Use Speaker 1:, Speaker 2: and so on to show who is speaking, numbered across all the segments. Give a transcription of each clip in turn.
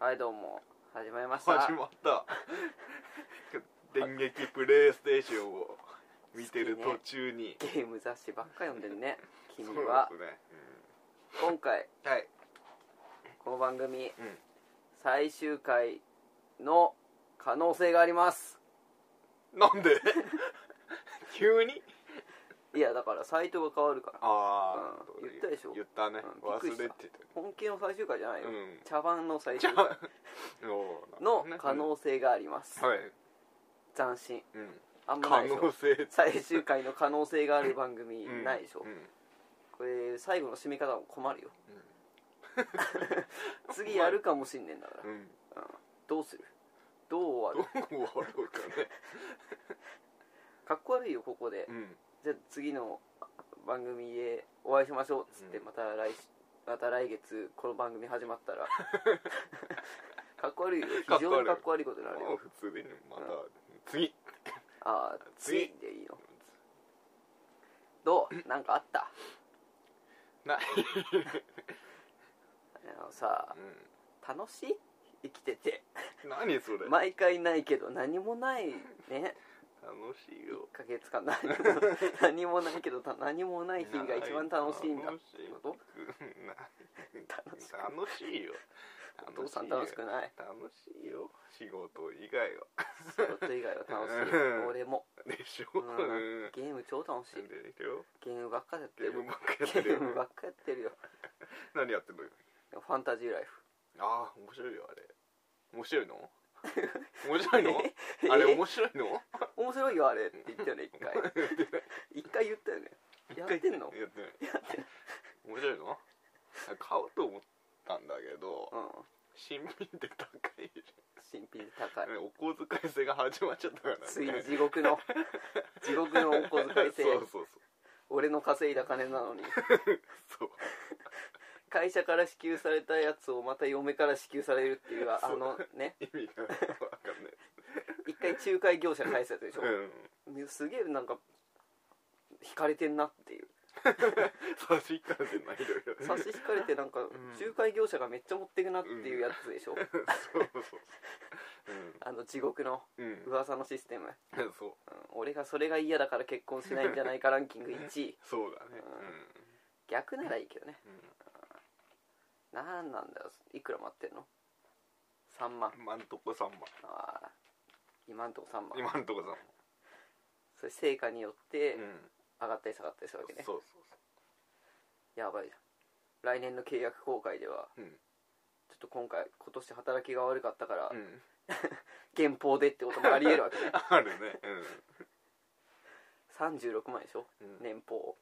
Speaker 1: はいどうも始まりました
Speaker 2: 始まった電撃プレイステーションを見てる途中に、
Speaker 1: ゲーム雑誌ばっか読んでる ね
Speaker 2: そ
Speaker 1: 君
Speaker 2: う
Speaker 1: は
Speaker 2: ですね、
Speaker 1: 今回
Speaker 2: うんはい
Speaker 1: この番組
Speaker 2: うん
Speaker 1: 最終回の可能性があります
Speaker 2: なんで急に
Speaker 1: いやだからサイトが変わるから
Speaker 2: ああ、
Speaker 1: うん言ったでしょ
Speaker 2: 言ったね、
Speaker 1: うんびっ
Speaker 2: 忘
Speaker 1: く
Speaker 2: れ
Speaker 1: り
Speaker 2: て
Speaker 1: した
Speaker 2: た
Speaker 1: 本家の最終回じゃないよ、
Speaker 2: うん
Speaker 1: 茶番の最
Speaker 2: じゃ
Speaker 1: 終回
Speaker 2: あそうな
Speaker 1: の
Speaker 2: んですね
Speaker 1: 可能性があります、
Speaker 2: はい、
Speaker 1: 斬新
Speaker 2: うん、
Speaker 1: あんまな
Speaker 2: 可
Speaker 1: いでしょ
Speaker 2: 能性
Speaker 1: 最終回の可能性がある番組
Speaker 2: うん
Speaker 1: ないでしょ、
Speaker 2: うん
Speaker 1: これ最後の締め方も困るよ、次
Speaker 2: うまい
Speaker 1: やるかもしんねえんだから、
Speaker 2: うん
Speaker 1: どうするどう終
Speaker 2: ど
Speaker 1: わ
Speaker 2: う終わろうかね
Speaker 1: るかっこ悪いよここで、
Speaker 2: うん
Speaker 1: じゃあ次の番組でお会いしましょうっつって
Speaker 2: うん
Speaker 1: また来しまた来月この番組始まった らかっこ悪いよ
Speaker 2: か
Speaker 1: 非
Speaker 2: っこ
Speaker 1: 常
Speaker 2: 悪
Speaker 1: に
Speaker 2: い
Speaker 1: かっこ悪いことになる
Speaker 2: もう
Speaker 1: よ
Speaker 2: 普通でいいのまた、次
Speaker 1: ああ
Speaker 2: 次
Speaker 1: 次でいいのどうなんかあった
Speaker 2: ない、
Speaker 1: あのさ
Speaker 2: う
Speaker 1: 楽しい生きてて
Speaker 2: ん、何それ、
Speaker 1: 毎回ないけど何もないね
Speaker 2: 楽しいよ
Speaker 1: 1ヶ月間何も何も ないけどた何もない日々が一番楽しいんだ
Speaker 2: 楽
Speaker 1: って
Speaker 2: しい
Speaker 1: こと
Speaker 2: うんな
Speaker 1: 楽しい
Speaker 2: 楽しいよ
Speaker 1: お父さん楽しく
Speaker 2: い
Speaker 1: ない
Speaker 2: 楽しいよ仕事以外は
Speaker 1: 仕事以外は楽しい
Speaker 2: うん
Speaker 1: 俺も
Speaker 2: でしょ、
Speaker 1: う
Speaker 2: うんん、
Speaker 1: ゲーム超楽しい
Speaker 2: でしょ
Speaker 1: ゲームばっかやって
Speaker 2: ゲ
Speaker 1: る
Speaker 2: ームばっかやって
Speaker 1: ゲ
Speaker 2: るよ
Speaker 1: ームばっかやってるよ
Speaker 2: 何やってんのよ
Speaker 1: ファンタジーライフ
Speaker 2: ああ面白いよあれ面白 いの面白いの
Speaker 1: え
Speaker 2: あれ
Speaker 1: え
Speaker 2: 面白いの
Speaker 1: 面白いよあれって言ったよね一 回一回言ったよねやってんの
Speaker 2: やってない面白いの買おうと思ったんだけど
Speaker 1: うん
Speaker 2: 新品って高いじ
Speaker 1: 新品で高
Speaker 2: ゃ
Speaker 1: い
Speaker 2: んお小遣い制が始まっちゃったからね
Speaker 1: ついに地獄 の地獄のお小遣い制
Speaker 2: そうそう
Speaker 1: 俺の稼いだ金なのに
Speaker 2: そうそう
Speaker 1: 会社から支給されたやつをまた嫁から支給されるっていうあ
Speaker 2: そう
Speaker 1: のね
Speaker 2: 意味が分かんない
Speaker 1: 一回仲介業者返すやつでしょ
Speaker 2: うん
Speaker 1: すげえなんか引かれてんなっていう
Speaker 2: 差し引かれてないいろいろ
Speaker 1: 差し引かれてなんか
Speaker 2: ん
Speaker 1: 仲介業者がめっちゃ持ってくなっていうやつでしょ、
Speaker 2: そうそう
Speaker 1: あの地獄の
Speaker 2: うんうん
Speaker 1: 噂のシステム、
Speaker 2: そう
Speaker 1: うん俺がそれが嫌だから結婚しないんじゃないかランキング1位
Speaker 2: そうだね
Speaker 1: 逆ならいいけどね
Speaker 2: うん
Speaker 1: なんなんだよいくら待ってんの3万
Speaker 2: うん今んとこ3万
Speaker 1: ああ今んとこ3万
Speaker 2: 今んとこ3万
Speaker 1: それ成果によって
Speaker 2: うん
Speaker 1: 上がったり下がったりするわけね、
Speaker 2: そうそう
Speaker 1: やばいじゃん来年の契約公開では
Speaker 2: そううん
Speaker 1: ちょっと今回今年働きが悪かったから、
Speaker 2: うん
Speaker 1: 減俸でってこともありえるわけね
Speaker 2: あるね
Speaker 1: 36万でしょ
Speaker 2: うんうん
Speaker 1: 年俸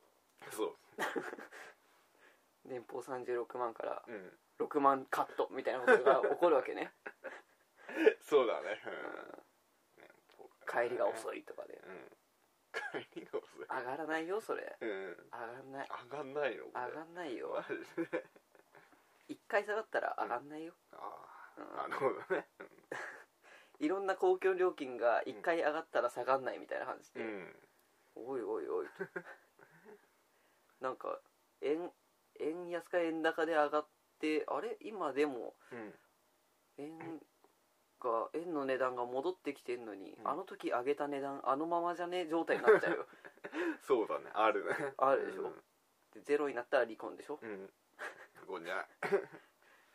Speaker 2: そう
Speaker 1: 年俸36万から
Speaker 2: うん
Speaker 1: 6万カットみたいなことが起こるわ けね
Speaker 2: そうだね
Speaker 1: 帰りが遅
Speaker 2: い
Speaker 1: いとかで
Speaker 2: うん帰りが遅い
Speaker 1: 上がらないよそれ
Speaker 2: うん
Speaker 1: 上がんない
Speaker 2: 上がんないのこれ
Speaker 1: 上がんないよ
Speaker 2: マジで
Speaker 1: 一回下がったら上がんないよ、
Speaker 2: あ
Speaker 1: うん
Speaker 2: あなるほどね
Speaker 1: いろんな公共料金が一回上がったら下がんないみたいな感じ
Speaker 2: う
Speaker 1: で、
Speaker 2: ん
Speaker 1: おいおいおいとなんか円円安か円高で上がってあれ今でも
Speaker 2: うん
Speaker 1: 円が円の値段が戻ってきてんのに、
Speaker 2: うん
Speaker 1: あの時上げた値段あのままじゃねえ状態になっちゃうよ
Speaker 2: そうだねあるね
Speaker 1: あるでしょでゼロになったら離婚でしょ
Speaker 2: うんうんごめんじゃない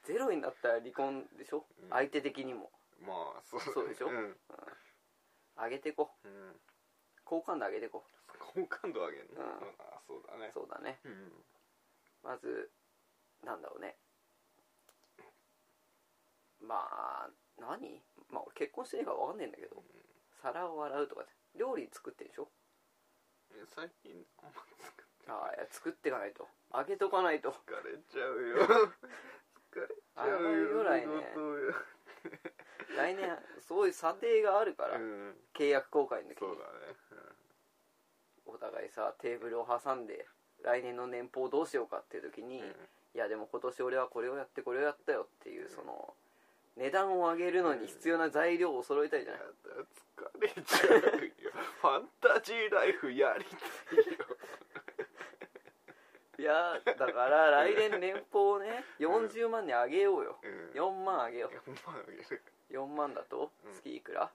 Speaker 1: ゼロになったら離婚でしょ、
Speaker 2: うん
Speaker 1: 相手的にも
Speaker 2: まあそうだね
Speaker 1: そうでしょ
Speaker 2: うん
Speaker 1: 上げてこ
Speaker 2: うん
Speaker 1: 好感度上げてこ
Speaker 2: 好感度上げるの、
Speaker 1: うん
Speaker 2: あそうだね
Speaker 1: そうだね
Speaker 2: うん
Speaker 1: まずなんだろうねまあ何まあ俺結婚してねえから分かんねえんだけど皿を洗うとか料理作ってんでしょ
Speaker 2: え最近あんま作
Speaker 1: ああいや作っていかないと揚げとかないと
Speaker 2: 疲れちゃうよ疲れち ゃう
Speaker 1: あれ
Speaker 2: よ
Speaker 1: ぐらいね
Speaker 2: 仕事よ
Speaker 1: 来年そういう査定があるから、
Speaker 2: うん
Speaker 1: 契約公開の時
Speaker 2: そ
Speaker 1: に
Speaker 2: うだね
Speaker 1: お互いさテーブルを挟んで来年の年俸どうしようかっていう時に、
Speaker 2: うん
Speaker 1: いやでも今年俺はこれをやってこれをやったよっていうその値段を上げるのに必要な材料を揃えたいじゃ
Speaker 2: や
Speaker 1: ない、
Speaker 2: だ疲れちゃう よファンタジーライフやりたいよ
Speaker 1: いやーだから来年年俸をね
Speaker 2: うん
Speaker 1: 40万に上げようよ
Speaker 2: うん
Speaker 1: 4万上げよ
Speaker 2: 4万あげる
Speaker 1: う4万だと
Speaker 2: うん
Speaker 1: 月いくら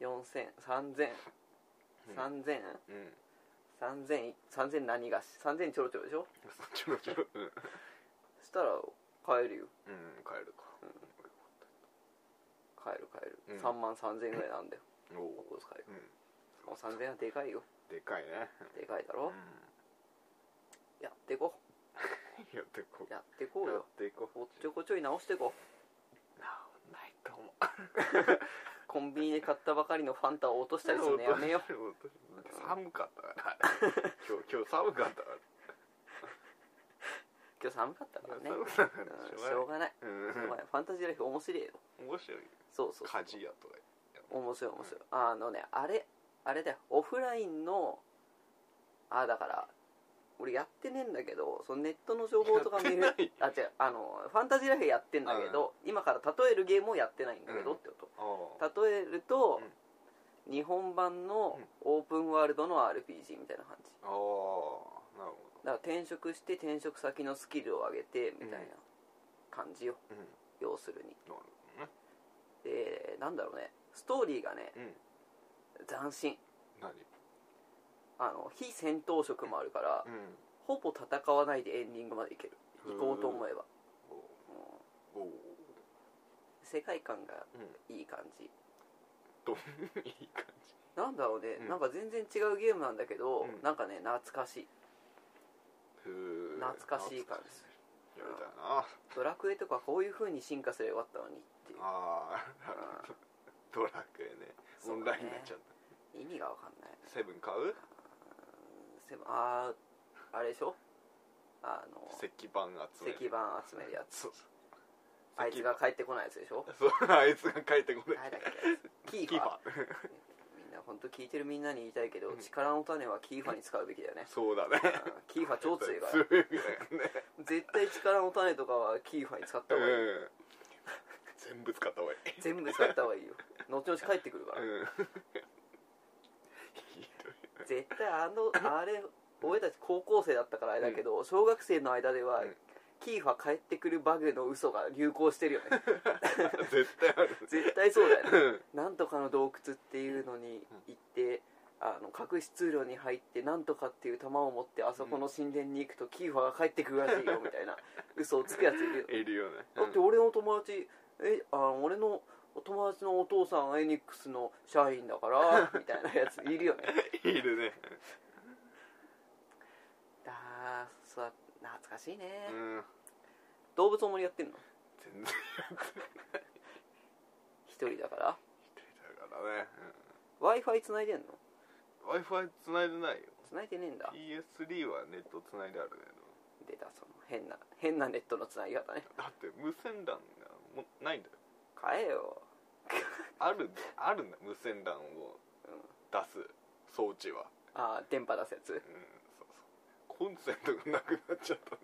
Speaker 1: 400030003000
Speaker 2: うん
Speaker 1: 3000
Speaker 2: うん
Speaker 1: 3000 3000何がし3000ちょろちょろでしょ
Speaker 2: ちょろちょろうん、うん、
Speaker 1: そしたら買えるよ
Speaker 2: 帰るか、
Speaker 1: 買える買える、
Speaker 2: うん
Speaker 1: 3万3000円ぐらいなんだよ
Speaker 2: お
Speaker 1: お
Speaker 2: お
Speaker 1: 小遣い
Speaker 2: うん
Speaker 1: もう3000円はでかいよ
Speaker 2: でかいね
Speaker 1: でかいだ
Speaker 2: うん
Speaker 1: ろ、やってこ
Speaker 2: やってこう
Speaker 1: やってこう
Speaker 2: や
Speaker 1: よ
Speaker 2: っていこう
Speaker 1: おっちょこちょい直してこ
Speaker 2: なないと思う
Speaker 1: うコンビニで買ったばかりのファンタを落としたりするのやめよ
Speaker 2: 寒かったから今日今日寒かったか
Speaker 1: 今日寒かったから
Speaker 2: ら、
Speaker 1: ね
Speaker 2: 寒かったか
Speaker 1: うん
Speaker 2: ら
Speaker 1: しょうがない、
Speaker 2: う
Speaker 1: お前
Speaker 2: ん
Speaker 1: ファンタジーライフ面白いよ
Speaker 2: 面白い
Speaker 1: そうそう
Speaker 2: 鍛冶屋とか
Speaker 1: 面白い面白いあのねあれあれだよオフラインのあだから俺やってねえんだけどそのネットの情報とか見る
Speaker 2: やって
Speaker 1: あ違うあのファンタジーライフやってんだけど、今から例えるゲームをやってないんだけど
Speaker 2: うん
Speaker 1: ってこと、
Speaker 2: ああ
Speaker 1: 例えると、日本版のオープンワールドの RPG みたいな感じ
Speaker 2: ああなるほ
Speaker 1: だから転職して転職先のスキルを上げてみたいな感じよ、
Speaker 2: どうんな
Speaker 1: 要するに
Speaker 2: るほどね
Speaker 1: でなんだろうねストーリーがね
Speaker 2: うん
Speaker 1: 斬新
Speaker 2: 何
Speaker 1: あの非戦闘色もあるから、
Speaker 2: うん
Speaker 1: ほぼ戦わないでエンディングまでいける行こうと思えば、
Speaker 2: お
Speaker 1: うん
Speaker 2: おお
Speaker 1: 世界観が
Speaker 2: うん
Speaker 1: いい感じ
Speaker 2: どんいい感じ
Speaker 1: なんだろうね、
Speaker 2: うん
Speaker 1: なんか全然違うゲームなんだけど、
Speaker 2: うん
Speaker 1: なんかね懐かしい
Speaker 2: ふ
Speaker 1: 懐かしい感じす
Speaker 2: やりたいな
Speaker 1: ドラクエとかこういう風に進化すればよかったのにっていう
Speaker 2: ああドラクエね
Speaker 1: そ
Speaker 2: オ
Speaker 1: う
Speaker 2: ン
Speaker 1: だ
Speaker 2: ラ
Speaker 1: ね
Speaker 2: インになっちゃった
Speaker 1: 意味がわかんない
Speaker 2: セブン買う
Speaker 1: セブンあーあれでしょあの
Speaker 2: 石板集める
Speaker 1: 石板集めるやつ
Speaker 2: そう
Speaker 1: あいつが帰ってこないやつでしょ
Speaker 2: そうあいつが帰ってこな
Speaker 1: 誰
Speaker 2: い
Speaker 1: だっけキーファ
Speaker 2: キー
Speaker 1: ー
Speaker 2: パー
Speaker 1: みんな本当聞いてるみんなに言いたいけど、
Speaker 2: うん
Speaker 1: 力の種はキーファに使うべきだ よね
Speaker 2: そうだね
Speaker 1: うんキーファ超強いから
Speaker 2: 強いからね
Speaker 1: 絶対力の種とかはキーファに使った方がいい、
Speaker 2: うん全部使った方がいい
Speaker 1: 全部使った方がいいよ後々帰ってくるから、
Speaker 2: うん
Speaker 1: 絶対あのあれ俺たち高校生だったからあれだけど、小学生の間では、
Speaker 2: うん
Speaker 1: キーファ帰ってくるバグの嘘が流行してるよね
Speaker 2: 絶対ある
Speaker 1: 絶対そうだよね
Speaker 2: うん
Speaker 1: なんとかの洞窟っていうのに行って、あの隠し通路に入ってなんとかっていう玉を持ってあそこの神殿に行くとキーファが帰ってくるらしいよみた いな嘘をつくやついるよ
Speaker 2: いるよね
Speaker 1: だって俺の友達えあの俺のお友達のお父さんはエニックスの社員だからみたいなやついるよね
Speaker 2: いるね
Speaker 1: あーそう懐かしいね、
Speaker 2: うん
Speaker 1: 動物の森やってんの
Speaker 2: 全然やってない
Speaker 1: 一人だから
Speaker 2: 人だからね
Speaker 1: w i f i 繋いでんの
Speaker 2: w i f i 繋いでないよ
Speaker 1: 繋いでねえんだ
Speaker 2: PS3 はネット繋いであるね
Speaker 1: 出たその変な変なネットの繋ぎ方ね
Speaker 2: だって無線 LAN がもうないんだよ
Speaker 1: 買えよ
Speaker 2: あるあるんだ無線 LAN を出す装置は
Speaker 1: あー電波出すやつ
Speaker 2: うんそうそうコンセントがなくなっちゃったね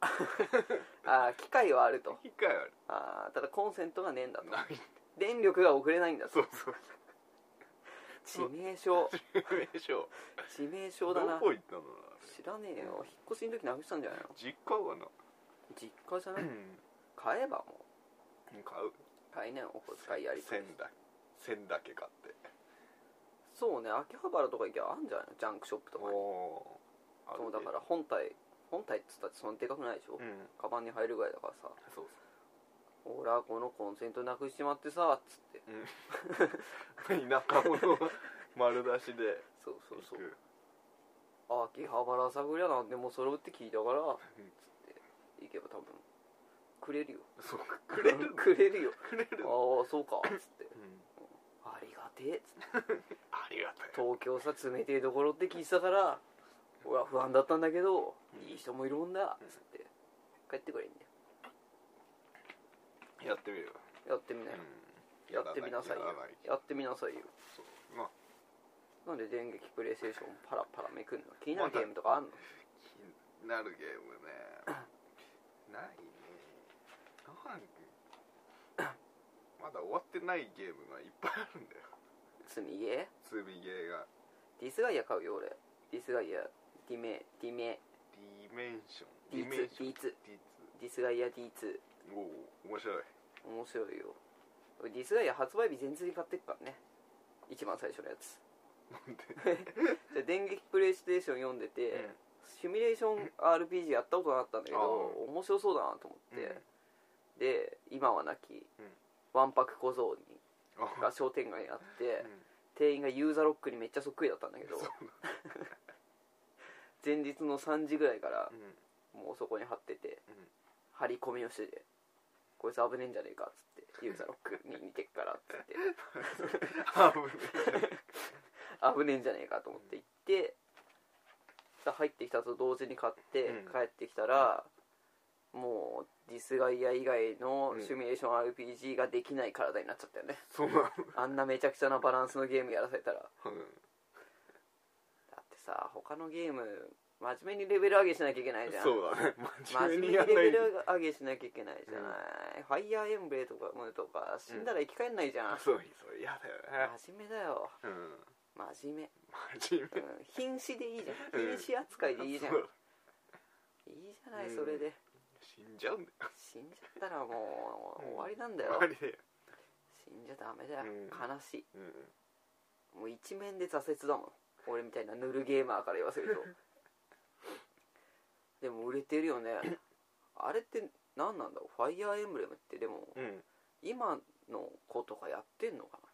Speaker 1: あー機械はあると
Speaker 2: 一回ある
Speaker 1: あーただコンセントがねえんだと
Speaker 2: ない
Speaker 1: 電力が送れないんだと
Speaker 2: そうそう
Speaker 1: 致命傷
Speaker 2: 名称
Speaker 1: 致命傷
Speaker 2: ど
Speaker 1: だな
Speaker 2: こ行ったの
Speaker 1: 知らねえよ引っ越しの時なくしたんじゃないの
Speaker 2: 実家はな
Speaker 1: 実家じゃな
Speaker 2: う
Speaker 1: い
Speaker 2: ん
Speaker 1: 買えばも
Speaker 2: 買う
Speaker 1: う来年お小遣いやりくり
Speaker 2: 線だ線だけ買って
Speaker 1: そうね秋葉原とか行けばあんじゃないのジャンクショップとかに
Speaker 2: おー
Speaker 1: そう
Speaker 2: あ
Speaker 1: だ
Speaker 2: るね
Speaker 1: から本体本体っつったってそんなでかくないでしょ、
Speaker 2: うん
Speaker 1: カバンに入るぐらいだからさ
Speaker 2: そう
Speaker 1: 「ほらこのコンセントなくしちまってさ」っつって
Speaker 2: そう田舎者丸出しで
Speaker 1: そうそ
Speaker 2: 行
Speaker 1: う
Speaker 2: く
Speaker 1: そう秋葉原探りゃなんでも揃うって聞いたからっつって行けば多分くれるよ
Speaker 2: そうくれ る
Speaker 1: くれるよ
Speaker 2: くれる
Speaker 1: ああそうかっつって
Speaker 2: うん
Speaker 1: ありがてえっつって
Speaker 2: ありがたい
Speaker 1: 東京さ冷てえところって聞いてたから俺は不安だったんだけどいい人もいるもんだっつって帰ってくれんだよ
Speaker 2: やってみるよ、
Speaker 1: やってみなよ、やってみなさいよ
Speaker 2: やらない
Speaker 1: やってみなさいよ
Speaker 2: そうまあ
Speaker 1: なんで電撃プレイステーションパラパラめくんの気になる
Speaker 2: また
Speaker 1: ゲームとかあんの
Speaker 2: 気になるゲームねないねなんまだ終わってないゲームがいっぱいあるんだよ
Speaker 1: 積みゲー
Speaker 2: 積みゲーが
Speaker 1: ディスガイア買うよ俺 This guy a Dime Dime
Speaker 2: ディメンショ
Speaker 1: D2
Speaker 2: ンディメンション
Speaker 1: D2
Speaker 2: D2
Speaker 1: This guy a D2
Speaker 2: おお面白い
Speaker 1: 面白いよ俺 This guy a 発売日前日に買ってっからね一番最初のやつ
Speaker 2: なんで
Speaker 1: じゃあ電撃プレイステーション読んでて、
Speaker 2: うん
Speaker 1: シミュレーション RPG やったことなかったんだけど
Speaker 2: あ
Speaker 1: 面白そうだなと思って、で今はなき、
Speaker 2: うん
Speaker 1: わんぱく小僧に
Speaker 2: うん
Speaker 1: が
Speaker 2: あ
Speaker 1: 商店街にあって、
Speaker 2: うん
Speaker 1: 店員がユーザロックにめっちゃそっくりだったんだけど
Speaker 2: そう
Speaker 1: 前日の3時ぐらいから
Speaker 2: うんうん
Speaker 1: もうそこに貼ってて、張り込みをしてて「こいつ危ねえんじゃねえか」っつって「ユーザロックに似てっから」っつって
Speaker 2: あ
Speaker 1: 「危
Speaker 2: 危ない
Speaker 1: ねえんじゃねえか」と思って行ってさ入ってきたと同時に買って
Speaker 2: うん
Speaker 1: 帰ってきたら、もうディスガイア以外のシミュレーション RPG ができない体になっちゃったよね、
Speaker 2: そうなの
Speaker 1: あんなめちゃくちゃなバランスのゲームやらされたら
Speaker 2: うん
Speaker 1: だってさ他のゲーム真面目にレベル上げしなきゃいけないじゃん
Speaker 2: そうだね真
Speaker 1: 真面目
Speaker 2: 面目
Speaker 1: に
Speaker 2: にや
Speaker 1: レ
Speaker 2: んな
Speaker 1: ベ
Speaker 2: い
Speaker 1: ル上げしなきゃいけないじゃない、ファイヤーエンブレとかムーとか死んだら生き返んないじゃん、
Speaker 2: そうそう嫌だよね
Speaker 1: 真面目だよ
Speaker 2: うん
Speaker 1: 真面目、
Speaker 2: 真面
Speaker 1: う
Speaker 2: 目
Speaker 1: ん、瀕死でいいじゃん
Speaker 2: うん
Speaker 1: 瀕死扱いでいいじゃん、
Speaker 2: そう
Speaker 1: いいじゃない
Speaker 2: うん
Speaker 1: それで
Speaker 2: 死んじゃうんだよ
Speaker 1: 死んじゃったらもう
Speaker 2: う
Speaker 1: 終
Speaker 2: ん
Speaker 1: わりなんだ
Speaker 2: 終
Speaker 1: よ
Speaker 2: わりだよ
Speaker 1: 死んじゃダメだよ
Speaker 2: うん
Speaker 1: 悲しい
Speaker 2: うん
Speaker 1: もう一面で挫折だもん俺みたいなぬるゲーマーから言わせ るとでも売れてるよねあれって何なんだろうファイヤーエンブレムってでも
Speaker 2: うん
Speaker 1: 今の子とかやってんのかな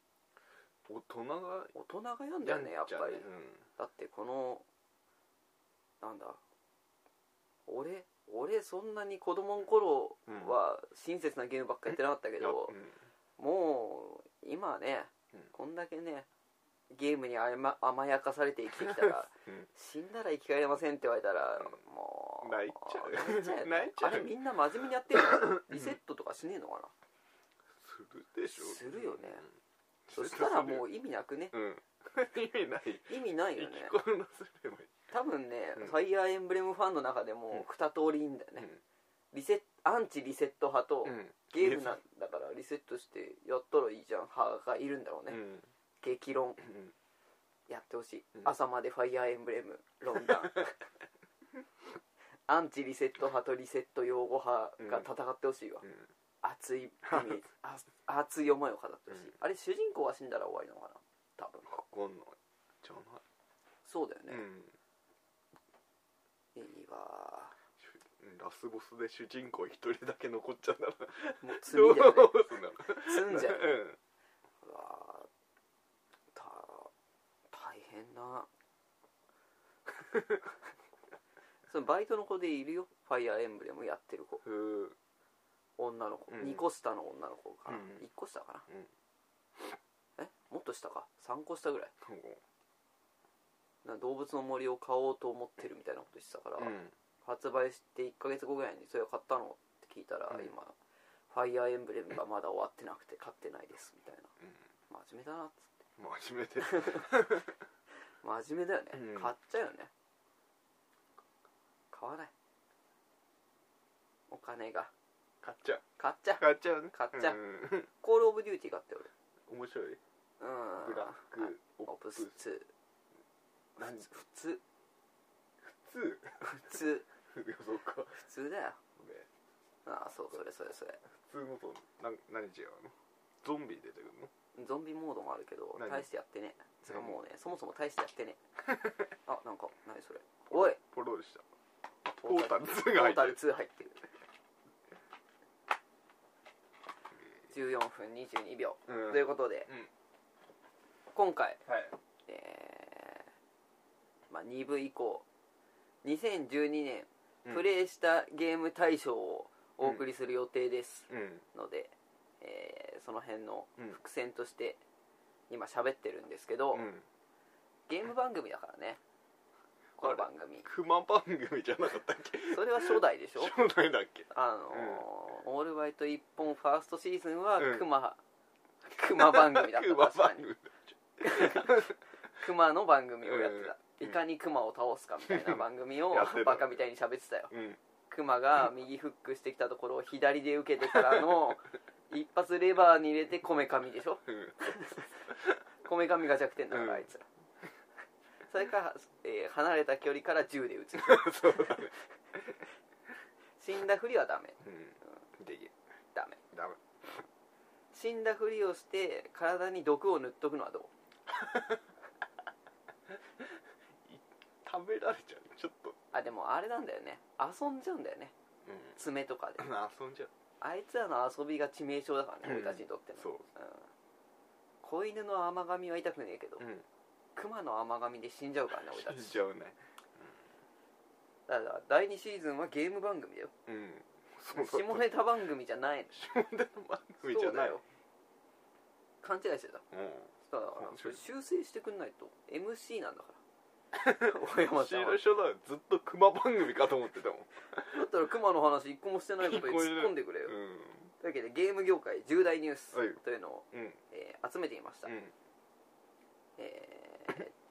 Speaker 2: 大人が
Speaker 1: 大人がやんだよねやっぱり、
Speaker 2: うん
Speaker 1: だってこのなんだ俺俺そんなに子供の頃は親切なゲームばっかやってなかったけど、
Speaker 2: うん
Speaker 1: もう今ね、
Speaker 2: うん
Speaker 1: こんだけねゲームに甘,、甘やかされて生きてきたら
Speaker 2: うん
Speaker 1: 死んだら生き返れませんって言われたら、
Speaker 2: う
Speaker 1: もう
Speaker 2: 泣いちゃう
Speaker 1: 泣いちゃうよね
Speaker 2: 泣いちゃう
Speaker 1: あれみんな真面目にや ってるのリセットとかしねえのかな
Speaker 2: するでしょ
Speaker 1: するよね
Speaker 2: うん
Speaker 1: そしたら
Speaker 2: する
Speaker 1: もう意味なくね
Speaker 2: うん意味ない
Speaker 1: 意味ない
Speaker 2: 生
Speaker 1: よ
Speaker 2: き
Speaker 1: ね
Speaker 2: こなせればいい
Speaker 1: 多分ね、
Speaker 2: うん
Speaker 1: ファイヤーエンブレムファンの中でも2通りいいんだよね、リセッアンチリセット派と、
Speaker 2: うん
Speaker 1: ゲームなんだからリセットしてやったらいいじゃん派がいるんだろう
Speaker 2: う
Speaker 1: ね、
Speaker 2: ん
Speaker 1: 激論
Speaker 2: うん
Speaker 1: やってほしい、
Speaker 2: うん
Speaker 1: 朝までファイヤーエンブレム論 談アンチリセット派とリセット擁護派が戦ってほしいわ、
Speaker 2: うん
Speaker 1: 熱 い意味あ熱い思いを語ってほしい、
Speaker 2: うん
Speaker 1: あれ主人公が死んだら終わりなのかな多分
Speaker 2: わかんないじゃない
Speaker 1: そうだよね、
Speaker 2: うん
Speaker 1: いいわ
Speaker 2: ラスボスで主人公一人だけ残っちゃったら
Speaker 1: もう 罪
Speaker 2: どう
Speaker 1: だよね
Speaker 2: すんだろ
Speaker 1: 積んじゃう
Speaker 2: うん
Speaker 1: うわーた大変な そのバイトの子でいるよファイアーエンブレムやってる子
Speaker 2: うん
Speaker 1: 女の子、
Speaker 2: うん
Speaker 1: 2個下の女の子かな、
Speaker 2: うん
Speaker 1: 1個下かな、
Speaker 2: うん
Speaker 1: えもっと下か3個下ぐらい
Speaker 2: なんか
Speaker 1: な動物の森を買おうと思ってるみたいなことしてたから、
Speaker 2: うん
Speaker 1: 発売して1ヶ月後ぐらいにそれを買ったのって聞いたら、
Speaker 2: うん
Speaker 1: 今ファイアーエンブレムがまだ終わってなくて買ってないですみたいな
Speaker 2: うん
Speaker 1: 真面目だなっつって
Speaker 2: 真
Speaker 1: 真面目
Speaker 2: 面目で
Speaker 1: だよね、
Speaker 2: うん
Speaker 1: 買っちゃうよね買わないお金が
Speaker 2: 買っちゃう
Speaker 1: 買っちゃう
Speaker 2: 買っちゃうね
Speaker 1: 買っちゃうんコールオブデューティー買って俺
Speaker 2: 面白い
Speaker 1: うん
Speaker 2: ブラック
Speaker 1: オ
Speaker 2: オ
Speaker 1: プ
Speaker 2: プ
Speaker 1: ス
Speaker 2: ス
Speaker 1: 2
Speaker 2: 何
Speaker 1: 普通
Speaker 2: 2
Speaker 1: 普通
Speaker 2: そうか
Speaker 1: 普通だよ
Speaker 2: ごめん
Speaker 1: ああそうそれそれそれ
Speaker 2: 普通のとなん何違うのゾンビ出てくるの
Speaker 1: ゾンビモードもあるけど
Speaker 2: 何
Speaker 1: 大してやってねえそれはもうねそもそも大してや ってねえあなんか何それおい
Speaker 2: ポロリしたポータル2が
Speaker 1: ト
Speaker 2: 入
Speaker 1: ータ
Speaker 2: っ
Speaker 1: ル
Speaker 2: てる
Speaker 1: 2入ってる14分22秒、
Speaker 2: うん
Speaker 1: ということで、
Speaker 2: うん
Speaker 1: 今回、
Speaker 2: はい
Speaker 1: えーまあ、2部以降2012年、
Speaker 2: うん
Speaker 1: プレイしたゲーム大賞をお送りする予定です
Speaker 2: うん
Speaker 1: ので、えーその辺の
Speaker 2: うん
Speaker 1: 伏線として今喋ってるんですけど、
Speaker 2: うん
Speaker 1: ゲーム番組だから ねこの番組
Speaker 2: クマ番組じゃなかったっけ
Speaker 1: それは初代で しょ
Speaker 2: 初代だっけ
Speaker 1: あのーオールバイト一本ファーストシーズンはクマ、クマ
Speaker 2: 熊
Speaker 1: 番組だった確か
Speaker 2: 番
Speaker 1: に
Speaker 2: 組
Speaker 1: クマの番組をやってた、
Speaker 2: うん
Speaker 1: いかにクマを倒すかみたいな番組を
Speaker 2: やってた
Speaker 1: バカみたいに喋ってたよ
Speaker 2: うん
Speaker 1: クマが右フックしてきたところを左で受けてから の一発レバーに入れてこめかみでしょ
Speaker 2: うん
Speaker 1: こめかみが弱点だか
Speaker 2: うん
Speaker 1: らあいつら、 それか、えー離れた距離から銃で撃 つ
Speaker 2: そうだね
Speaker 1: 死んだふりはダメ
Speaker 2: うんできる
Speaker 1: ダメ
Speaker 2: ダメ
Speaker 1: 死んだふりをして体に毒を塗っとくのはどう
Speaker 2: 食べられちゃうちょっと
Speaker 1: あでもあれなんだよね遊んじゃうんだよね
Speaker 2: うん
Speaker 1: 爪とかで
Speaker 2: 遊んじゃう
Speaker 1: あいつらの遊びが致命傷だからね
Speaker 2: うん
Speaker 1: 俺たちにとっての
Speaker 2: そうん
Speaker 1: 子犬の甘噛みは痛くねえけど、
Speaker 2: うん
Speaker 1: 熊の甘噛みで死んじゃうからね俺た
Speaker 2: 死ん
Speaker 1: ち
Speaker 2: じゃうね
Speaker 1: だから第2シーズンはゲーム番組だよ
Speaker 2: うん そ う
Speaker 1: 下
Speaker 2: だ
Speaker 1: ネタ番組じゃない
Speaker 2: 下ネタの番組じゃない
Speaker 1: そう勘違いしてた
Speaker 2: う
Speaker 1: そうだからそ
Speaker 2: 面白
Speaker 1: れ
Speaker 2: い
Speaker 1: 修正してくんないと MC なんだから 小山
Speaker 2: ん
Speaker 1: ちゃん
Speaker 2: 知
Speaker 1: は
Speaker 2: ら人だずっと熊番組かと思ってたもん
Speaker 1: だったら熊の話一個もしてない ことに突っ込んでくれよ
Speaker 2: うん
Speaker 1: というわけでゲーム業界重大ニュース
Speaker 2: はい
Speaker 1: というのを、
Speaker 2: うん
Speaker 1: えー集めてみました、
Speaker 2: うん
Speaker 1: えー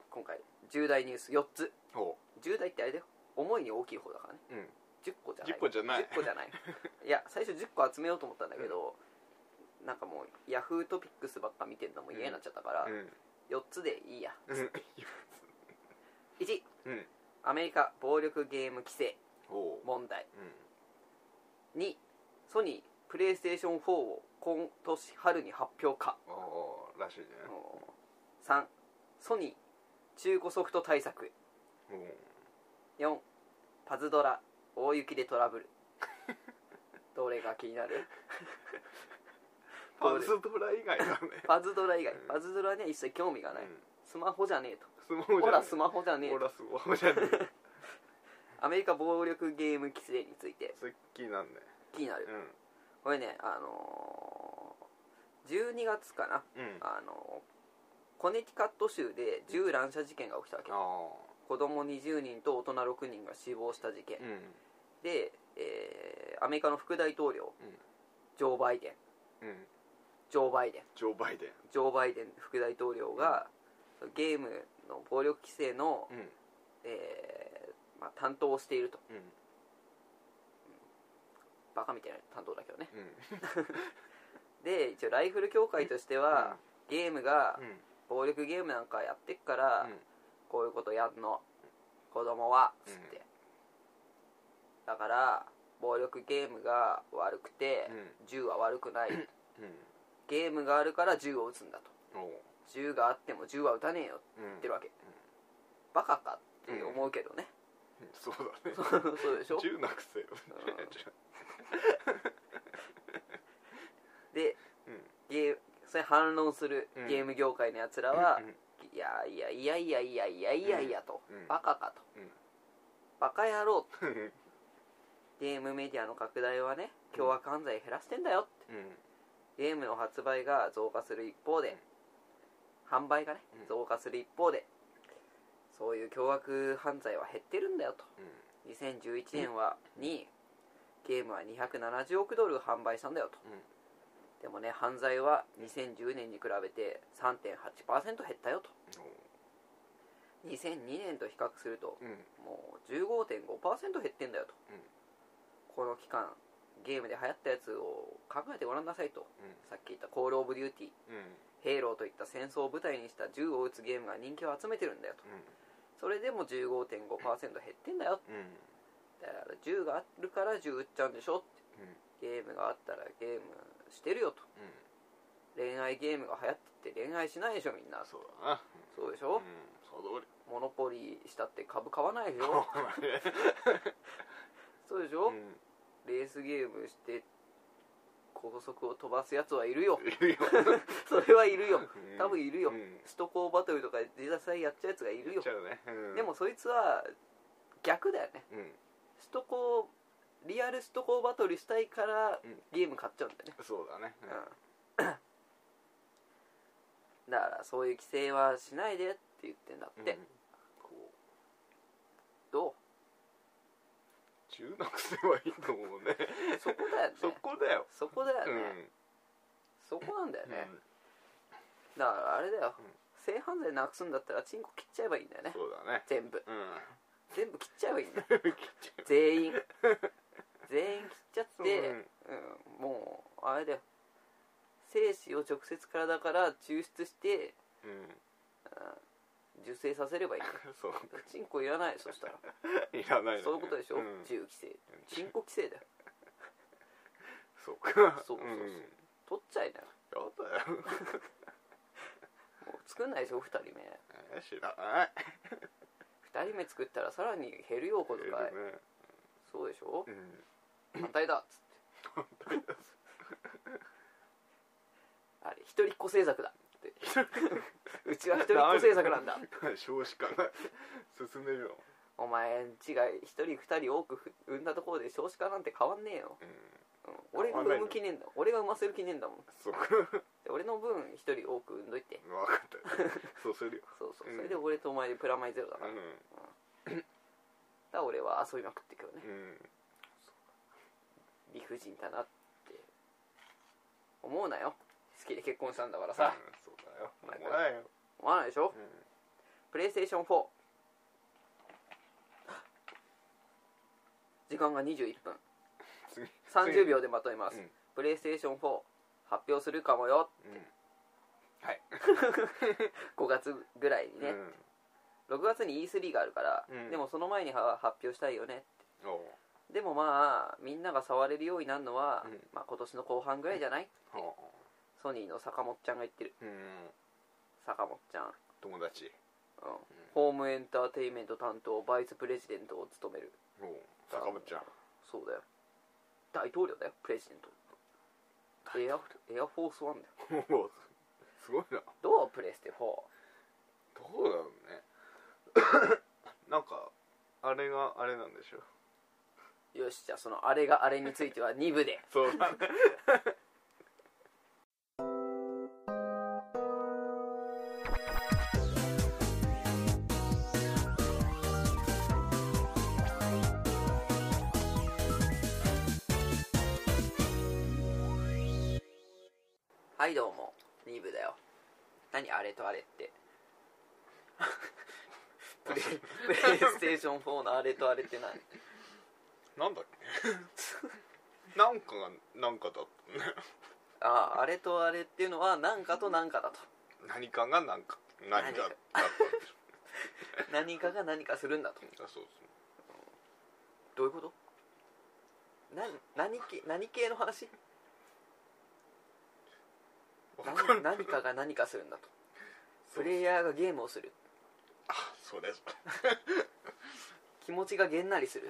Speaker 1: 今回重大ニュース4つ
Speaker 2: ほ
Speaker 1: 重大ってあれだよ重いに大きい方だからね
Speaker 2: ううん
Speaker 1: 10個じゃない
Speaker 2: 10個じゃない
Speaker 1: 10個じゃ ないいや最初10個集めようと思ったんだけど、なんかもうヤフートピックスばっか見てるのも嫌になっちゃったから、
Speaker 2: うん
Speaker 1: 4つでいいや
Speaker 2: うん
Speaker 1: 1
Speaker 2: うん
Speaker 1: アメリカ暴力ゲーム規制
Speaker 2: ほ
Speaker 1: 問題
Speaker 2: ううん
Speaker 1: 2ソニープレイステーション4を今年春に発表か
Speaker 2: ああらしいね
Speaker 1: 3ソニー中古ソフト対策
Speaker 2: うん
Speaker 1: 4パズドラ大雪でトラ ブルどれが気になる
Speaker 2: パズドラ以外だね
Speaker 1: パズドラ以外
Speaker 2: うん
Speaker 1: パズドラには一切興味がない、
Speaker 2: うん
Speaker 1: スマホじゃねえと
Speaker 2: スマホじ
Speaker 1: ほ
Speaker 2: ゃね
Speaker 1: らスマホじゃねえ
Speaker 2: ほ
Speaker 1: と
Speaker 2: らスマホじゃねえ
Speaker 1: アメリカ暴力ゲーム規制について
Speaker 2: 好きなんね
Speaker 1: 気になる
Speaker 2: うん
Speaker 1: これねあのー12月かな
Speaker 2: うんあ
Speaker 1: あのコネティカット州で銃乱射事件が起きたわけ
Speaker 2: あ
Speaker 1: 子供20人と大人6人が死亡した事件、
Speaker 2: うん
Speaker 1: で、えーアメリカの副大統領、
Speaker 2: うん
Speaker 1: ジョー・バイデン
Speaker 2: うん
Speaker 1: ジョー・バイデン
Speaker 2: ジョー・バイデン
Speaker 1: ジョー・バイデン副大統領が、ゲームの暴力規制の、
Speaker 2: うん
Speaker 1: えーまあ、担当をしていると
Speaker 2: うん
Speaker 1: バカみたいな担当だけどね
Speaker 2: うん
Speaker 1: で一応ライフル協会としては、ゲームが、
Speaker 2: うん
Speaker 1: 暴力ゲームなんかやってっから、
Speaker 2: うん
Speaker 1: こういうことやんの子供はつって、だから暴力ゲームが悪くて、
Speaker 2: う
Speaker 1: 銃は悪く ない
Speaker 2: うん
Speaker 1: ゲームがあるから銃を撃つんだと
Speaker 2: おう
Speaker 1: 銃があっても銃は撃たねえよって
Speaker 2: うん
Speaker 1: 言ってるわけ、バカかって思うけどね、
Speaker 2: うんそうだね
Speaker 1: そうでしょ
Speaker 2: 銃なくせよ
Speaker 1: んで
Speaker 2: うん
Speaker 1: ゲーそれ反論する
Speaker 2: うん
Speaker 1: ゲーム業界のやつらは、
Speaker 2: うん
Speaker 1: いやいやいやいやいやいやいやいやと、
Speaker 2: うん
Speaker 1: バカかと、
Speaker 2: うん
Speaker 1: バカ野郎
Speaker 2: うん
Speaker 1: ゲームメディアの拡大はね凶悪犯罪減らしてんだよって
Speaker 2: うん
Speaker 1: ゲームの発売が増加する一方で、販売がね
Speaker 2: うん
Speaker 1: 増加する一方でそういう凶悪犯罪は減ってるんだよと
Speaker 2: うん
Speaker 1: 2011年はにゲームは270億ドル販売したんだよと、
Speaker 2: うん
Speaker 1: でもね犯罪は2010年に比べて3.8%減ったよと
Speaker 2: おう
Speaker 1: 2002年と比較すると
Speaker 2: うん
Speaker 1: もう15.5%減ってんだよと、
Speaker 2: うん
Speaker 1: この期間ゲームで流行ったやつを考えてごらんなさいと
Speaker 2: うん
Speaker 1: さっき言った「コール・オブ・デューティー」
Speaker 2: うん
Speaker 1: 「ヘイロー」といった戦争を舞台にした銃を撃つゲームが人気を集めてるんだよとそれでも15.5%減ってんだよ
Speaker 2: うんうん
Speaker 1: だから銃があるから銃撃っちゃうんでしょって
Speaker 2: うん
Speaker 1: ゲームがあったらゲームしてるよと
Speaker 2: うん
Speaker 1: 恋愛ゲームが流行ってて恋愛しないでしょみんな
Speaker 2: そうだな
Speaker 1: そうでし
Speaker 2: う
Speaker 1: ょ、
Speaker 2: んそうだ
Speaker 1: モノポリーしたって株買わないでしょ
Speaker 2: 俺
Speaker 1: そうでしょ、
Speaker 2: うん
Speaker 1: レースゲームして高速を飛ばすやつはいるよ
Speaker 2: いるよ
Speaker 1: それはいるよ
Speaker 2: うん
Speaker 1: 多分いるよ、
Speaker 2: うん
Speaker 1: 首都高バトルとか実際やっちゃうやつがいる
Speaker 2: 言
Speaker 1: よ
Speaker 2: っちゃうねうん
Speaker 1: でもそいつは逆だよね
Speaker 2: うん
Speaker 1: 首都高リアル首都高バトルしたいから
Speaker 2: うん
Speaker 1: ゲーム買っちゃうんだよね、
Speaker 2: そうだねう ん
Speaker 1: うん、だからそういう規制はしないでって言ってんだって、
Speaker 2: うんこう
Speaker 1: ど
Speaker 2: 銃なくせばいいと思うね
Speaker 1: うそこだよね
Speaker 2: そこだよ
Speaker 1: そこだよ
Speaker 2: う
Speaker 1: ね、
Speaker 2: ん
Speaker 1: そこなんだよね、
Speaker 2: うん
Speaker 1: だからあれだよ、
Speaker 2: うん
Speaker 1: 性犯罪なくすんだったらチンコ切っちゃえばいいんだよね
Speaker 2: そうだね
Speaker 1: 全部
Speaker 2: うん
Speaker 1: 全部切っちゃえばいいん だよ
Speaker 2: 切っちゃ
Speaker 1: 全員全員切っちゃ
Speaker 2: う
Speaker 1: って、
Speaker 2: うん
Speaker 1: うん、もうあれだよ精子を直接体から抽出して
Speaker 2: うん
Speaker 1: 受精させればいいの
Speaker 2: そう
Speaker 1: チンコいらないそしたら
Speaker 2: いらないのね
Speaker 1: そういうことでしょ、
Speaker 2: うん
Speaker 1: 自由規制チンコ規制だよ
Speaker 2: そうか
Speaker 1: そうそうそうん
Speaker 2: や
Speaker 1: 取っちゃいなよ
Speaker 2: だよ
Speaker 1: もう作んないでしょ2人目
Speaker 2: え知らない
Speaker 1: 2人目作ったらさらに減るよこ
Speaker 2: こ
Speaker 1: とかいそうでしょ
Speaker 2: うん
Speaker 1: 反対だっつってあれ一人っ子政策だってうちは一人っ子政策なんだ
Speaker 2: 少子化が進んでるよ、
Speaker 1: お前んちが一人二人多くふ産んだところで少子化なんて変わんねえよ、
Speaker 2: うん、
Speaker 1: うん俺が産む気ねえんだ俺が産ませる気ねえんだもん
Speaker 2: そうか分か
Speaker 1: で俺の分一人多く産んどいて
Speaker 2: ったよそうするよ
Speaker 1: そうそう
Speaker 2: うん
Speaker 1: それで俺とお前でプラマイゼロだ
Speaker 2: う
Speaker 1: から、だか
Speaker 2: ん
Speaker 1: ら俺は遊びまくってくよね
Speaker 2: うん
Speaker 1: 理不尽だなって思うなよ好きで結婚したんだからさ
Speaker 2: うんそうだよ
Speaker 1: 前
Speaker 2: もらえよ、
Speaker 1: 思わないでしょ、
Speaker 2: うん
Speaker 1: プレイステーション4時間が21分
Speaker 2: 次
Speaker 1: 30秒でまとめます、
Speaker 2: うん
Speaker 1: プレイステーション4発表するかもよ
Speaker 2: 次うんはい
Speaker 1: 5月ぐらいにね、6月に E3 があるから、
Speaker 2: うん
Speaker 1: でもその前には発表したいよね
Speaker 2: うん、おう
Speaker 1: でもまあみんなが触れるようになるのは、
Speaker 2: うん
Speaker 1: まあ、今年の後半ぐらいじゃない、
Speaker 2: お
Speaker 1: ソニーの坂本ちゃんが言ってる
Speaker 2: ううん
Speaker 1: 坂本ちゃん、うん
Speaker 2: 友達
Speaker 1: ホームエンターテインメント担当バイスプレジデントを務める
Speaker 2: おう坂本ちゃん
Speaker 1: そうだよ大統領だよプレジデントエアエアフォースワンだよ
Speaker 2: おうすごいな
Speaker 1: どうプレステ4
Speaker 2: どうだろうね なんかあれがあれなんでしょ
Speaker 1: よしじゃあそのあれがあれについては2部で
Speaker 2: そうだね
Speaker 1: はいどうも2部だよ何あれとあれってプレプレイステーション4のあれとあれって何
Speaker 2: なんだっけ なんかがなんかだったね
Speaker 1: あああれとあれっていうのは何かと何かだと
Speaker 2: 何かがなんか何かだったんでし
Speaker 1: 何かが何かするんだと
Speaker 2: ょあそう
Speaker 1: どういうことな何系何系の話
Speaker 2: そうわかん
Speaker 1: 何
Speaker 2: ない
Speaker 1: 何かが何かするんだと
Speaker 2: そ
Speaker 1: プ
Speaker 2: う
Speaker 1: レイヤーがゲームをする
Speaker 2: あそれそれ
Speaker 1: 気持ちがげんなりする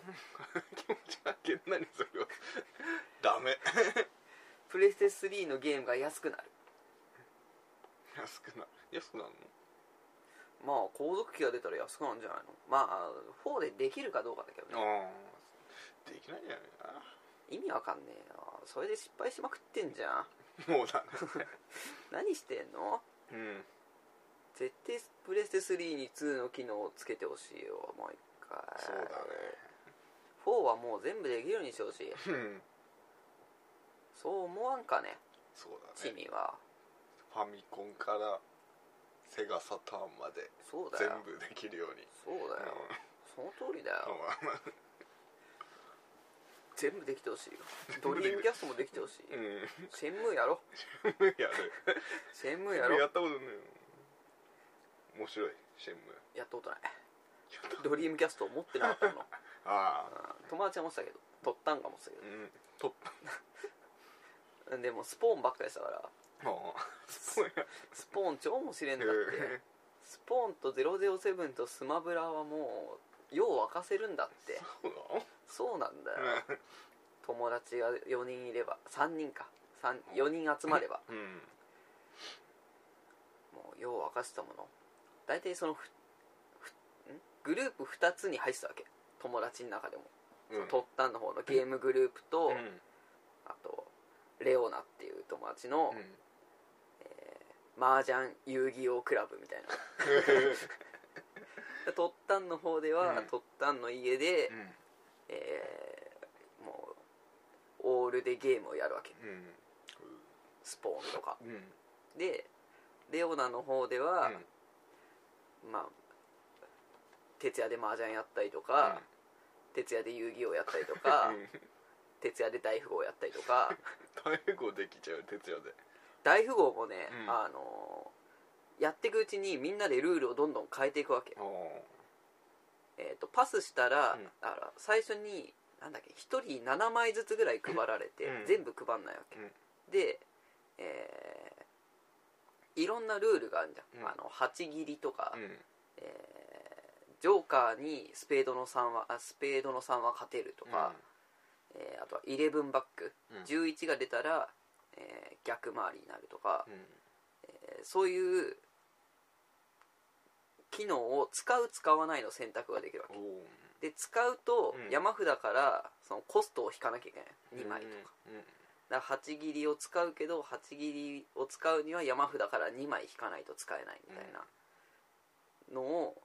Speaker 2: 気持ちがげんなりするよダメ
Speaker 1: プレステ3のゲームが安くなる
Speaker 2: 安くなる安くなるの
Speaker 1: まあ後続機が出たら安くなるんじゃないのまあ4でできるかどうかだけどね
Speaker 2: ああできないんじゃないか
Speaker 1: 意味わかんねえよそれで失敗しまくってんじゃん
Speaker 2: なもうだね
Speaker 1: 何してんの
Speaker 2: うん
Speaker 1: 絶対プレステ3に2の機能をつけてほしいよもう一回
Speaker 2: そうだね
Speaker 1: 4はもう全部できるようにしてほしい
Speaker 2: うん
Speaker 1: そう思わんかね
Speaker 2: そうだ
Speaker 1: チ
Speaker 2: ね
Speaker 1: ミは
Speaker 2: ファミコンからセガサターンまで
Speaker 1: そうだ
Speaker 2: 全
Speaker 1: よ
Speaker 2: 部できるように
Speaker 1: そうだよその通りだよ全部できてほしいよ ドリームキャストもできてほしい
Speaker 2: うんうん
Speaker 1: シェンムーやろ
Speaker 2: やる
Speaker 1: シェンムー
Speaker 2: や
Speaker 1: やろ
Speaker 2: ったことないよ面白いシェンム
Speaker 1: やったことない
Speaker 2: ーやった
Speaker 1: ドリームキャストを持ってなかった の
Speaker 2: ああ
Speaker 1: 友達は持ってたけど取ったんかもってた
Speaker 2: うんトップ
Speaker 1: けどでもスポーンばっかりしたから
Speaker 2: ああすごいな
Speaker 1: スポーン超面白いんだってスポーンと007とスマブラはもうよう沸かせるんだって
Speaker 2: そう
Speaker 1: そうなんだよ
Speaker 2: なの
Speaker 1: 友達が4人いれば3人か三4人集まれば
Speaker 2: うんうん
Speaker 1: もうよう沸かせたもの大体そのふふんグループ2つに入ってたわけ友達の中でも、
Speaker 2: うん
Speaker 1: トッタンの方のゲームグループと、
Speaker 2: うん
Speaker 1: あとレオナっていう友達の、
Speaker 2: うん
Speaker 1: 麻雀遊戯王クラブみたいな でトッタンの方では、
Speaker 2: うん
Speaker 1: トッタンの家で、
Speaker 2: うん
Speaker 1: えーもうオールでゲームをやるわけ
Speaker 2: うん
Speaker 1: スポーンとか
Speaker 2: うん
Speaker 1: でレオナの方では、まあ徹夜で麻雀やったりとか、徹夜で遊戯王やったりと か、
Speaker 2: うん
Speaker 1: 徹夜で大富豪やったりとか
Speaker 2: 大悟できちゃう徹夜で
Speaker 1: 大富豪もね、
Speaker 2: うん
Speaker 1: あのーやっていくうちにみんなでルールをどんどん変えていくわけ、えー、とパスしたら,、
Speaker 2: うん
Speaker 1: あら最初になんだっけ1人7枚ずつぐらい配られて、
Speaker 2: うん
Speaker 1: 全部配んないわけ、
Speaker 2: うん
Speaker 1: で、えーいろんなルールがあるじゃん、
Speaker 2: うん
Speaker 1: あの8切りとか、
Speaker 2: うん
Speaker 1: えージョーカーにスペードの3はあスペードの3は勝てるとか、えーあとは11バック、
Speaker 2: うん
Speaker 1: 11が出たら、えー逆回りになるとか、
Speaker 2: うん
Speaker 1: えーそういう機能を使う使わないの選択ができるわけ
Speaker 2: おー
Speaker 1: で使うと
Speaker 2: うん
Speaker 1: 山札からそのコストを引かなきゃいけない2枚とか
Speaker 2: うんうん
Speaker 1: だから8切りを使うけど8切りを使うには山札から2枚引かないと使えないみたいなのを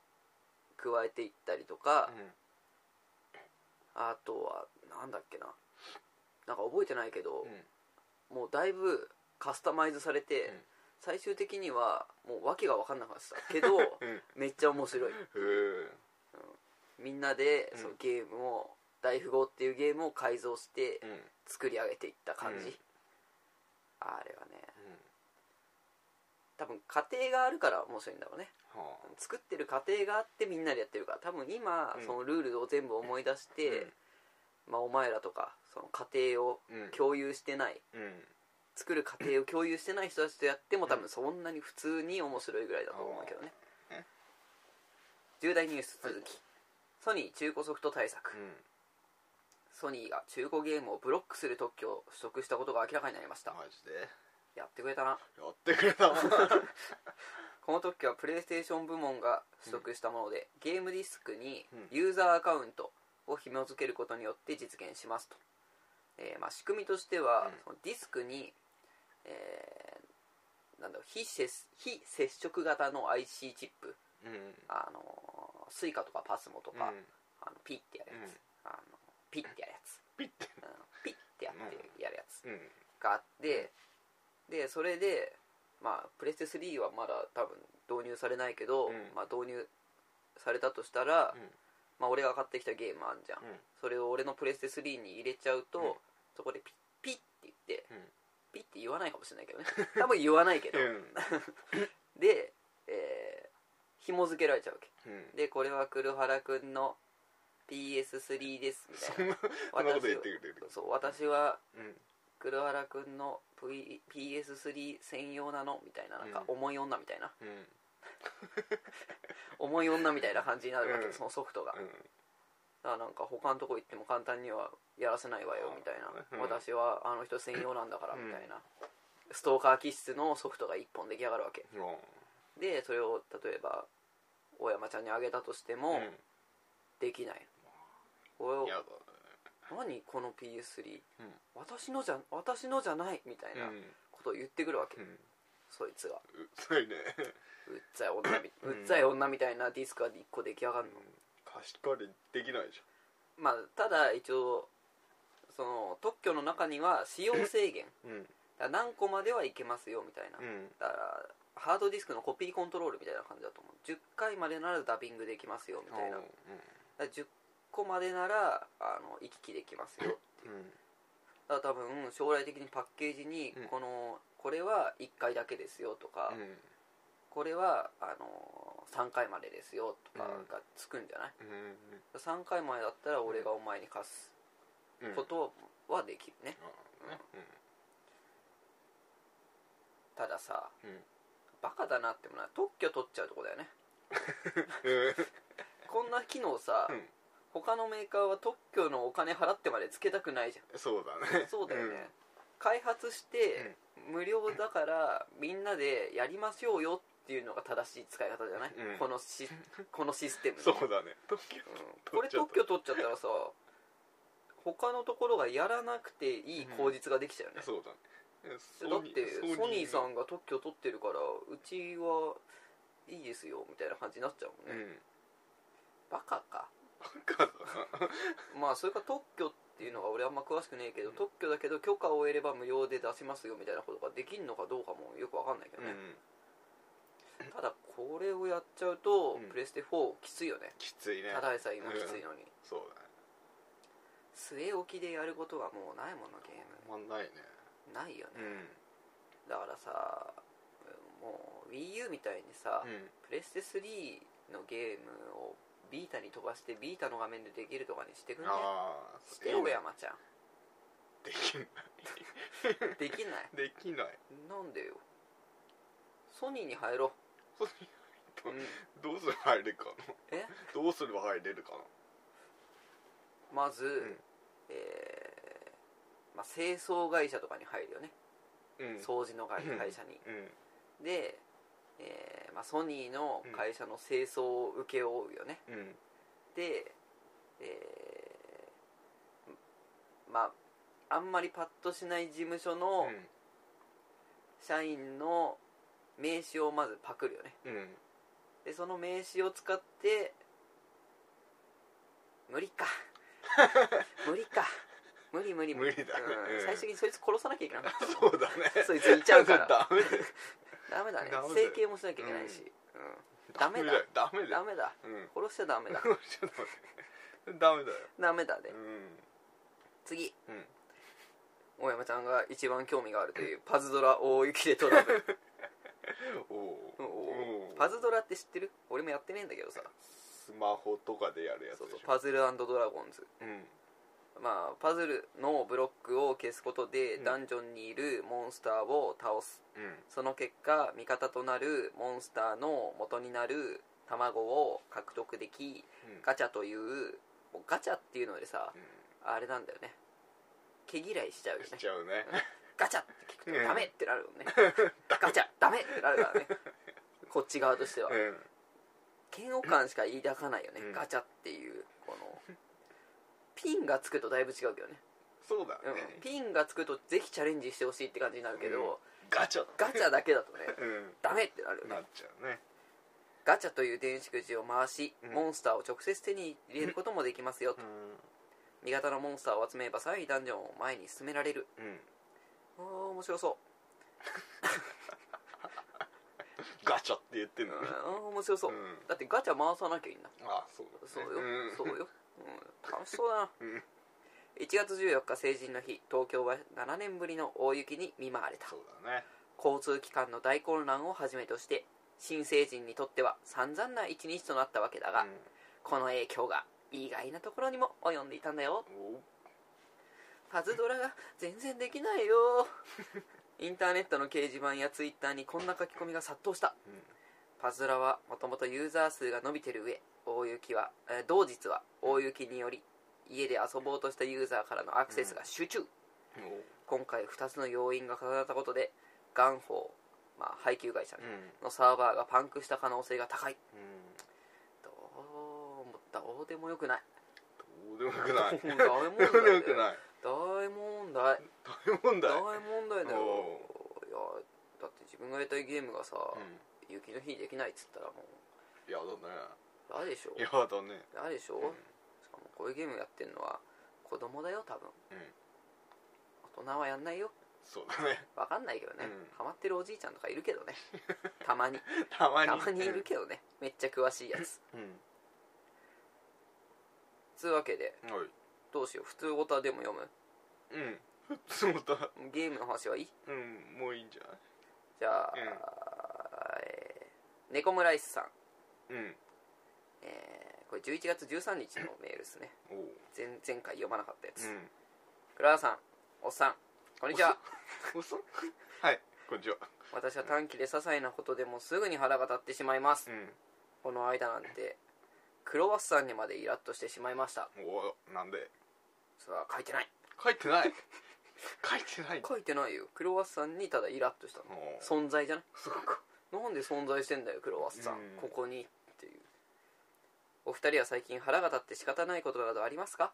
Speaker 1: 加えていったりとか
Speaker 2: うん
Speaker 1: あとはなんだっけななんか覚えてないけど
Speaker 2: うん
Speaker 1: もうだいぶカスタマイズされて
Speaker 2: うん
Speaker 1: 最終的にはもう訳が分かんなかったけど
Speaker 2: うん
Speaker 1: めっちゃ面白い
Speaker 2: へ
Speaker 1: みんなで
Speaker 2: うん
Speaker 1: そのゲームを大富豪っていうゲームを改造して
Speaker 2: えうん
Speaker 1: 作り上げていった感じ、
Speaker 2: うん
Speaker 1: あれはね多分家庭があるから面白いんだろうね
Speaker 2: はあ
Speaker 1: 作ってる過程があってみんなでやってるから多分今、
Speaker 2: うん
Speaker 1: そのルールを全部思い出して、まあ、お前らとかその家庭を
Speaker 2: うん
Speaker 1: 共有してない
Speaker 2: うん
Speaker 1: 作る過程を共有してない人たちとやっても多分そんなに普通に面白いぐらいだと思うけどね重大ニュース続き、ソニー中古ソフト対策、
Speaker 2: うん
Speaker 1: ソニーが中古ゲームをブロックする特許を取得したことが明らかになりました、
Speaker 2: マジで
Speaker 1: やってくれたな
Speaker 2: やってくれたもん
Speaker 1: この特許はプレイステーション部門が取得したもので、ゲームディスクに
Speaker 2: うん
Speaker 1: ユーザーアカウントを紐付けることによって実現しますと、えーまあ、仕組みとしては、
Speaker 2: うん
Speaker 1: そのディスクに、えーなんだろう非接非接触型の IC チップ、
Speaker 2: うん
Speaker 1: あのー、スイカとかパスモとか、
Speaker 2: うん
Speaker 1: あのピッてやるやつ、あ
Speaker 2: うん
Speaker 1: のピッてやるやつ、
Speaker 2: ピッて
Speaker 1: うんピッてやってやるやつ、
Speaker 2: うん
Speaker 1: があって、でそれで、まあ、プレステ3はまだ多分導入されないけど、
Speaker 2: うん
Speaker 1: まあ、導入されたとしたら、
Speaker 2: うん
Speaker 1: まあ、俺が買ってきたゲームあんじゃん、
Speaker 2: うん
Speaker 1: それを俺のプレステ3に入れちゃうと、
Speaker 2: うん
Speaker 1: そこでピッピッって言って、
Speaker 2: うん
Speaker 1: ピッて言わないかもしれないけどね 多分言わないけど、 で、えー、紐付けられちゃうわけ
Speaker 2: うん
Speaker 1: でこれは黒原くんの PS3 ですみ
Speaker 2: そ
Speaker 1: たい
Speaker 2: ん
Speaker 1: な
Speaker 2: な そんなこと言ってくれる
Speaker 1: そう私は
Speaker 2: うん
Speaker 1: 黒原くんの、P、PS3 専用なのみたいななんか
Speaker 2: うん
Speaker 1: 重い女みたいな、
Speaker 2: うん
Speaker 1: 重い女みたいな感じになるわけ、
Speaker 2: うん
Speaker 1: そのソフトが、だか
Speaker 2: うん
Speaker 1: らなんか他のとこ行っても簡単にはやらせないわよみたいな、
Speaker 2: うん
Speaker 1: 私はあの人専用なんだから
Speaker 2: うん
Speaker 1: みたいな、ストーカー気質のソフトが1本出来上がるわけ
Speaker 2: うん
Speaker 1: でそれを例えば大山ちゃんにあげたとして
Speaker 2: う
Speaker 1: も
Speaker 2: ん
Speaker 1: できない、これを
Speaker 2: やだ
Speaker 1: 何この PS3、
Speaker 2: うん
Speaker 1: 私のじゃ私のじゃないみたいな
Speaker 2: ね
Speaker 1: ことを言ってくるわけ、
Speaker 2: うんうん
Speaker 1: そいつが
Speaker 2: うそいね
Speaker 1: うっざい女み
Speaker 2: うん
Speaker 1: うっざい女みたいなディスクが1個出来上がるの、
Speaker 2: 貸し借りできないじ
Speaker 1: まあただ一応その特許の中には使用制限
Speaker 2: ゃんうん
Speaker 1: だから何個まではいけますよみたいな、
Speaker 2: うん
Speaker 1: だからハードディスクのコピーコントロールみたいな感じだと思う10回までならダビングできますよみたいな
Speaker 2: う
Speaker 1: だから
Speaker 2: ん
Speaker 1: 10個までならあの行き来できます よ
Speaker 2: うん
Speaker 1: だから多分将来的にパッケージに
Speaker 2: うん
Speaker 1: この、これは1回だけですよとか、
Speaker 2: うん
Speaker 1: これはあの3回までですよとか
Speaker 2: うん
Speaker 1: がつくんじゃない、
Speaker 2: うん
Speaker 1: 3回前だったら俺がお前に貸す
Speaker 2: うん
Speaker 1: ことはできるね、
Speaker 2: あね
Speaker 1: たださ
Speaker 2: うんうん
Speaker 1: バカだなってもな特許取っちゃうとこだよねこんな機能さ、
Speaker 2: うん
Speaker 1: 他のメーカーは特許のお金払ってまでつけたくないじゃ
Speaker 2: そうだね
Speaker 1: んそうだよね、開発して無料だからみんなでやりましょうよっていうのが正しい使い方じゃない、
Speaker 2: うん
Speaker 1: この シこのシステム
Speaker 2: う
Speaker 1: の
Speaker 2: んそうだね特許
Speaker 1: うんこれ特許取っちゃったらさ他のところがやらなくていい口実ができちゃうよね、
Speaker 2: そうだね
Speaker 1: だってソニーさ
Speaker 2: が
Speaker 1: んが特許取ってるからうちはいいですよみたいな感じになっちゃうも
Speaker 2: うん
Speaker 1: ね、
Speaker 2: ん
Speaker 1: バカか
Speaker 2: バカだな
Speaker 1: まあそれか特許っていうのが俺あんま詳しくねえけど、特許だけど許可を得れば無料で出せますよみたいなことができるのかどうかもよくわかんないけどね、
Speaker 2: うん
Speaker 1: ただこれをやっちゃうと、
Speaker 2: うん
Speaker 1: プレステ4きついよね
Speaker 2: きついね
Speaker 1: ただでさえ今きついのに、
Speaker 2: そうだね
Speaker 1: 据え置きでやることはもうないものゲー
Speaker 2: あんまないね
Speaker 1: ムないよね
Speaker 2: うん
Speaker 1: だからさもう WiiU みたいにさ、
Speaker 2: うん
Speaker 1: プレステ3のゲームをビータに飛ばしてビータの画面でできるとかにしてくんね
Speaker 2: ああ
Speaker 1: してよ山ちゃん
Speaker 2: できない
Speaker 1: できない
Speaker 2: できない
Speaker 1: なんでよソニーに入ろ
Speaker 2: そう
Speaker 1: う、
Speaker 2: うどうすれば入れるかな
Speaker 1: え
Speaker 2: どうすれば入れるかな
Speaker 1: まず、
Speaker 2: ん
Speaker 1: えーまあ、清掃会社とかに入るよね、
Speaker 2: うん
Speaker 1: 掃除の会会社に、
Speaker 2: うん
Speaker 1: で、えーまあ、ソニーの会社の清掃を請け負うよね、
Speaker 2: うん
Speaker 1: で、えーまああんまりパッとしない事務所の社員の名刺をまずパクるよね
Speaker 2: うんうん
Speaker 1: でその名刺を使って無理 か無理か無理無理
Speaker 2: 無理だね
Speaker 1: うん
Speaker 2: うん
Speaker 1: 最終的にそいつ殺さなきゃいけなかった
Speaker 2: そうだ ね
Speaker 1: そいついちゃうから
Speaker 2: ダメだ
Speaker 1: ダメだね
Speaker 2: ダメだよ
Speaker 1: 整形もしなきゃいけないし、うん
Speaker 2: ダ
Speaker 1: ダ
Speaker 2: メ
Speaker 1: メ
Speaker 2: だ
Speaker 1: だ
Speaker 2: よダメだ
Speaker 1: ダ
Speaker 2: よ
Speaker 1: メだ
Speaker 2: うん
Speaker 1: 殺しちゃダメだ
Speaker 2: ちょっと待ってダメだよ
Speaker 1: ダメだね
Speaker 2: うん
Speaker 1: 次
Speaker 2: うん
Speaker 1: 大山ちゃんが一番興味があるというパズドラ大雪でトラブ ル
Speaker 2: おお
Speaker 1: お
Speaker 2: お
Speaker 1: ーパズドラって知ってる俺もやってねえんだけどさ
Speaker 2: スマホとかでやるやつ
Speaker 1: そうそう
Speaker 2: でしょ
Speaker 1: パズルドラゴンズ
Speaker 2: うん
Speaker 1: まあパズルのブロックを消すことで
Speaker 2: うん
Speaker 1: ダンジョンにいるモンスターを倒す
Speaker 2: うん
Speaker 1: その結果味方となるモンスターの元になる卵を獲得でき
Speaker 2: うん
Speaker 1: ガチャというもうガチャっていうのでさ
Speaker 2: う
Speaker 1: あれなんだよね毛嫌いしちゃうよ
Speaker 2: ん
Speaker 1: ね
Speaker 2: しちゃうね
Speaker 1: ガチャって聞く
Speaker 2: う
Speaker 1: と
Speaker 2: ん
Speaker 1: ダメってなる もんねガチャダメってなるからねこっち側としては
Speaker 2: うん
Speaker 1: 嫌悪感しか言い出かないよね、
Speaker 2: うん
Speaker 1: ガチャっていうこのピンがつくとだいぶ違うけどね、
Speaker 2: そうだ
Speaker 1: うん
Speaker 2: ね
Speaker 1: ピンがつくとぜひチャレンジしてほしいって感じになるけど、
Speaker 2: うんガチャ
Speaker 1: ガチャだけだとね
Speaker 2: うん
Speaker 1: ダメってなるよ
Speaker 2: な
Speaker 1: ね
Speaker 2: っちゃうね
Speaker 1: ガチャという電子くじを回し、
Speaker 2: うん
Speaker 1: モンスターを直接手に入れることもできますよと、
Speaker 2: ん
Speaker 1: 味方のモンスターを集めれば3位ダンジョンを前に進められる
Speaker 2: うん
Speaker 1: あー面白そう
Speaker 2: ガチャって言ってん
Speaker 1: う
Speaker 2: の
Speaker 1: ん
Speaker 2: ね
Speaker 1: あー面白そう、
Speaker 2: うん
Speaker 1: だってガチャ回さなきゃいいんだ
Speaker 2: あそうだね
Speaker 1: そうよ、
Speaker 2: ん
Speaker 1: そう よ、うん、楽しそうだな
Speaker 2: うん
Speaker 1: 1月14日成人の日東京は7年ぶりの大雪に見舞われた
Speaker 2: そうだね
Speaker 1: 交通機関の大混乱をはじめとして新成人にとっては散々な一日となったわけだが、
Speaker 2: うん
Speaker 1: この影響が意外なところにも及んでいたんだよ
Speaker 2: お
Speaker 1: パズドラが全然できないよ インターネットの掲示板やツイッターにこんな書き込みが殺到した
Speaker 2: う
Speaker 1: パズドラはもともとユーザー数が伸びてる上大雪は、えー同日は大雪により家で遊ぼうとしたユーザーからのアクセスが集中、
Speaker 2: んお
Speaker 1: 今回2つの要因が重なったことでガンホー、まあ、配給会社ね
Speaker 2: うん
Speaker 1: のサーバーがパンクした可能性が高い
Speaker 2: うん
Speaker 1: どうもどうでもよくない
Speaker 2: どうでもよくない
Speaker 1: もう 大問 題
Speaker 2: どうでもよくない
Speaker 1: 大問題
Speaker 2: 大問題
Speaker 1: 大問題だよ
Speaker 2: お
Speaker 1: いやだって自分がやりたいゲームがさ、
Speaker 2: うん
Speaker 1: 雪の日できないっつったらもう
Speaker 2: やだ
Speaker 1: 嫌でしょ
Speaker 2: ねやだね
Speaker 1: 嫌でしょ、
Speaker 2: うん
Speaker 1: しかもこういうゲームやってんのは子供だよ多分
Speaker 2: うん
Speaker 1: 大人はやんないよ
Speaker 2: そうだね
Speaker 1: わかんないけどね、
Speaker 2: うん
Speaker 1: ハマってるおじいちゃんとかいるけどね たまに
Speaker 2: たまに
Speaker 1: たまにいるけどねめっちゃ詳しいやつ
Speaker 2: うん
Speaker 1: つうわけで
Speaker 2: はい
Speaker 1: どうしよう普通ごたでも読む
Speaker 2: うんそうだ
Speaker 1: ゲームの話はいい
Speaker 2: うんもういいんじゃない
Speaker 1: じゃあ、
Speaker 2: うん
Speaker 1: えー猫村イスさん、
Speaker 2: うん
Speaker 1: えーこれ11月13日のメールですね
Speaker 2: おう
Speaker 1: 前前回読まなかったやつ、
Speaker 2: うん
Speaker 1: 倉田さんおっさんこんにち は
Speaker 2: おそはいこんにちは
Speaker 1: 私は短期で些細なことでもすぐに腹が立ってしまいます、
Speaker 2: うん
Speaker 1: この間なんてクロワッサンにまでイラッとしてしまいました
Speaker 2: おうなんで
Speaker 1: それは書いてない
Speaker 2: 書い てない書いてない
Speaker 1: 書いてないよクロワッサンにただイラッとしたの
Speaker 2: おう
Speaker 1: 存在じゃない
Speaker 2: そうか
Speaker 1: なんで存在してんだよクロワッサン、
Speaker 2: うん
Speaker 1: ここにっていうお二人は最近腹が立って仕方ないことなどありますか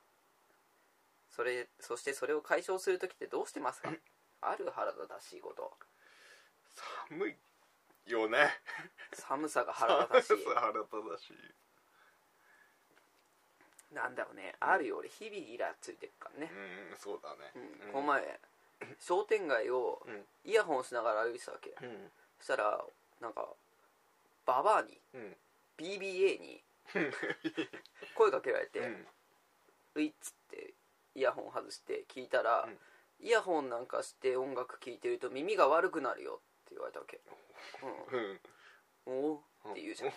Speaker 1: それそしてそれを解消する時ってどうしてますか ある腹立たしいこと
Speaker 2: 寒いよね
Speaker 1: 寒さが腹立たし
Speaker 2: そう腹立たしい
Speaker 1: いなんだろうねあるよ俺日々イラついてるからね、
Speaker 2: うんそうだね
Speaker 1: うん
Speaker 2: うん
Speaker 1: この前商店街を
Speaker 2: うん
Speaker 1: イヤホンしながら歩いてたわけ
Speaker 2: うん
Speaker 1: そしたらなんかババアに
Speaker 2: うん
Speaker 1: BBA に声かけられて
Speaker 2: う
Speaker 1: 「
Speaker 2: ん
Speaker 1: ういっつってイヤホン外して聞いたら、
Speaker 2: うん
Speaker 1: イヤホンなんかして音楽聴いてると耳が悪くなるよっって言われたわけ、
Speaker 2: うん
Speaker 1: うん、おーって言うじゃんお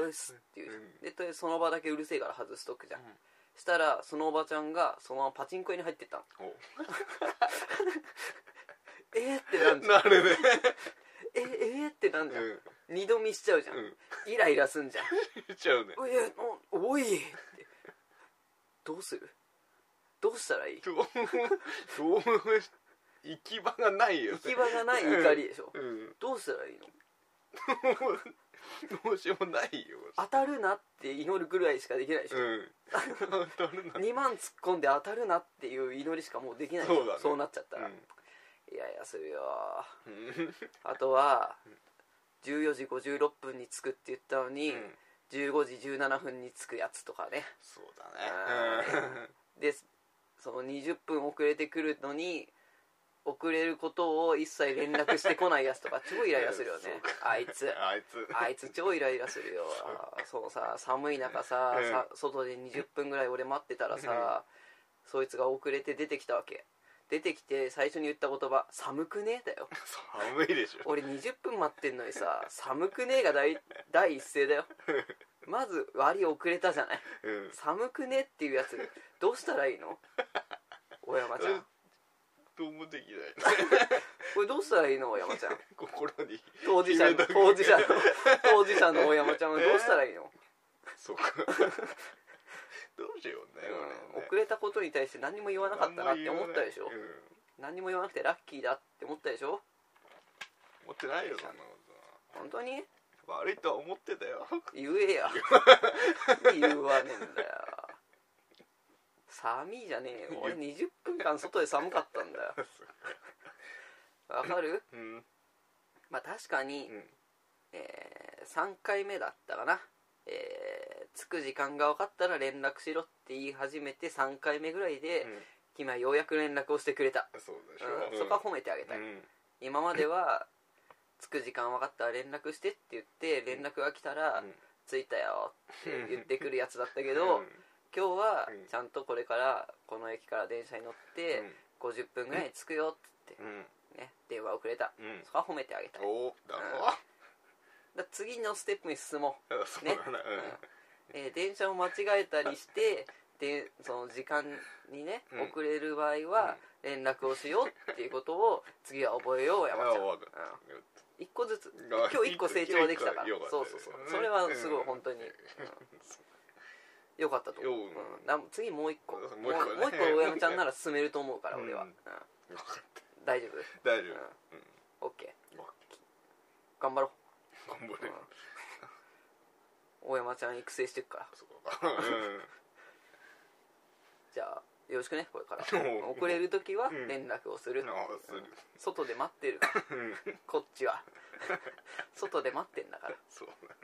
Speaker 1: ーすって言うじゃん
Speaker 2: うん
Speaker 1: でとりあえずその場だけうるせえから外しとくじゃん、
Speaker 2: うん
Speaker 1: したらそのおばちゃんがそのままパチンコ屋に入ってったの
Speaker 2: お
Speaker 1: えー、ってなんじゃん
Speaker 2: なるね
Speaker 1: ええー、ってなん
Speaker 2: う
Speaker 1: じゃん、
Speaker 2: ん
Speaker 1: 二度見しちゃうじゃん、
Speaker 2: うん
Speaker 1: イライラすんじゃん
Speaker 2: 言っちゃうね
Speaker 1: おいやおおいってどうするどうしたらいい
Speaker 2: どうもどうも行き場がないよ
Speaker 1: 行き場がない怒りでしょ、
Speaker 2: うん
Speaker 1: どうしたらいいの
Speaker 2: どうしようもないよ
Speaker 1: 当たるなって祈るぐらいしかできないでしょ、
Speaker 2: うん当たるな
Speaker 1: 2万突っ込んで当たるなっていう祈りしかもうできない
Speaker 2: そうだね
Speaker 1: なっちゃったら、いやいやするよ
Speaker 2: うん
Speaker 1: あとは14時56分に着くって言ったのに、
Speaker 2: うん
Speaker 1: 15時17分に着くやつとかね
Speaker 2: そうだね
Speaker 1: でその20分遅れてくるのに遅れることを一切連絡してこないやつとか超イライラするよね
Speaker 2: そう
Speaker 1: あいつ
Speaker 2: あいつ
Speaker 1: あいつ超イライラするよそのさ寒い中さ,
Speaker 2: うん
Speaker 1: さ外で20分ぐらい俺待ってたらさそいつが遅れて出てきたわけ出てきて最初に言った言葉「寒くね?」だよ
Speaker 2: 寒いでしょ
Speaker 1: 俺20分待ってんのにさ「寒くね?」が第第一声だよまず割り遅れたじゃない
Speaker 2: うん
Speaker 1: 寒くねっていうやつどうしたらいいの大山ち ゃん
Speaker 2: どうもできない
Speaker 1: これどうしたらいいの大山ちゃん
Speaker 2: 心に
Speaker 1: 当事者の
Speaker 2: 決めと
Speaker 1: 当
Speaker 2: け
Speaker 1: 事者の当事者の大山ちゃんはどうしたらいいの、
Speaker 2: そうかどうしようね
Speaker 1: うん
Speaker 2: 俺ね
Speaker 1: 遅れたことに対して何も言わなかったなって思ったでしょ
Speaker 2: 何も言わな
Speaker 1: 何も言わな
Speaker 2: いうん
Speaker 1: くてラッキーだって思ったでしょ
Speaker 2: 思ってないよそんなこ
Speaker 1: 本当に
Speaker 2: とは悪いとは思ってたよ
Speaker 1: 言えや言わねえんだよ寒いじゃねえよ俺20分間外で寒かったんだよわかる
Speaker 2: うん
Speaker 1: まあ確かに、
Speaker 2: うん
Speaker 1: えー3回目だったかな、えー着く時間が分かったら連絡しろって言い始めて3回目ぐらいで、今ようやく連絡をしてくれた、
Speaker 2: そうでし
Speaker 1: う
Speaker 2: ょ
Speaker 1: んそこは褒めてあげたい、
Speaker 2: うん
Speaker 1: 今までは着く時間分かったら連絡してって言って連絡が来たら、
Speaker 2: うん
Speaker 1: 着いたよって言ってくるやつだったけど、
Speaker 2: うん
Speaker 1: 今日は
Speaker 2: うん
Speaker 1: ちゃんとこれからこの駅から電車に乗って50分ぐらいに着くよって
Speaker 2: うんうん
Speaker 1: ね電話をくれた、
Speaker 2: うん
Speaker 1: そこは褒めてあげたいだか
Speaker 2: おだろ
Speaker 1: ら次のステップに進もう
Speaker 2: うん そうだな
Speaker 1: えー電車を間違えたりしてでその時間にね、
Speaker 2: うん
Speaker 1: 遅れる場合は連絡をしようっていうことを次は覚えよう
Speaker 2: うん
Speaker 1: 山ちゃん、
Speaker 2: あ
Speaker 1: うん
Speaker 2: わかっ、
Speaker 1: 一個ずつ
Speaker 2: た
Speaker 1: 今日一個成長できたから
Speaker 2: よった
Speaker 1: そうそうそうそれはすごい本当に、うんよかったと思う、
Speaker 2: よう
Speaker 1: うんな次もう一個
Speaker 2: も
Speaker 1: も
Speaker 2: う
Speaker 1: う
Speaker 2: 一個ね
Speaker 1: もう一個大山ちゃんなら進めると思うから
Speaker 2: うん
Speaker 1: 俺は、うん
Speaker 2: よかった
Speaker 1: 大丈夫
Speaker 2: 大丈
Speaker 1: オッケ
Speaker 2: 夫
Speaker 1: ー頑張ろ
Speaker 2: 頑張
Speaker 1: う、
Speaker 2: れ
Speaker 1: うん大山ちゃん育成していくから
Speaker 2: そうかうん
Speaker 1: じゃあよろしくねこれから
Speaker 2: おう
Speaker 1: 遅れる時は
Speaker 2: うん
Speaker 1: 連絡をする,、
Speaker 2: ああする
Speaker 1: 外で待ってるから
Speaker 2: うん
Speaker 1: こっち は外で待ってんだから、
Speaker 2: そうだ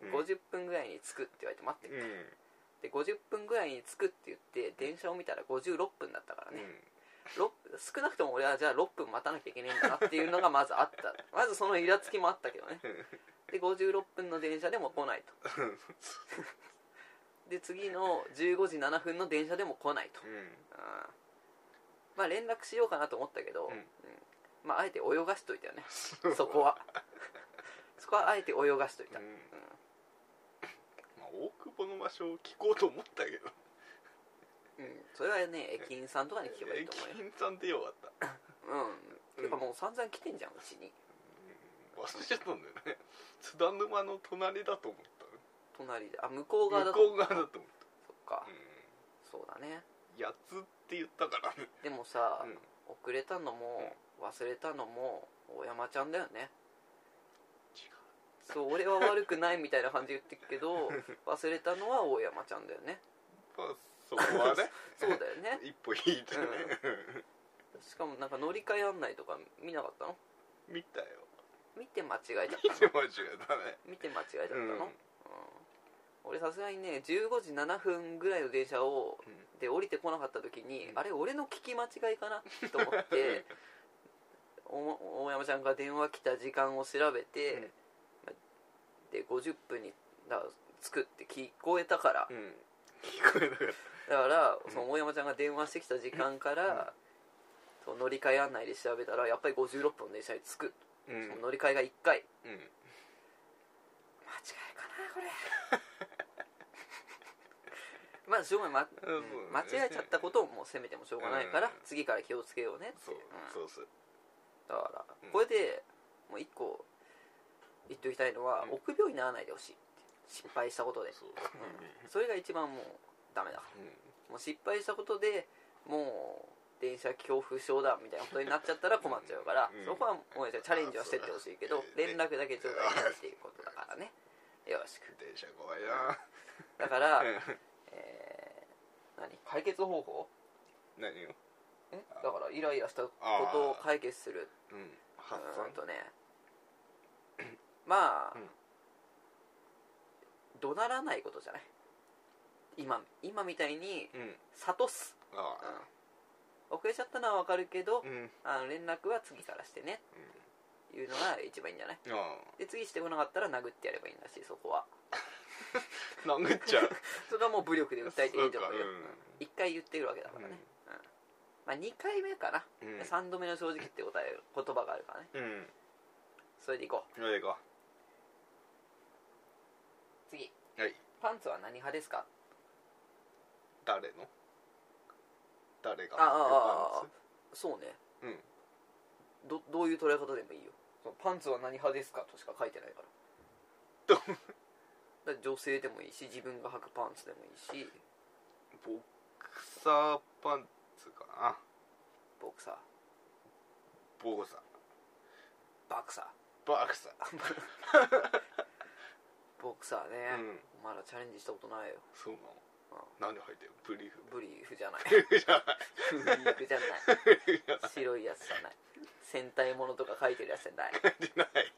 Speaker 1: うん
Speaker 2: うん
Speaker 1: 50分ぐらいに着くって言われて待ってる、
Speaker 2: うん
Speaker 1: で50分ぐらいに着くって言って電車を見たら56分だったからね、ろ少なくとも俺はじゃあ6分待たなきゃいけねえんだなっていうのがまずあった まずそのイラつきもあったけどね
Speaker 2: うん
Speaker 1: で56分の電車でも来ないと
Speaker 2: うん
Speaker 1: で次の15時7分の電車でも来ないと、
Speaker 2: うん
Speaker 1: うんまあ連絡しようかなと思ったけど、
Speaker 2: うん
Speaker 1: うんまああえて泳がしといたよね
Speaker 2: そう
Speaker 1: そこは そこはあえて泳がしというた、
Speaker 2: んまあ大久保の場所を聞こうと思ったけど
Speaker 1: うんそれはね駅員さんとかに聞けばいいと思
Speaker 2: 駅員さんでよかった
Speaker 1: うようんていうかもう散々来てんじゃんうちに
Speaker 2: 忘れちゃったんだよね津田沼の隣だと思っ
Speaker 1: 隣であ向こう側
Speaker 2: た
Speaker 1: だと
Speaker 2: 向こう側だと思っ
Speaker 1: そっか
Speaker 2: た、
Speaker 1: そうだね
Speaker 2: うん八つって言ったか らね
Speaker 1: でもさ、
Speaker 2: うん
Speaker 1: 遅れたのも忘れたのも大山ちゃんだよねそう俺は悪くないみたいな感じで言ってるけ ど忘れたのは大山ちゃんだよね
Speaker 2: まあそこはね
Speaker 1: そうだよ ね
Speaker 2: 一歩引いてね、
Speaker 1: しかもなんか乗り換え案内とか見なかったの
Speaker 2: 見たよ
Speaker 1: 見て間違えちゃっ
Speaker 2: 見
Speaker 1: た
Speaker 2: て
Speaker 1: の
Speaker 2: 間違えたね
Speaker 1: 見て間違えちゃったの、
Speaker 2: うん
Speaker 1: うん俺さすがにね15時7分ぐらいの電車をで降りてこなかった時に、
Speaker 2: うん
Speaker 1: あれ俺の聞き間違いか なと思ってお大山ちゃんが電話来た時間を調べて、で50分にだ着くって聞こえたから、
Speaker 2: うん、聞こえなかっ
Speaker 1: だから
Speaker 2: ん
Speaker 1: その大山ちゃんが電話してきた時間から、その乗り換え案内で調べたらやっぱり56分の電車に着く
Speaker 2: うん
Speaker 1: その乗り換えが1回
Speaker 2: うん
Speaker 1: 間違いかな これまあしょうがない、ま
Speaker 2: うん
Speaker 1: うん間違えちゃったことをもう責めてもしょうがないから、
Speaker 2: うん
Speaker 1: 次から気をつけようねって
Speaker 2: そう
Speaker 1: いう、うん
Speaker 2: そうっす
Speaker 1: だから、
Speaker 2: うん
Speaker 1: これでもう一個言っておきたいのは、
Speaker 2: うん
Speaker 1: 臆病にならないでほしい失敗したことで、
Speaker 2: そ
Speaker 1: う
Speaker 2: う
Speaker 1: んそれが一番もうダメだか
Speaker 2: うん
Speaker 1: らもう失敗したことでもう電車恐怖症だみたいなことになっちゃったら困っちゃうから、
Speaker 2: うん
Speaker 1: そこはもうチャレンジはしてってほしいけど
Speaker 2: あそうだ
Speaker 1: 連絡だけちょうだいねっていうことだからねよろしく
Speaker 2: 電車怖いな
Speaker 1: だから、
Speaker 2: うん
Speaker 1: えー何解決方法
Speaker 2: 何よ
Speaker 1: えだからイライラしたことを解決する
Speaker 2: うん
Speaker 1: う
Speaker 2: 発
Speaker 1: ーん
Speaker 2: 散
Speaker 1: とねまあ、
Speaker 2: うん
Speaker 1: 怒鳴らないことじゃない今今みたいに
Speaker 2: うん
Speaker 1: 諭す、
Speaker 2: ああ
Speaker 1: うん遅れちゃったのはわかるけど、
Speaker 2: うん
Speaker 1: あの連絡は次からしてねっていうのが一番いいんじゃない
Speaker 2: あ
Speaker 1: で次してこなかったら殴ってやればいいんだしそこは
Speaker 2: あ殴っ ちゃう
Speaker 1: それはもう武力で訴えていいと思うよ、
Speaker 2: そうかうん
Speaker 1: 1回言ってくるわけだからね、まあ、2回目かな、
Speaker 2: うん
Speaker 1: 3度目の正直って答える言葉があるからね
Speaker 2: うん
Speaker 1: それでいこう
Speaker 2: それでいこ
Speaker 1: 次
Speaker 2: うはい
Speaker 1: パンツは何派ですか
Speaker 2: 誰の誰が
Speaker 1: ああああ
Speaker 2: パン
Speaker 1: そうね
Speaker 2: ツうん
Speaker 1: どどういう捉え方でもいいよそのパンツは何派ですかとしか書いてないから
Speaker 2: ど
Speaker 1: だから女性でもいいし自分が履くパンツでもいいし
Speaker 2: ボクサーパンツかな
Speaker 1: ボクサー
Speaker 2: ボクサー
Speaker 1: バクサ
Speaker 2: バクサー
Speaker 1: ーボクサーね、
Speaker 2: うん
Speaker 1: お前らチャレンジしたことないよ
Speaker 2: そうなのなんで履いてるブリーフ
Speaker 1: ブリーフじゃない
Speaker 2: ブリーフじゃない
Speaker 1: ブリーフじゃない白いやつじゃない戦隊ものとか書いてるやつじゃない
Speaker 2: 履いてない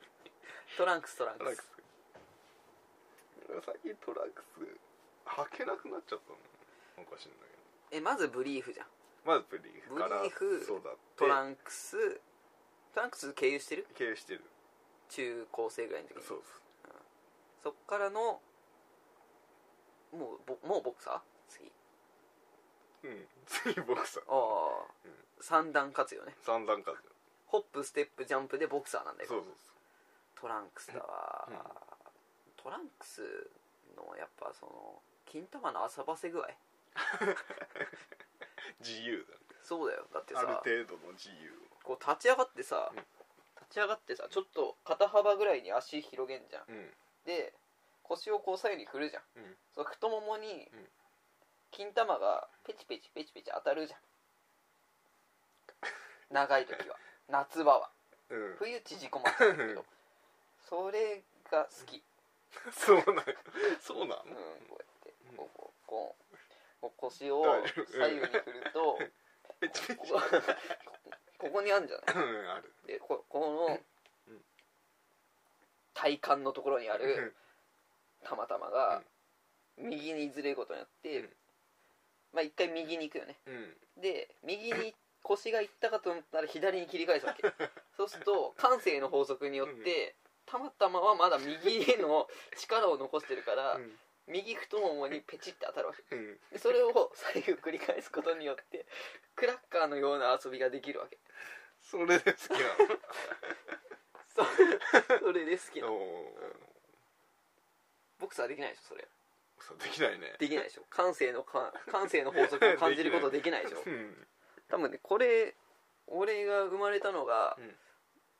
Speaker 1: トランクストラン
Speaker 2: トラ
Speaker 1: ク
Speaker 2: ック
Speaker 1: ス
Speaker 2: ス俺最近トラックス履けなくなっちゃったのおかしいんだけど
Speaker 1: えまずブリーフじゃん
Speaker 2: まずブリーフから
Speaker 1: ブリーフ
Speaker 2: そうだって
Speaker 1: トラ
Speaker 2: ン
Speaker 1: ンクストランクス経由してる
Speaker 2: 経由してる
Speaker 1: 中高生ぐらいの時に
Speaker 2: そうっ
Speaker 1: そっからのもうボもうボクサー次
Speaker 2: すうん次ボクサー
Speaker 1: ああ、
Speaker 2: うん
Speaker 1: 三段活用ね
Speaker 2: 三段階だよ
Speaker 1: ホップステップジャンプでボクサーなんだよ
Speaker 2: そうそう
Speaker 1: トランクスだわ、
Speaker 2: うん
Speaker 1: トランクスのやっぱその金玉の遊ばせ具合
Speaker 2: そう自由だね
Speaker 1: そうだよだって
Speaker 2: あ
Speaker 1: さ
Speaker 2: る程度の自由
Speaker 1: こう立ち上がってさ、
Speaker 2: うん
Speaker 1: 立ち上がってさちょっと肩幅ぐらいに足広げんじゃん
Speaker 2: をうん
Speaker 1: で腰をこう左右に振るじゃん
Speaker 2: うん
Speaker 1: その太ももに
Speaker 2: うん
Speaker 1: 金玉がペチペチペチペチ当たるじゃん長い時 は夏場は
Speaker 2: うん、
Speaker 1: 冬縮こまってるけどそれが好き、
Speaker 2: そうなのそうな
Speaker 1: うん、
Speaker 2: の
Speaker 1: こうやってこうこうこうこう腰を
Speaker 2: 大丈夫
Speaker 1: 左右に振る と
Speaker 2: ペチペ
Speaker 1: こ
Speaker 2: チ
Speaker 1: こここにあるんじゃない
Speaker 2: うんある
Speaker 1: でここの
Speaker 2: うん
Speaker 1: 体幹のところにあ
Speaker 2: う
Speaker 1: る
Speaker 2: ん
Speaker 1: たまたまが右にずれることによって、
Speaker 2: うん
Speaker 1: まあ一回右に行くよね
Speaker 2: うん
Speaker 1: で右に腰が行ったかと思ったら左に切り返すわけそうすると感性の法則によってたまたまはまだ右への力を残してるから、右太ももにペチって当たるわけ
Speaker 2: うん
Speaker 1: でそれを左右繰り返すことによってクラッカーのような遊びができるわけ
Speaker 2: それで好き
Speaker 1: そ それで好き
Speaker 2: な
Speaker 1: な
Speaker 2: のおー
Speaker 1: ボクサーできないでしょそれ
Speaker 2: そうできないね
Speaker 1: できないでしょ感性のか感性の法則を感じることできないでしょ
Speaker 2: うん
Speaker 1: 多分ねこれ俺が生まれたのが、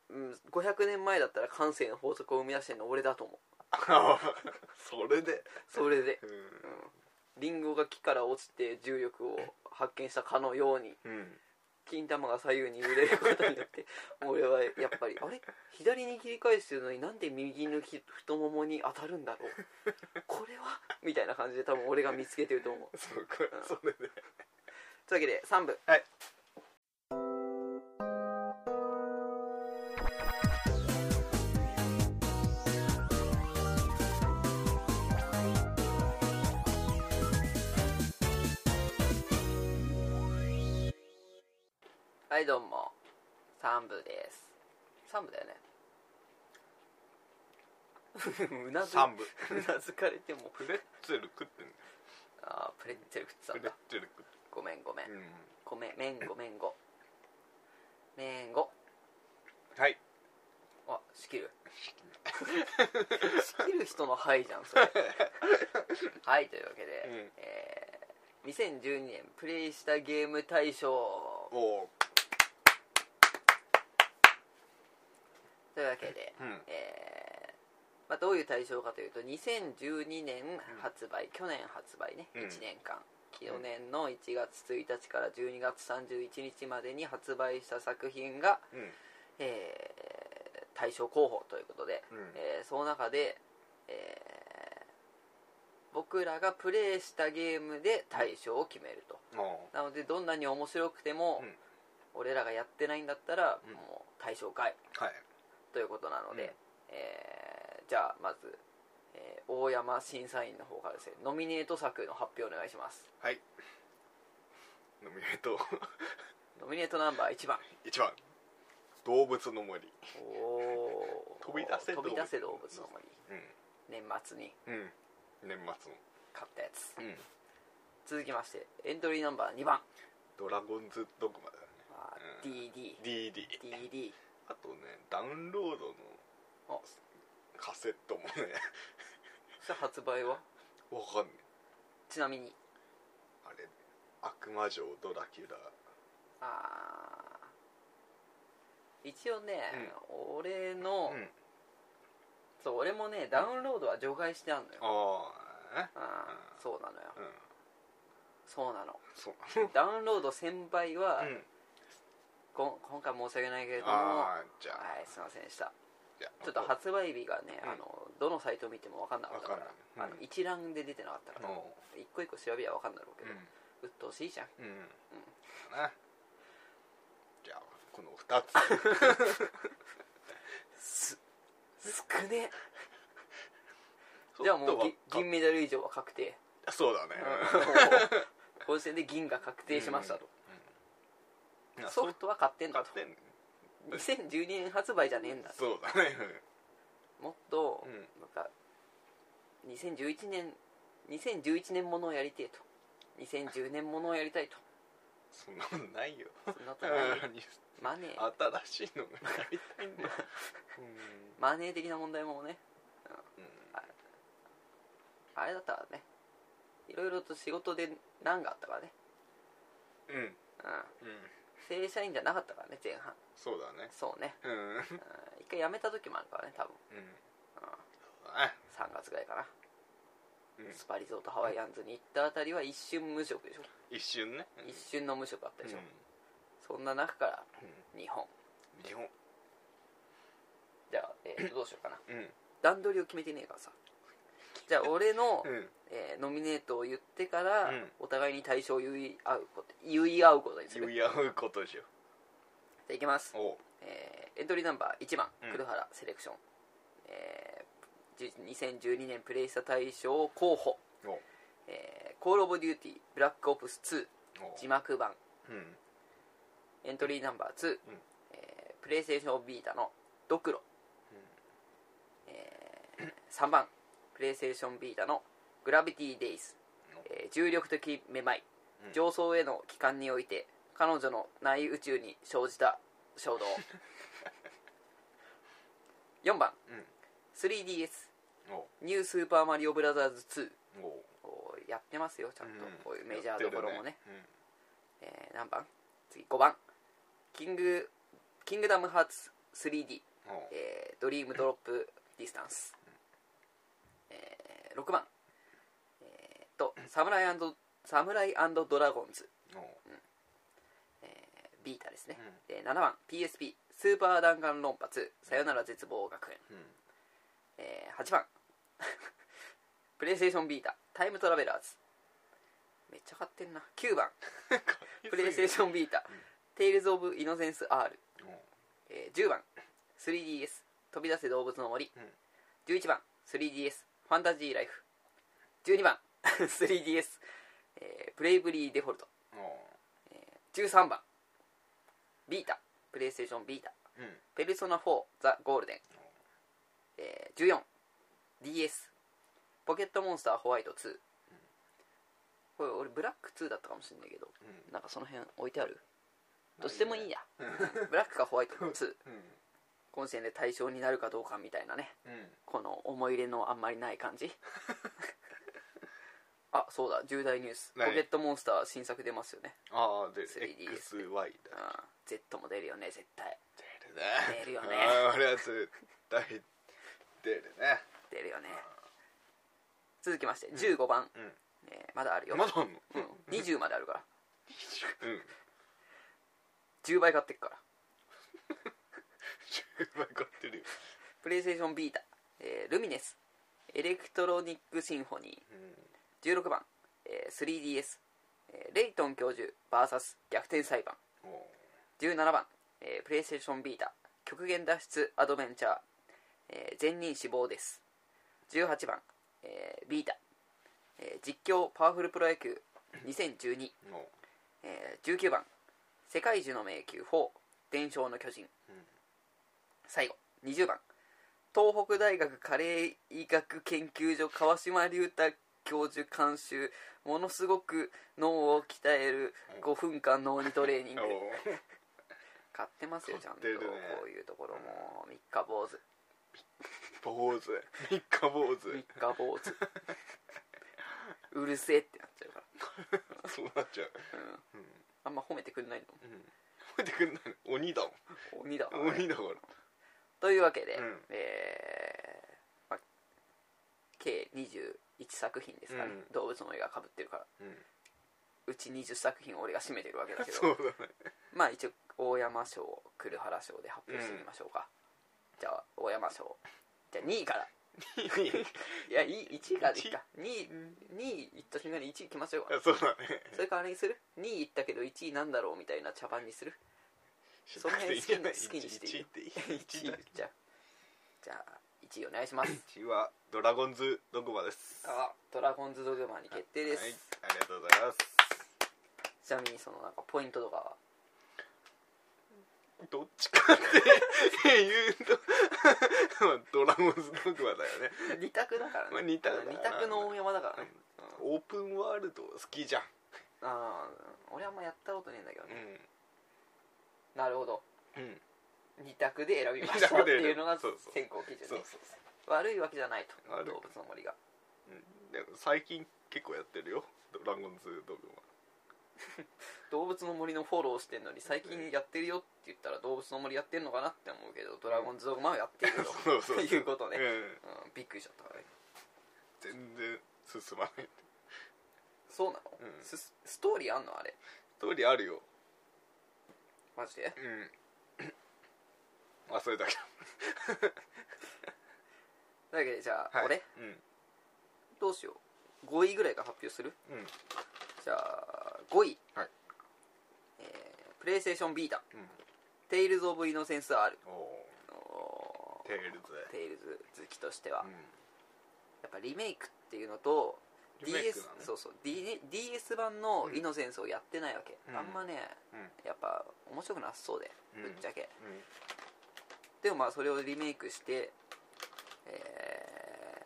Speaker 1: うん、500年前だったら感性の法則を生み出してるの俺だと思う
Speaker 2: あーそれで
Speaker 1: それ で、
Speaker 2: うん
Speaker 1: リンゴが木から落ちて重力を発見したかのように
Speaker 2: うん
Speaker 1: 金玉が左右に揺れることによって俺はやっぱりあれ左に切り返してるのになんで右のひ太ももに当たるんだろうこれはみたいな感じで多分俺が見つけてると思う
Speaker 2: そうかそれで
Speaker 1: というわけで3部
Speaker 2: はい
Speaker 1: はいどうも3部です3部だよね うなず
Speaker 2: 三 部
Speaker 1: うなずかれても
Speaker 2: プレッツェル食ってんだよ
Speaker 1: あープレッツェル食ってた
Speaker 2: プ
Speaker 1: ん
Speaker 2: レ
Speaker 1: だ
Speaker 2: ッツェル食って
Speaker 1: ごめんごめん
Speaker 2: うん
Speaker 1: ごめんめんごめんごめんご
Speaker 2: はい
Speaker 1: 仕切る人の「はい」じゃん それはいというわけで、
Speaker 2: うん
Speaker 1: えー2012年プレイしたゲーム大賞
Speaker 2: おう
Speaker 1: というわけで、
Speaker 2: うん
Speaker 1: えーまあ、どういう対象かというと2012年発売、去年発売ね、
Speaker 2: うん
Speaker 1: 1年間去年の1月1日から12月31日までに発売した作品が、
Speaker 2: うん
Speaker 1: えー対象候補ということで、
Speaker 2: うん
Speaker 1: えーその中で、えー僕らがプレイしたゲームで対象を決めると、
Speaker 2: お
Speaker 1: なのでどんなに面白くても、
Speaker 2: うん
Speaker 1: 俺らがやってないんだったら、
Speaker 2: うん
Speaker 1: もう対象外
Speaker 2: うはい
Speaker 1: ということなので、
Speaker 2: うん
Speaker 1: えーじゃあまず、えー大山審査員の方からですねノミネート作の発表お願いします
Speaker 2: はいノミネート
Speaker 1: ノミネートナンバー1番
Speaker 2: 1番「動物の森
Speaker 1: おー
Speaker 2: 飛び出せ
Speaker 1: 飛び出せ動
Speaker 2: 動
Speaker 1: 物
Speaker 2: 物
Speaker 1: の森」
Speaker 2: うん
Speaker 1: 年末に
Speaker 2: うん年末の
Speaker 1: 買ったやつ
Speaker 2: うん
Speaker 1: 続きましてエントリーナンバー2番、
Speaker 2: ドラゴンズドグマだね
Speaker 1: あー
Speaker 2: う
Speaker 1: DD
Speaker 2: DD
Speaker 1: DD
Speaker 2: あとねダウンロード
Speaker 1: あ
Speaker 2: のカセットもね
Speaker 1: それ発売は
Speaker 2: わかんない
Speaker 1: ちなみに
Speaker 2: あれ悪魔城ドラキュラ
Speaker 1: あー一応ね、俺の、
Speaker 2: うん
Speaker 1: そう俺もねダウンロードは除外してあんのよ、
Speaker 2: ああ
Speaker 1: あ
Speaker 2: う
Speaker 1: ーそうなのよ
Speaker 2: うん
Speaker 1: そうなの
Speaker 2: そう
Speaker 1: ダウンロード1000倍は、
Speaker 2: うん
Speaker 1: こん今回申し訳ないけれどもは
Speaker 2: ああじゃあ
Speaker 1: いすいませんでした
Speaker 2: じゃあ
Speaker 1: ちょっと発売日がね、
Speaker 2: うん
Speaker 1: あのどのサイトを見ても分かんなかったから
Speaker 2: わかんないうん
Speaker 1: あの一覧で出てなかったから、
Speaker 2: お
Speaker 1: 一個一個調べりゃ分かんだろうけ
Speaker 2: う
Speaker 1: ど、
Speaker 2: ん
Speaker 1: 鬱陶しいじゃん
Speaker 2: うん、だなじゃあこの2つ
Speaker 1: す少ね
Speaker 2: ち
Speaker 1: じゃ
Speaker 2: ょ
Speaker 1: あ
Speaker 2: っ
Speaker 1: も
Speaker 2: と
Speaker 1: う
Speaker 2: わ
Speaker 1: ぎ銀メダル以上は確定
Speaker 2: そうだね
Speaker 1: もう この時点で銀が確定しましたと、
Speaker 2: うん
Speaker 1: ソフトは買ってん
Speaker 2: 買
Speaker 1: だ
Speaker 2: っ
Speaker 1: と
Speaker 2: てんね
Speaker 1: 2012年発売じゃねえんだと
Speaker 2: そうだね
Speaker 1: もっと、
Speaker 2: うん
Speaker 1: なんか2011年2011年ものをやりてえと2010年ものをやりたいと
Speaker 2: そんなことないよ
Speaker 1: そん なことないよ
Speaker 2: うん
Speaker 1: マネー
Speaker 2: 新しいのがやりた いんだよ
Speaker 1: マネー的な問題もね
Speaker 2: うん
Speaker 1: あれだったらねいろいろと仕事で難があったからね、
Speaker 2: うん
Speaker 1: うん、
Speaker 2: うん
Speaker 1: 正社員じゃなかったからね前半
Speaker 2: そうだね
Speaker 1: そうね、
Speaker 2: うんうん
Speaker 1: うん、一回辞めた時もあるからね多分
Speaker 2: そうだね
Speaker 1: 3月ぐらいかな、
Speaker 2: うん
Speaker 1: スパリゾートハワイアンズに行ったあたりは一瞬無職でしょ、
Speaker 2: 一瞬ね
Speaker 1: 一瞬の無職あったでしょ、
Speaker 2: うん
Speaker 1: そんな中から
Speaker 2: う
Speaker 1: 日本
Speaker 2: ん日本
Speaker 1: じゃあ、えーとどうしようかな
Speaker 2: うん
Speaker 1: 段取りを決めてねえからさじゃあ俺の、
Speaker 2: うん
Speaker 1: えーノミネートを言ってから、
Speaker 2: うん
Speaker 1: お互いに対象を言い合うこと言い合うことにする
Speaker 2: 言い合うことでしょ
Speaker 1: じゃあいきます、
Speaker 2: おう
Speaker 1: えーエントリーナンバー1番、
Speaker 2: うん
Speaker 1: 黒原セレクション、えーじゅ2012年プレイした対象候補、
Speaker 2: おう
Speaker 1: えーコール・オブ・デューティーブラック・オプス2
Speaker 2: おう
Speaker 1: 字幕版
Speaker 2: うん
Speaker 1: エントリーナンバー2、えープレイステーションビータのドクロ、えー3番プレイステーションビータのグラビティデイズ、えー重力的めまい
Speaker 2: うん
Speaker 1: 上層への帰還において彼女の内宇宙に生じた衝 動4番
Speaker 2: うん
Speaker 1: 3DS
Speaker 2: おう
Speaker 1: ニュースーパーマリオブラザーズ2
Speaker 2: おう
Speaker 1: おーやってますよちゃんと、
Speaker 2: うん
Speaker 1: こういうメジャーどころもね
Speaker 2: やってるね
Speaker 1: えー何番次5番キングキングダムハーツ 3D、
Speaker 2: うんおう
Speaker 1: えードリームドロップディスタンス、えー6番えーっとサムライサムライドラゴンズ
Speaker 2: おう
Speaker 1: ビータですね、
Speaker 2: うん
Speaker 1: えー7番 PSP スーパー弾丸論破2さよなら絶望学園、
Speaker 2: うん
Speaker 1: えー8番 プレイステーションビータタイムトラベラーズめっちゃ買ってんな9番 プレイステーションビータ「テイルズ・オブ・イノセンス R
Speaker 2: ョン」
Speaker 1: えー10番 3DS「飛び出せ動物の森
Speaker 2: うん」
Speaker 1: 11番 3DS「ファンタジー・ライフ」12番 3DS、えープレイブリー・デフォルト13番ビータプレイステーションビータ
Speaker 2: うん
Speaker 1: 「ペルソナ4ザ・ゴールデン」えー、14DS ポケットモンスターホワイト2これ俺ブラック2だったかもしれないけど
Speaker 2: うん
Speaker 1: なんかその辺置いてあるどっちでもいいやブラックかホワイトの2
Speaker 2: うん
Speaker 1: 本戦で対象になるかどうかみたいなねこの思い入れのあんまりない感じ あそうだ重大ニュース「ポ
Speaker 2: はい
Speaker 1: ケットモンスター」新作出ますよね、
Speaker 2: ああで
Speaker 1: 3D です
Speaker 2: XY
Speaker 1: うん
Speaker 2: だ、
Speaker 1: Z も出るよね絶対
Speaker 2: 出るね
Speaker 1: 出るよね
Speaker 2: ああれは絶対出るね
Speaker 1: 出るよね続きまして15番、
Speaker 2: うん
Speaker 1: えーまだあるよ、
Speaker 2: まだあんの
Speaker 1: うん、20まであるから
Speaker 2: うん
Speaker 1: 10倍買ってっから
Speaker 2: 10倍買ってるよ、
Speaker 1: プレイステーションビータ、えールミネスエレクトロニックシンフォニー16番、えー 3DS、えーレイトン教授 VS 逆転裁判
Speaker 2: うん、も
Speaker 1: 17番、えープレイステーションビータ極限脱出アドベンチャー、えー全人死亡です18番、えービータ、えー実況パワフルプロ野球2012、
Speaker 2: うも
Speaker 1: えー19番「世界中の迷宮4伝承の巨人」
Speaker 2: うん
Speaker 1: 最後20番東北大学カレー医学研究所川島隆太教授監修ものすごく脳を鍛える5分間脳にトレーニン
Speaker 2: う
Speaker 1: グ
Speaker 2: おう
Speaker 1: 買ってますよちゃんと、
Speaker 2: 買ってるね
Speaker 1: こういうところも三日坊主
Speaker 2: 坊主三日坊主
Speaker 1: 三日坊 主うるせえってなっちゃうか
Speaker 2: そうなっちゃう
Speaker 1: ら、うん、
Speaker 2: うん
Speaker 1: あんま褒めてくんない
Speaker 2: うん覚えてくんないの鬼だも
Speaker 1: の鬼だわ
Speaker 2: ん鬼だから
Speaker 1: というわけで、
Speaker 2: うん
Speaker 1: えーまあ、計21作品ですかね、
Speaker 2: うん
Speaker 1: 動物の絵がかぶってるから
Speaker 2: うん
Speaker 1: うち20作品を俺が占めてるわけだけ
Speaker 2: そう
Speaker 1: ど
Speaker 2: だね
Speaker 1: まあ一応大山賞栗原賞で発表してみましょうか、じゃあ大山賞じゃあ2位からいやいい1位からでいいか2位2位いった瞬間に1位来ましょうか
Speaker 2: あそうだね
Speaker 1: それからあれにする2位いったけど1位なんだろうみたいな茶番にするその辺好きに好きにしていいよ
Speaker 2: いい
Speaker 1: 1位
Speaker 2: 一位だ
Speaker 1: じゃあじゃあ1位お願いします
Speaker 2: 一位はドラゴンズドグマです
Speaker 1: あドラゴンズドグマに決定です、
Speaker 2: はい、ありがとうございます
Speaker 1: ちなみにそのなんかポイントとかは
Speaker 2: どっちかって言うとまあ ドラゴンズドグマだよね
Speaker 1: 2択だからね、
Speaker 2: まあ二択だな
Speaker 1: 2択の大山だからね、
Speaker 2: オープンワールド好きじゃん
Speaker 1: ああ俺あんまやったことねえんだけどね、
Speaker 2: う
Speaker 1: なるほど
Speaker 2: んうん
Speaker 1: 2択で選びましたっていうのが
Speaker 2: 二択で選ぶそうそう
Speaker 1: 選考基準ね
Speaker 2: そうそうそ
Speaker 1: 悪いわけじゃないと
Speaker 2: 悪い
Speaker 1: 動物の森が
Speaker 2: う、うん、でも最近結構やってるよドラゴンズドグ
Speaker 1: 動物の森のフォローしてんのに最近やってるよって言ったら動物の森やってんのかなって思うけどドラゴンズドグマはやってる
Speaker 2: マ
Speaker 1: と
Speaker 2: そうそうそう
Speaker 1: いうことね、
Speaker 2: うん、
Speaker 1: うん、びっくりしちゃったからね
Speaker 2: 全然進まない
Speaker 1: そうなの、
Speaker 2: うん
Speaker 1: スストーリーあんのあれ
Speaker 2: 通りあるよ
Speaker 1: マジで
Speaker 2: うん忘れたけ
Speaker 1: だけどじゃあ、
Speaker 2: ど、はい、
Speaker 1: 俺
Speaker 2: う
Speaker 1: どうしよう5位ぐらいから発表する
Speaker 2: んうん
Speaker 1: じゃあ5位、
Speaker 2: はい
Speaker 1: えープレイステーションビータ
Speaker 2: うん
Speaker 1: 「テイルズ・オブ・イノセンス・ R
Speaker 2: おお」
Speaker 1: おー
Speaker 2: テールズ
Speaker 1: テイルズ好きとしては、
Speaker 2: う
Speaker 1: やっ
Speaker 2: ん
Speaker 1: ぱリメイクっていうのと
Speaker 2: リメイク
Speaker 1: DS
Speaker 2: なのね
Speaker 1: そうそう D DS 版の
Speaker 2: うん
Speaker 1: イノセンスをやってないわけ、
Speaker 2: うん
Speaker 1: あんまね
Speaker 2: うん
Speaker 1: やっぱ面白くなさそうで、
Speaker 2: うん
Speaker 1: ぶっちゃけ
Speaker 2: うん
Speaker 1: でもまあそれをリメイクして、え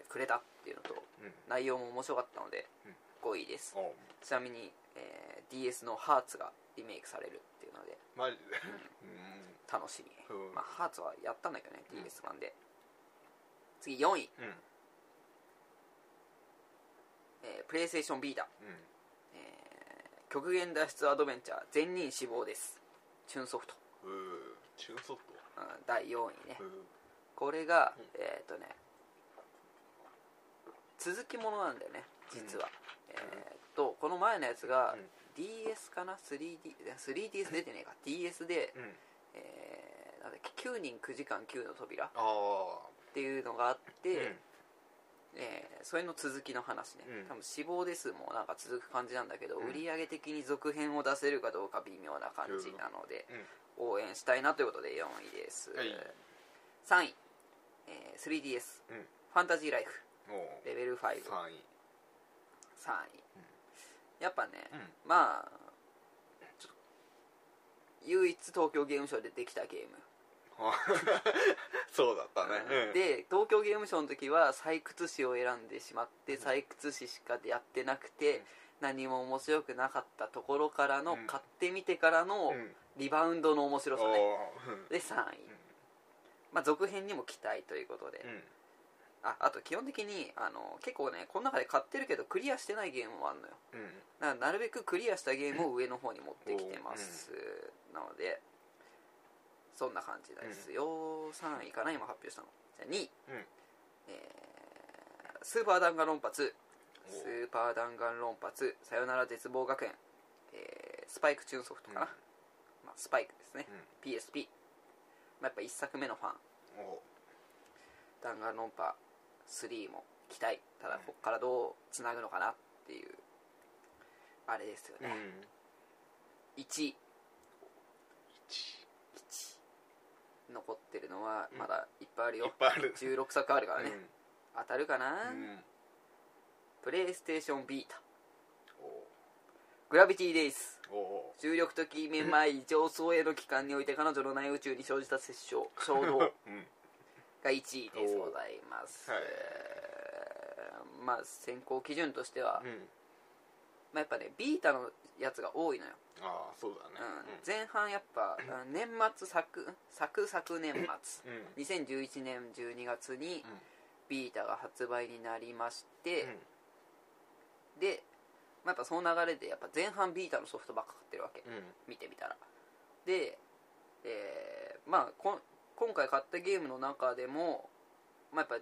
Speaker 1: ーくれたっていうのと
Speaker 2: うん
Speaker 1: 内容も面白かったので
Speaker 2: うん
Speaker 1: 5位です、
Speaker 2: おう
Speaker 1: ちなみに、えー DS の「ハーツがリメイクされるっていうので
Speaker 2: マジでうん
Speaker 1: 楽しみ、
Speaker 2: うん
Speaker 1: まあ、ハーツはやったんだけどね
Speaker 2: うん
Speaker 1: DS 版で、次4位、
Speaker 2: うん
Speaker 1: えープレイステーションビータ、
Speaker 2: うん
Speaker 1: えー極限脱出アドベンチャー全人死亡ですチュンソフト、
Speaker 2: うー中速度
Speaker 1: うん、第4位ね
Speaker 2: うー
Speaker 1: これが、
Speaker 2: うん
Speaker 1: えーっとね続きものなんだよね実は、えーっとこの前のやつが
Speaker 2: うん
Speaker 1: DS かな 3D3DS 出てねえか DS で、
Speaker 2: うん
Speaker 1: えーなんだっけ9人9時間9の扉っ
Speaker 2: ああ
Speaker 1: ていうのがあって、
Speaker 2: うん
Speaker 1: えーそれの続きの話ね、
Speaker 2: うん
Speaker 1: 多分死亡ですもなんか続く感じなんだけど、
Speaker 2: うん
Speaker 1: 売り上げ的に続編を出せるかどうか微妙な感じなので、応援したいなということで4位です、
Speaker 2: はい
Speaker 1: 3位、えー 3DS
Speaker 2: うん
Speaker 1: ファンタジーライフ
Speaker 2: おう
Speaker 1: レベル53位
Speaker 2: 三位
Speaker 1: やっぱね、
Speaker 2: うん
Speaker 1: まあちょっと唯一東京ゲームショウでできたゲーム
Speaker 2: そうだったねうん
Speaker 1: で東京ゲームショウの時は採掘士を選んでしまって採掘士しかやってなくて、
Speaker 2: うん
Speaker 1: 何も面白くなかったところからの、
Speaker 2: うん
Speaker 1: 買ってみてからの
Speaker 2: うん
Speaker 1: リバウンドの面白さね、
Speaker 2: おーうん
Speaker 1: で3位、
Speaker 2: うん
Speaker 1: まあ、続編にも期待ということで、
Speaker 2: うん
Speaker 1: ああと基本的にあの結構ねこの中で買ってるけどクリアしてないゲームもあるのよ
Speaker 2: うん
Speaker 1: だからなるべくクリアしたゲームを上の方に持ってきてます、なのでそんな感じですよ、3位かな今発表したのじゃあ2位、
Speaker 2: うん
Speaker 1: えースーパー弾丸論破2スー
Speaker 2: お
Speaker 1: パー弾丸論破2さよなら絶望学園、えースパイクチューンソフトかな、
Speaker 2: うん
Speaker 1: まあ、スパイクですね、PSP、まあ、やっぱ1作目のファン
Speaker 2: お
Speaker 1: 弾丸論破3も期待ただここからどうつなぐのかなっていうあれですよ
Speaker 2: うん
Speaker 1: ね、1
Speaker 2: 1
Speaker 1: 1残ってるのはまだいっぱいある
Speaker 2: いっ
Speaker 1: よ、
Speaker 2: ぱいある
Speaker 1: 16作あるからね、当たるか
Speaker 2: う
Speaker 1: な、
Speaker 2: んうん
Speaker 1: プレイステーションビータ
Speaker 2: お
Speaker 1: グラビティデイズ
Speaker 2: お
Speaker 1: 重力ときめまい上層への期間において彼女の内宇宙に生じた殺傷衝動
Speaker 2: うん
Speaker 1: が1位でございます、
Speaker 2: お ーはい
Speaker 1: まあ選考基準としては、
Speaker 2: うん
Speaker 1: まあ、やっぱねビータのやつが多いのよ、
Speaker 2: ああそうだ
Speaker 1: う
Speaker 2: ね
Speaker 1: ん前半やっぱあ年末昨昨昨年末
Speaker 2: うんうん
Speaker 1: 2011年12月に
Speaker 2: うん
Speaker 1: ビータが発売になりまし
Speaker 2: う
Speaker 1: て、
Speaker 2: ん
Speaker 1: で、まあ、やっぱその流れでやっぱ前半ビータのソフトばっか買ってるわけ、
Speaker 2: うん
Speaker 1: 見てみたらで、えーまあこん今回買ったゲームの中でも、まあ、やっ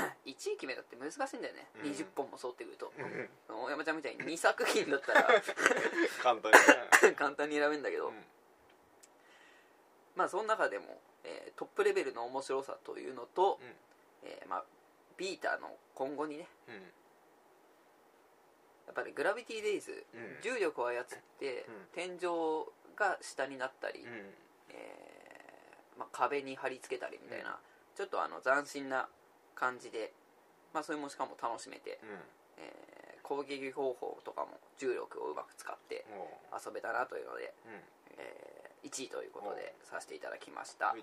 Speaker 1: ぱ 1位決めたって難しいんだよね、
Speaker 2: うん
Speaker 1: 20本もそうってくると
Speaker 2: うん
Speaker 1: 大山ちゃんみたいに2作品だったら
Speaker 2: 簡単にね
Speaker 1: 簡単に選べんだけど、
Speaker 2: うん
Speaker 1: まあその中でも、えートップレベルの面白さというのと、
Speaker 2: うん
Speaker 1: えーまあ、ビーターの今後にね
Speaker 2: うん
Speaker 1: やっぱり、グラビティ・デイズ、
Speaker 2: うん
Speaker 1: 重力を操って、
Speaker 2: う
Speaker 1: 天
Speaker 2: ん
Speaker 1: 井が下になったり、
Speaker 2: うん
Speaker 1: えーまあ、壁に貼り付けたりみたいな、ちょっとあの斬新な感じで、まあ、それもしかも楽しめて、
Speaker 2: う
Speaker 1: えー攻撃方法とかも重力をうまく使って
Speaker 2: んお
Speaker 1: 遊べたなというので、
Speaker 2: ううん
Speaker 1: え1位ということでさせていただきました
Speaker 2: はい、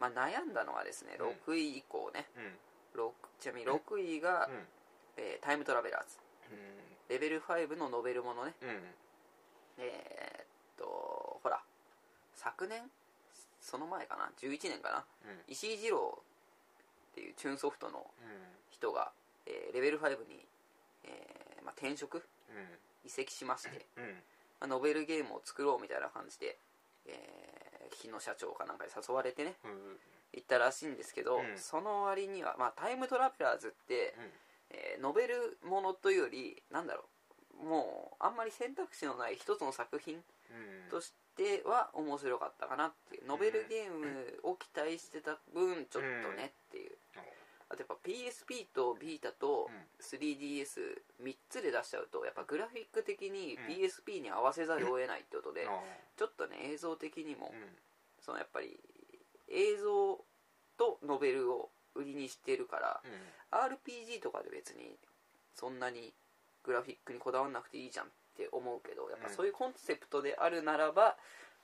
Speaker 1: まあ、悩んだのはですね
Speaker 2: うん
Speaker 1: 6位以降ね、
Speaker 2: うん
Speaker 1: 六ちなみに6位が、
Speaker 2: うん
Speaker 1: えータイムトラベラーズレベル5のノベルものね
Speaker 2: うんうん
Speaker 1: えーっとほら昨年その前かな11年かな
Speaker 2: うん
Speaker 1: 石井二郎っていうチューンソフトの
Speaker 2: うん
Speaker 1: 人が、えーレベル5に、えーまあ、転職
Speaker 2: うん
Speaker 1: 移籍しまして、
Speaker 2: うん
Speaker 1: まあ、ノベルゲームを作ろうみたいな感じで、えー日野社長かなんかに誘われてね
Speaker 2: うん
Speaker 1: 行ったらしいんですけど、
Speaker 2: うん
Speaker 1: その割には、まあ、タイムトラベラーズって、えーノベルものというよりなんだろうもうあんまり選択肢のない一つの作品
Speaker 2: うん
Speaker 1: としては面白かったかなっていうノベルゲームを期待してた分ちょっとねっていうあとやっぱ PSP と Vita と
Speaker 2: うん
Speaker 1: 3DS3 つで出しちゃうとやっぱグラフィック的に
Speaker 2: うん
Speaker 1: PSP に合わせざるを得ないってことで
Speaker 2: あ
Speaker 1: ちょっとね映像的に
Speaker 2: あ
Speaker 1: も
Speaker 2: うん
Speaker 1: そのやっぱり映像とノベルを売りにしてるから
Speaker 2: うん
Speaker 1: RPG とかで別にそんなにグラフィックにこだわんなくていいじゃんって思うけどやっぱ
Speaker 2: うん
Speaker 1: そういうコンセプトであるならば、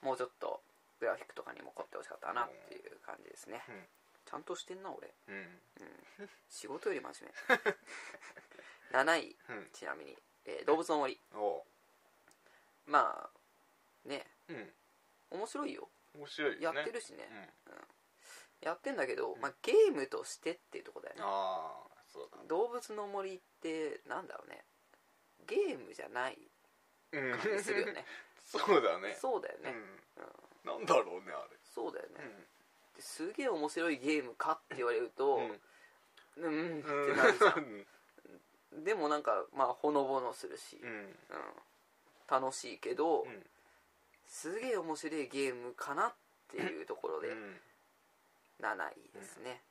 Speaker 1: もうちょっとグラフィックとかにも凝ってほしかったなっていう感じですね、
Speaker 2: うん
Speaker 1: ちゃんとしてんな俺
Speaker 2: うん
Speaker 1: 仕事より真面 目7位
Speaker 2: うん
Speaker 1: ちなみに、えー動物の森
Speaker 2: おう
Speaker 1: まあね
Speaker 2: うん
Speaker 1: 面白いよ
Speaker 2: 面白い
Speaker 1: や
Speaker 2: よ
Speaker 1: って
Speaker 2: ね
Speaker 1: るしね
Speaker 2: うん
Speaker 1: やってんだけど、
Speaker 2: ん
Speaker 1: まあ、ゲームとしてっていうとこだよね
Speaker 2: ああそうだ
Speaker 1: 動物の森ってなんだろうねゲームじゃない
Speaker 2: うん
Speaker 1: 感じする よね
Speaker 2: そうだね
Speaker 1: そうだよね、
Speaker 2: うんなんだろうねあ
Speaker 1: そうだよね、
Speaker 2: れ
Speaker 1: ですげえ面白いゲームかって言われると
Speaker 2: うん
Speaker 1: うん、うん、って
Speaker 2: うん
Speaker 1: なるじゃんでもなんかまあほのぼのするし、
Speaker 2: う
Speaker 1: うん
Speaker 2: ん
Speaker 1: 楽しいけど、
Speaker 2: うん
Speaker 1: すげえ面白いゲームかなっていうところで
Speaker 2: うん
Speaker 1: 7位ですね、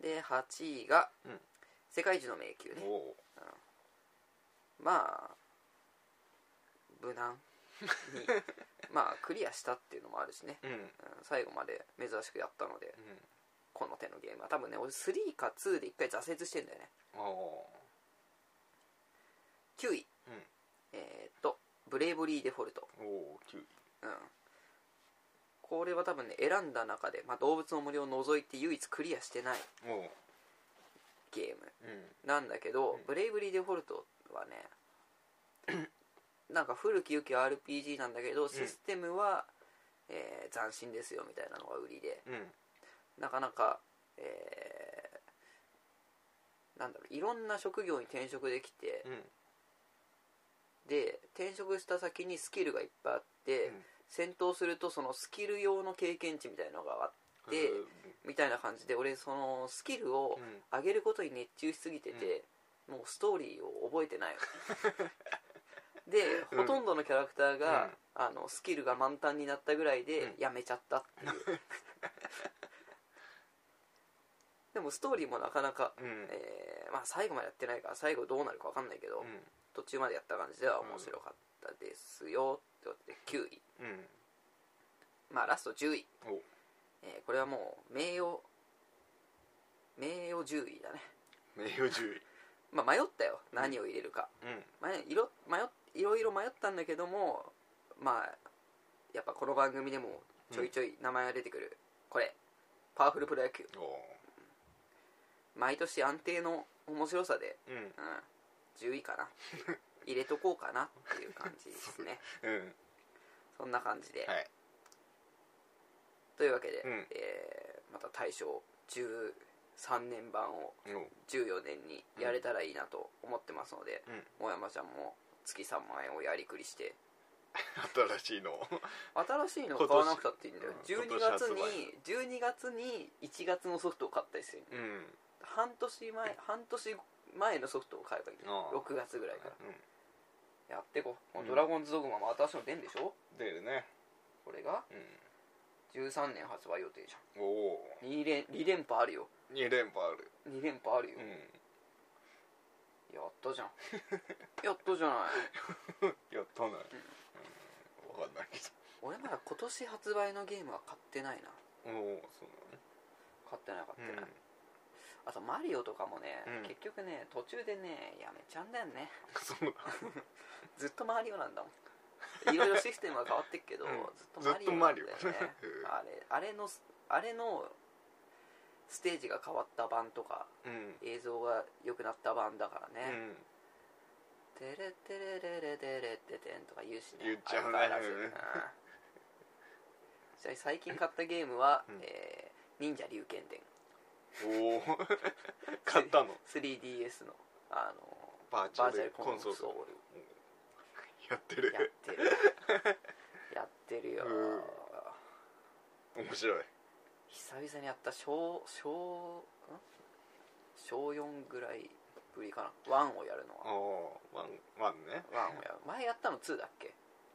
Speaker 1: で8位が、
Speaker 2: うん
Speaker 1: 世界一の迷宮」ね
Speaker 2: おう
Speaker 1: まあ無難 にまあクリアしたっていうのもあるしね、
Speaker 2: うんうん
Speaker 1: うん最後まで珍しくやったのでこの手のゲームは多分ね俺3か2で1回挫折してんだよね
Speaker 2: おう
Speaker 1: 9位、
Speaker 2: うん
Speaker 1: えーっと「ブレイブリーデフォルト
Speaker 2: おう九位」
Speaker 1: うんこれは多分ね選んだ中で、まあ、動物の森を除いて唯一クリアしてない
Speaker 2: おう
Speaker 1: ゲーム
Speaker 2: うん
Speaker 1: なんだけど、
Speaker 2: ん
Speaker 1: ブレイブリーデフォルトはねなんか古き良き RPG なんだけどシステムは、えー斬新ですよみたいなのが売りで
Speaker 2: うん
Speaker 1: なかなか、えーなんだろういろんな職業に転職できて、
Speaker 2: うん
Speaker 1: で転職した先にスキルがいっぱいあって、
Speaker 2: うん
Speaker 1: 戦闘するとそのスキル用の経験値みたいなのがあって、
Speaker 2: うん
Speaker 1: みたいな感じで俺そのスキル を
Speaker 2: うん
Speaker 1: 上げることに熱中しすぎてて、もうストーリーを覚えてないで
Speaker 2: うん
Speaker 1: ほとんどのキャラクターが、
Speaker 2: うん
Speaker 1: あのスキルが満タンになったぐらいで
Speaker 2: うん
Speaker 1: やめちゃったっていう、でもストーリーもなかなか、
Speaker 2: うん
Speaker 1: えーまあ、最後までやってないから最後どうなるか分かんないけど、途中までやった感じでは面白かったですよってことで9位
Speaker 2: うんうん
Speaker 1: まあラスト10位、
Speaker 2: お
Speaker 1: えーこれはもう名誉名誉10位だね
Speaker 2: 名誉10位
Speaker 1: まあ迷ったよ何を入れるか、
Speaker 2: うん
Speaker 1: まあいろ迷っいろいろ迷ったんだけどもまあやっぱこの番組でもちょいちょい名前が出てくる、これパワフルプロ野球
Speaker 2: お
Speaker 1: 毎年安定の面白さで、
Speaker 2: ーうん
Speaker 1: うん、10位か な入れとこうかなっていう感じですね
Speaker 2: うん
Speaker 1: そんな感じで、
Speaker 2: はい
Speaker 1: というわけで、
Speaker 2: うん
Speaker 1: えーまた大正13年版を
Speaker 2: おー
Speaker 1: 14年にやれたらいいなと思ってますので、
Speaker 2: うん
Speaker 1: 大山ちゃんも月3万円をやりくりして
Speaker 2: 新しいのを
Speaker 1: 新しいの買わなくたっていいんだよ
Speaker 2: 今年
Speaker 1: 12月に12月に1月のソフトを買ったりする
Speaker 2: うん
Speaker 1: 半年前半年前のソフトを買えばいいんだよ
Speaker 2: ああ
Speaker 1: 6月ぐらいからやってこうもうドラゴンズドグマも新しいの出んでしょ
Speaker 2: 出るね
Speaker 1: これが
Speaker 2: う
Speaker 1: 13年発売予定じ
Speaker 2: んおお
Speaker 1: ゃん2連2連覇あるよ
Speaker 2: 2連覇ある
Speaker 1: 2連覇あるよ、
Speaker 2: うん
Speaker 1: やったじゃんやったじゃない
Speaker 2: やったないわかんないけ
Speaker 1: 俺まだ今年発売のゲームは買ってないな
Speaker 2: どおおそう
Speaker 1: 買ってない買って
Speaker 2: な
Speaker 1: ない、
Speaker 2: のうん
Speaker 1: あとマリオとかもね、
Speaker 2: うん
Speaker 1: 結局ね途中でねやめちゃうんだよね
Speaker 2: そう
Speaker 1: ずっとマリオなんだもんいろいろシステムは変わってっけど、
Speaker 2: うん
Speaker 1: ずっとマリオなんだよね
Speaker 2: ずっとマリオうん
Speaker 1: あれあれのあれのステージが変わった版とか
Speaker 2: だうん
Speaker 1: 映像が良くなった版だから
Speaker 2: う
Speaker 1: ね
Speaker 2: ん
Speaker 1: 「テレテレレレテレテテン」とか言うしね
Speaker 2: 言っちゃうね
Speaker 1: 相変わらず
Speaker 2: うん
Speaker 1: うんちなみに最近買ったゲームは「
Speaker 2: うん
Speaker 1: えー忍者龍剣伝
Speaker 2: お お買ったの
Speaker 1: 3DS の」あの
Speaker 2: バーチャルコンソー
Speaker 1: バー
Speaker 2: ル
Speaker 1: チャルコンソール
Speaker 2: やってる
Speaker 1: やってるやってるよ
Speaker 2: うん面白い
Speaker 1: 久々にやった小小ん小4ぐらいぶりかな1をやるの
Speaker 2: お
Speaker 1: は
Speaker 2: おワンワンね
Speaker 1: 1をやる前やったの2だっけ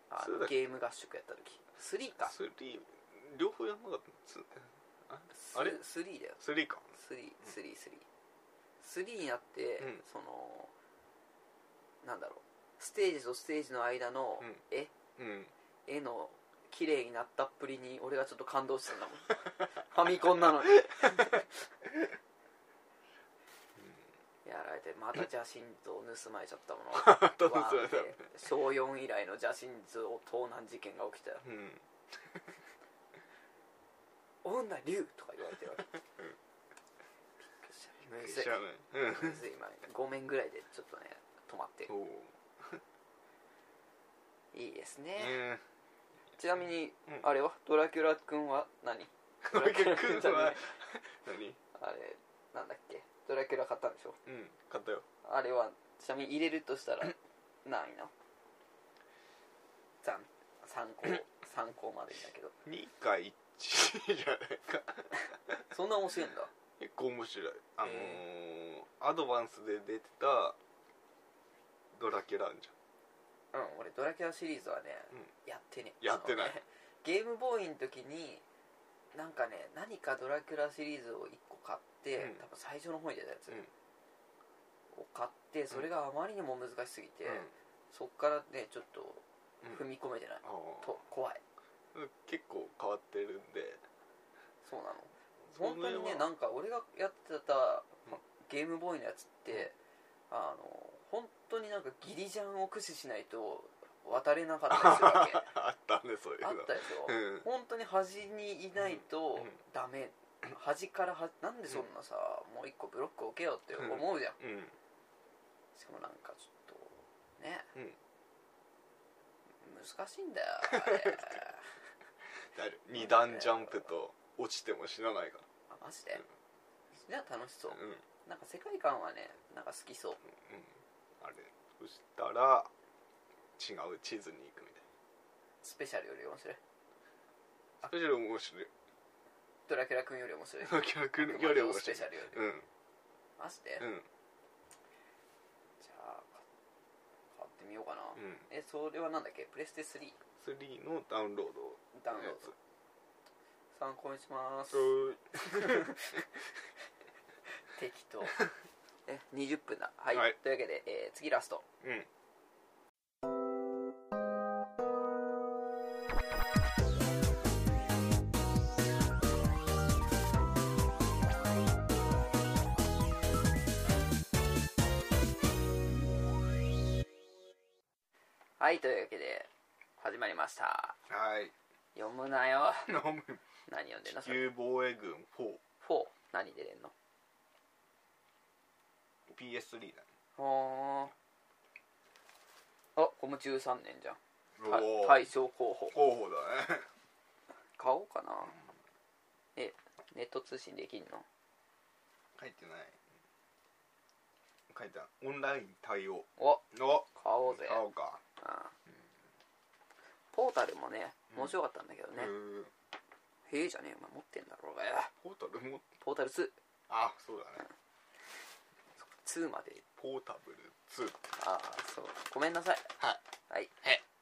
Speaker 1: あ
Speaker 2: 2だっけ
Speaker 1: ゲーム合宿やった時3か
Speaker 2: スリー両方やんなかったのツー
Speaker 1: ス
Speaker 2: あれ
Speaker 1: ?3 だよ
Speaker 2: スリーか
Speaker 1: 333になって、
Speaker 2: うん
Speaker 1: そのなんだろうステージとステージの間の
Speaker 2: うん
Speaker 1: 絵、
Speaker 2: うん
Speaker 1: 絵の綺麗になったっぷりに俺がちょっと感動してたんだもんファミコンなのにやられてまた邪神像盗まれちゃ ったもの
Speaker 2: また盗まれた
Speaker 1: わーって小4以来の邪神像盗難事件が起きたよ
Speaker 2: うん
Speaker 1: 「女竜」とか言われてるわけむずい
Speaker 2: 知らないうん
Speaker 1: むずい今5面ぐらいでちょっとね止まって
Speaker 2: おお
Speaker 1: いいです
Speaker 2: う
Speaker 1: ね
Speaker 2: ん
Speaker 1: ちなみに、
Speaker 2: うん
Speaker 1: あれはドラキュラ君は何
Speaker 2: ドラキュラ
Speaker 1: ドラ
Speaker 2: 君
Speaker 1: キュラ
Speaker 2: は
Speaker 1: ね
Speaker 2: 何
Speaker 1: あれなんだっけドラキュラ買ったんでしょ
Speaker 2: うん買ったよ
Speaker 1: あれはちなみに入れるとしたら何位なの残参考参考までだけど
Speaker 2: 2か1じゃないか
Speaker 1: そんな面白いんだ
Speaker 2: 結構面白いあのー
Speaker 1: へ
Speaker 2: アドバンスで出てたドラキュラあんじ
Speaker 1: うん俺ドラキュラシリーズはね、やってね
Speaker 2: やってない
Speaker 1: あのねゲームボーイの時になんかね何かドラキュラシリーズを1個買って、
Speaker 2: うん
Speaker 1: 多分最初の方に出たやつ
Speaker 2: ゃんうん
Speaker 1: を買ってそれがあまりにも難しすぎて、
Speaker 2: うん
Speaker 1: そっからねちょっと
Speaker 2: う
Speaker 1: 踏
Speaker 2: ん
Speaker 1: み込めてない、
Speaker 2: あー
Speaker 1: と怖い
Speaker 2: うん結構変わってるんで
Speaker 1: そうなの本当にね
Speaker 2: その辺は
Speaker 1: なんか俺がやってた
Speaker 2: うん
Speaker 1: ゲームボーイのやつって、あの本当になんかギリジャンを駆使しないと渡れなかったりする わけ
Speaker 2: あったねそういうの
Speaker 1: あったでしょ、
Speaker 2: うん
Speaker 1: 本当に端にいないと
Speaker 2: うん
Speaker 1: ダメ、端からはなんでそんなさ、もう一個ブロック置けよって思うじゃん、
Speaker 2: うん
Speaker 1: しかもなんかちょっとね、
Speaker 2: うん
Speaker 1: 難しいんだよあれ
Speaker 2: あれ二段ジャンプと落ちても死なないか
Speaker 1: あマジでじゃあ楽しそう
Speaker 2: うん、うん、
Speaker 1: なんか世界観はねなんか好きそう
Speaker 2: あれそしたら違う地図に行くみたい
Speaker 1: スペシャルより面白い
Speaker 2: なスペシャル面白い
Speaker 1: ドラキュラ君より面白い
Speaker 2: 逆に より面
Speaker 1: スペ
Speaker 2: 白い
Speaker 1: シャルより
Speaker 2: うん
Speaker 1: マジで、
Speaker 2: うん
Speaker 1: じゃあ買買ってみようかな、
Speaker 2: うん
Speaker 1: えそれはなんだっけプレステ3
Speaker 2: 3のダウンロード
Speaker 1: ダウンロード参考にします
Speaker 2: そう
Speaker 1: 適 当え20分だはい、
Speaker 2: はい
Speaker 1: というわけで、えー次ラスト
Speaker 2: うん
Speaker 1: はいというわけで始まりました
Speaker 2: はい
Speaker 1: 読むなよ
Speaker 2: 飲む
Speaker 1: 何読んでんの
Speaker 2: 地
Speaker 1: それ
Speaker 2: 球防衛軍
Speaker 1: 4何出れんの
Speaker 2: 4PS3 だ
Speaker 1: ほーあこれも13年じゃんた
Speaker 2: ねおお
Speaker 1: 大賞候補
Speaker 2: 候補だね
Speaker 1: 買おうかなえネット通信できんの
Speaker 2: 書いてない書いてあるオンライン対応
Speaker 1: お
Speaker 2: お
Speaker 1: 買おうぜ
Speaker 2: 買おうか
Speaker 1: うんポータルもね面白かったんだけどね
Speaker 2: う、ーん
Speaker 1: へえじゃねえお前持ってんだろうがよ
Speaker 2: ポータルも
Speaker 1: ポータル
Speaker 2: あそうだね
Speaker 1: 22まで
Speaker 2: ポータブル2
Speaker 1: ああそうごめんなさい
Speaker 2: はい
Speaker 1: はい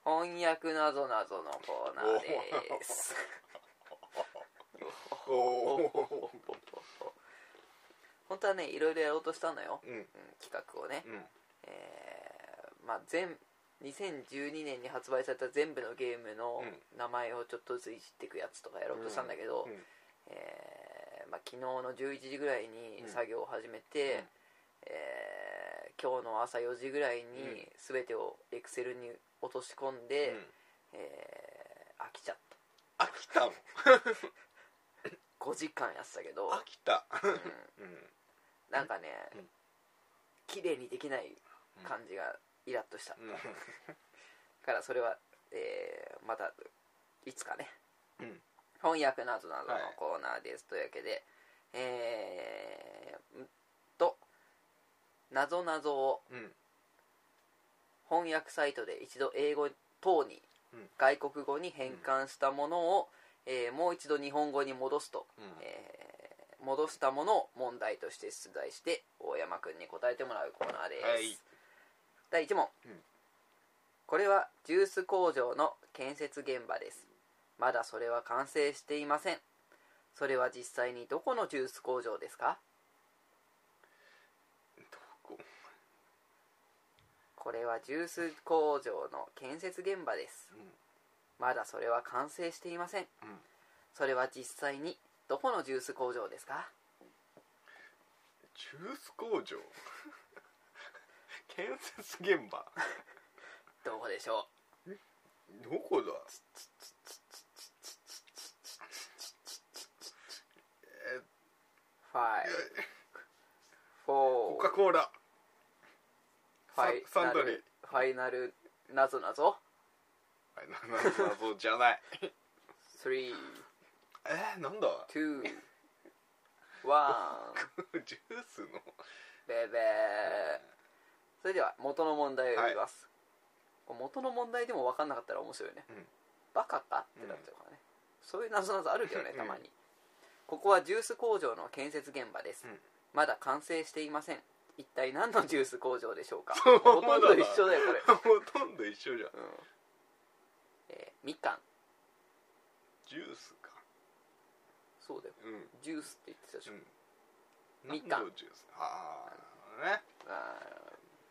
Speaker 2: はい
Speaker 1: 翻訳なぞなぞのコーナーです
Speaker 2: おお
Speaker 1: 本当はねいろいろやろうとしたのよ、
Speaker 2: うん
Speaker 1: うん企画をね、
Speaker 2: うん
Speaker 1: えーまあ全2012年に発売された全部のゲームの
Speaker 2: う
Speaker 1: 名前をちょっとずついじっていくやつとかやろうとしたんだけど、
Speaker 2: うん
Speaker 1: えーまあ、昨日の11時ぐらいに
Speaker 2: うん
Speaker 1: 作業を始め
Speaker 2: う
Speaker 1: て
Speaker 2: ん、
Speaker 1: えー今日の朝4時ぐらいに
Speaker 2: うん
Speaker 1: 全てをエクセルに落とし込んで、
Speaker 2: うん
Speaker 1: えー飽きちゃっ
Speaker 2: 飽きたもん
Speaker 1: た5時間やってたけど、
Speaker 2: 飽きた
Speaker 1: うん
Speaker 2: うん
Speaker 1: なんかね
Speaker 2: うん
Speaker 1: 綺麗にできない感じがイラッとした、
Speaker 2: うん
Speaker 1: からそれは、えーまたいつかね、
Speaker 2: うん
Speaker 1: 翻訳などなどの
Speaker 2: はい
Speaker 1: コーナーです、というわけでえー、うんとなぞなぞを
Speaker 2: うん
Speaker 1: 翻訳サイトで一度英語等に
Speaker 2: うん
Speaker 1: 外国語に変換したものを、えーもう一度日本語に戻すと、
Speaker 2: うん
Speaker 1: えー戻したものを問題として出題して大山君に答えてもらうコーナーです、
Speaker 2: はい
Speaker 1: 第1問、
Speaker 2: うん
Speaker 1: これはジュース工場の建設現場ですまだそれは完成していませんそれは実際にどこのジュース工場ですか
Speaker 2: どこ
Speaker 1: これはジュース工場の建設現場です
Speaker 2: うん
Speaker 1: まだそれは完成していません
Speaker 2: うん
Speaker 1: それは実際にどこのジュース工場ですか
Speaker 2: ジュース工場建設現場
Speaker 1: どこでしょ
Speaker 2: どこだ
Speaker 1: う5
Speaker 2: えコカ・
Speaker 1: 4
Speaker 2: コーラ
Speaker 1: ファイ
Speaker 2: サ
Speaker 1: ナ
Speaker 2: ントリー
Speaker 1: ルファイナルなぞなぞ
Speaker 2: あれなな謎じゃない
Speaker 1: 321
Speaker 2: えー、なんだジュースの
Speaker 1: ベベーそれでは元の問題を読みます、これ元の問題でも分かんなかったら面白いね、
Speaker 2: うん
Speaker 1: バカかってなっちゃうからね、そういう謎々あるけどねたまに、ここはジュース工場の建設現場です、
Speaker 2: うん
Speaker 1: まだ完成していません一体何のジュース工場でしょうか
Speaker 2: そう
Speaker 1: ほとんど
Speaker 2: まだ
Speaker 1: 一
Speaker 2: だ
Speaker 1: 緒だよこれ、
Speaker 2: ほとんど一緒じゃん
Speaker 1: うんえーみかん
Speaker 2: ジュースか
Speaker 1: そうだよ
Speaker 2: うん
Speaker 1: ジュースって言ってたでしょ、
Speaker 2: うん
Speaker 1: みかん
Speaker 2: 何のジュースああね
Speaker 1: あ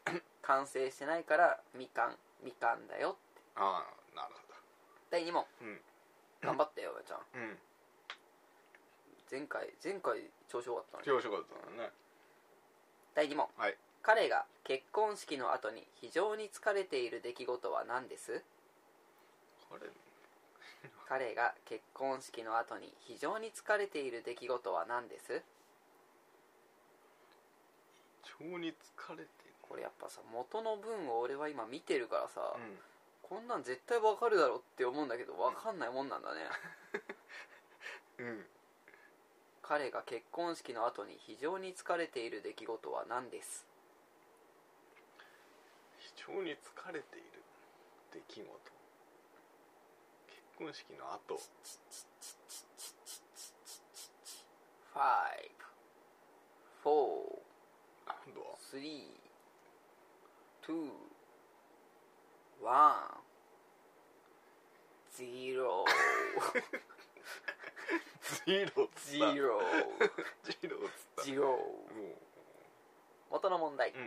Speaker 1: ー完成してないからみかんみかんだよ
Speaker 2: ああなるほ
Speaker 1: 第2問
Speaker 2: どうん
Speaker 1: 頑張ったよおばちゃん
Speaker 2: うん
Speaker 1: 前回前回調子良かったのに
Speaker 2: 面白かったのね
Speaker 1: 第2問、
Speaker 2: はい
Speaker 1: 彼が結婚式の後に非常に疲れている出来事は何です
Speaker 2: これ
Speaker 1: 彼が結婚式の後に非常に疲れている出来事は何です
Speaker 2: 腸に疲れて
Speaker 1: これやっぱさ元の文を俺は今見てるからさ、
Speaker 2: るうん
Speaker 1: こんなん絶対わかるだろって思うんだけどわかんないもんなんだね
Speaker 2: うん
Speaker 1: 彼が結婚式の後に非常に疲れている出来事は何です
Speaker 2: 非常に疲れている出来事結婚式の後
Speaker 1: ?5 4
Speaker 2: 今度は
Speaker 1: 3 2 1 0
Speaker 2: ジ
Speaker 1: 0
Speaker 2: ローっつったジローっつっ
Speaker 1: 0
Speaker 2: たもう
Speaker 1: 元の問題、
Speaker 2: うん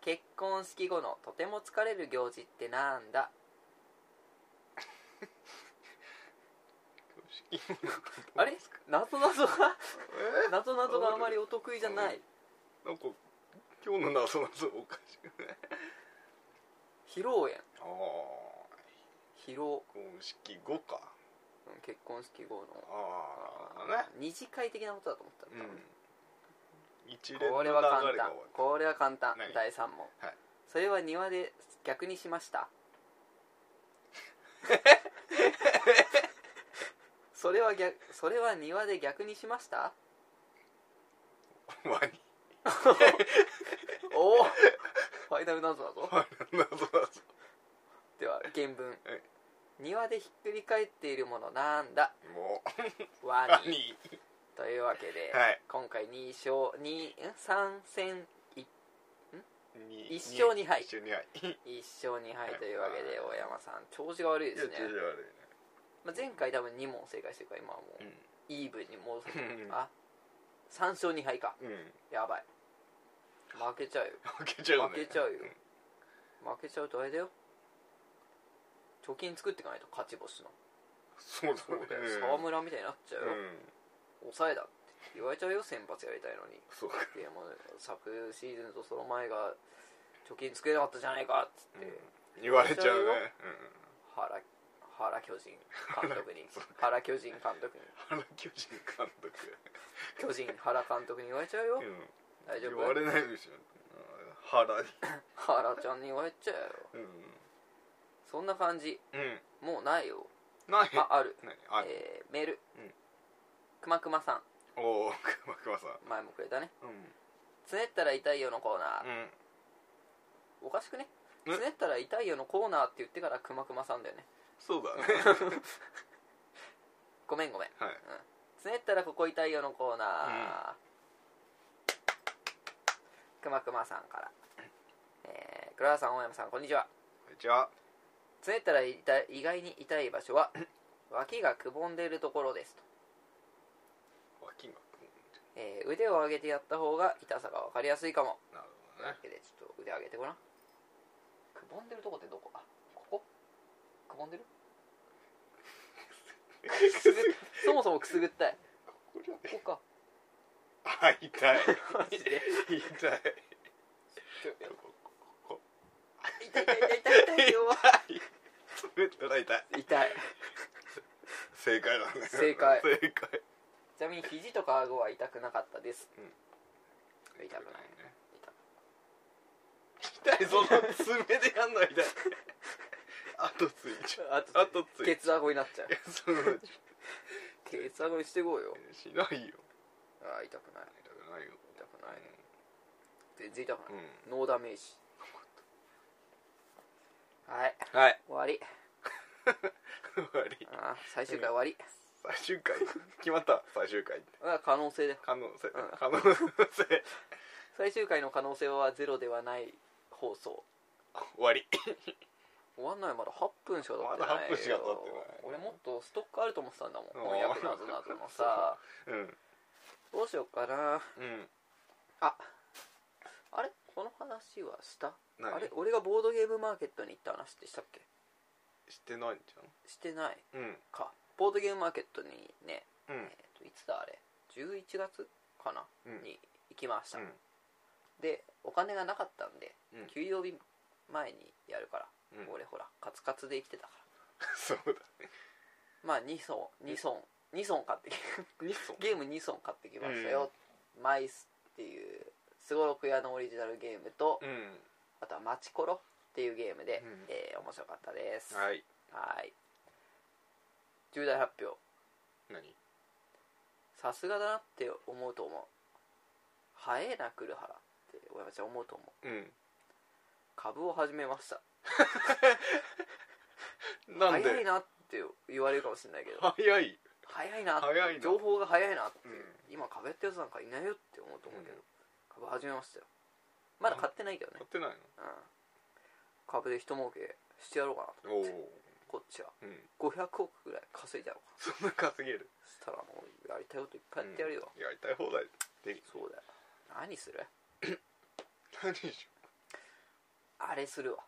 Speaker 1: 結婚式後のとても疲れる行事ってなんだ
Speaker 2: 結婚式の後
Speaker 1: あれ謎謎 が
Speaker 2: え
Speaker 1: 謎謎があまりお得意じゃない
Speaker 2: ーなんか今日の謎謎おかしくない
Speaker 1: 披露宴
Speaker 2: ああ
Speaker 1: 披露
Speaker 2: 結婚式後か
Speaker 1: うん結婚式後の
Speaker 2: ああね
Speaker 1: 二次会的なことだと思ったんだ、
Speaker 2: うん一連の
Speaker 1: こ
Speaker 2: 流
Speaker 1: れ
Speaker 2: れ
Speaker 1: は簡
Speaker 2: が終わ
Speaker 1: 単
Speaker 2: る
Speaker 1: これは簡単
Speaker 2: 何
Speaker 1: 第3問、
Speaker 2: はい
Speaker 1: それは庭で逆にしました それは逆それは庭で逆にしました
Speaker 2: ワニ
Speaker 1: おおファイナルナンバーだぞ
Speaker 2: ワニの謎謎
Speaker 1: では原文
Speaker 2: え
Speaker 1: 庭でひっくり返っているものなんだ
Speaker 2: もう
Speaker 1: ワ
Speaker 2: ワ
Speaker 1: ニ
Speaker 2: ニ
Speaker 1: というわけで、
Speaker 2: はい
Speaker 1: 今回2勝2ん3戦
Speaker 2: に
Speaker 1: 一勝二敗
Speaker 2: 一勝二敗
Speaker 1: 1勝2敗というわけで大山さん調子が悪い
Speaker 2: い
Speaker 1: です
Speaker 2: やち
Speaker 1: ね
Speaker 2: ょっと悪いね
Speaker 1: まあ、前回多分2問正解してるから今はもう、
Speaker 2: うん
Speaker 1: イーブンに戻す
Speaker 2: うん
Speaker 1: あ三3勝2敗か
Speaker 2: うん
Speaker 1: やばい負けちゃうよ
Speaker 2: 負けちゃうね
Speaker 1: 負けちゃうよ負けちゃうとあれだよ貯金作っていかないと勝ち星の
Speaker 2: そうだ
Speaker 1: そうだよ
Speaker 2: ね
Speaker 1: 沢村みたいになっちゃう
Speaker 2: う
Speaker 1: よ、
Speaker 2: ん
Speaker 1: 抑えだって言われちゃうよ先発やりたいのに
Speaker 2: そうか
Speaker 1: でも昨シーズンとその前が貯金作れなかったじゃないかっつって、
Speaker 2: うん言われちゃうねうん
Speaker 1: 原原巨人監督に
Speaker 2: そう
Speaker 1: 原巨人監督に
Speaker 2: 原巨人監督
Speaker 1: 巨人原監督に言われちゃうよ、
Speaker 2: うん
Speaker 1: 大丈夫
Speaker 2: 言われないでしょ腹に
Speaker 1: 原ちゃんに言われちゃうよ
Speaker 2: うん
Speaker 1: そんな感じ
Speaker 2: うん
Speaker 1: もうないよ
Speaker 2: 何
Speaker 1: あある、
Speaker 2: 何あ
Speaker 1: えーメール、
Speaker 2: うん
Speaker 1: くまくまさ
Speaker 2: おおくまくまさん
Speaker 1: ん前もくれたね
Speaker 2: うん
Speaker 1: 「つねったら痛いよ」のコーナー、
Speaker 2: うん
Speaker 1: おかしくね「
Speaker 2: うん
Speaker 1: つねったら痛いよ」のコーナーって言ってからくまくまさんだよね
Speaker 2: そうだね
Speaker 1: ごめんごめん
Speaker 2: はい
Speaker 1: 「つねったらここ痛いよ」のコーナー、くまくまさんから、えー、黒田さん大山さんこんにちは
Speaker 2: こんにちは
Speaker 1: つねったら痛い意外に痛い場所 は脇がくぼんでいるところですと
Speaker 2: 脇が
Speaker 1: えー腕を上げてやった方が痛さが分かりやすいかも
Speaker 2: なるほ
Speaker 1: という
Speaker 2: ど
Speaker 1: わ
Speaker 2: ね
Speaker 1: けでちょっと腕上げてごらんくぼんでるとこってどこあここくぼんでるくすぐ そもそもくすぐったい
Speaker 2: これは
Speaker 1: ここか
Speaker 2: あ痛い
Speaker 1: マジで
Speaker 2: 痛い
Speaker 1: ちょ
Speaker 2: こここ
Speaker 1: 痛い痛い痛い痛い痛い弱
Speaker 2: それたら 痛い
Speaker 1: い痛い
Speaker 2: 正解だね
Speaker 1: 正解
Speaker 2: 正解
Speaker 1: ちなみに肘とか顎は痛くなかったです痛くない
Speaker 2: ね
Speaker 1: 痛く
Speaker 2: 痛いその爪でやんのは痛い後ついちゃう
Speaker 1: あと
Speaker 2: 後ついちゃう
Speaker 1: ケツ顎になっちゃう
Speaker 2: いやそう
Speaker 1: ケツ顎にしていこうよ
Speaker 2: しないよ
Speaker 1: あー痛くない
Speaker 2: 痛くないよ
Speaker 1: 痛くない全然痛くない、
Speaker 2: う
Speaker 1: ノーダメージはい
Speaker 2: んはい
Speaker 1: 終わり
Speaker 2: 終わり
Speaker 1: あー最終回終わり、
Speaker 2: 最終回決まった最終回
Speaker 1: あ可能性だよ
Speaker 2: 可能性
Speaker 1: ん
Speaker 2: 可能性
Speaker 1: 最終回の可能性はゼロではない放送
Speaker 2: 終わり
Speaker 1: 終わんないまだ8分しか経って
Speaker 2: ま
Speaker 1: ないよ
Speaker 2: だ8分しか経ってない
Speaker 1: 俺もっとストックあると思ってたんだもん
Speaker 2: おー
Speaker 1: 翻訳などなどの さ
Speaker 2: うん
Speaker 1: どうしようかな
Speaker 2: うん
Speaker 1: ああれこの話はした
Speaker 2: 何
Speaker 1: あれ俺がボードゲームマーケットに行った話ってしたっけ
Speaker 2: してないんじ
Speaker 1: してない
Speaker 2: ゃんうん
Speaker 1: かボードゲームマーケットにね、
Speaker 2: うん
Speaker 1: えーといつだあれ11月かな、
Speaker 2: うん
Speaker 1: に行きました、
Speaker 2: うん
Speaker 1: でお金がなかったんで、
Speaker 2: うん
Speaker 1: 給料日前にやるから、
Speaker 2: うん
Speaker 1: 俺ほらカツカツで生きてたか
Speaker 2: そうだ
Speaker 1: らまあ2損2損2損買ってき
Speaker 2: ニソン
Speaker 1: ゲーム2損買ってきましたよ、マイスっていうすごろく屋のオリジナルゲームと、
Speaker 2: うん
Speaker 1: あとは「マチコロ」っていうゲームで、
Speaker 2: うん
Speaker 1: えー面白かったです
Speaker 2: はい
Speaker 1: はーい重大発表
Speaker 2: 何
Speaker 1: さすがだなって思うと思う早えな来る原って大山ちゃん思うと思う
Speaker 2: う
Speaker 1: 株を始めました
Speaker 2: んなんで
Speaker 1: 早いなって言われるかもしれないけど
Speaker 2: 早い
Speaker 1: 早いな
Speaker 2: 早いな
Speaker 1: 情報が早いなって、
Speaker 2: う
Speaker 1: 今株やってるやつなんかいないよって思うと思うけど
Speaker 2: う、
Speaker 1: 株始めましたよまだ買ってないけどね
Speaker 2: 買、ってな
Speaker 1: う
Speaker 2: い
Speaker 1: ん、株で一儲けしてやろうかなと
Speaker 2: のおお
Speaker 1: こっちは
Speaker 2: うん
Speaker 1: 500億ぐらい稼いだろうか
Speaker 2: そんな稼げる
Speaker 1: そしたらもうやりたいこといっぱいやってやるよ、
Speaker 2: うんやりたい放題で
Speaker 1: そうだよ何する
Speaker 2: 何でし
Speaker 1: あれするわ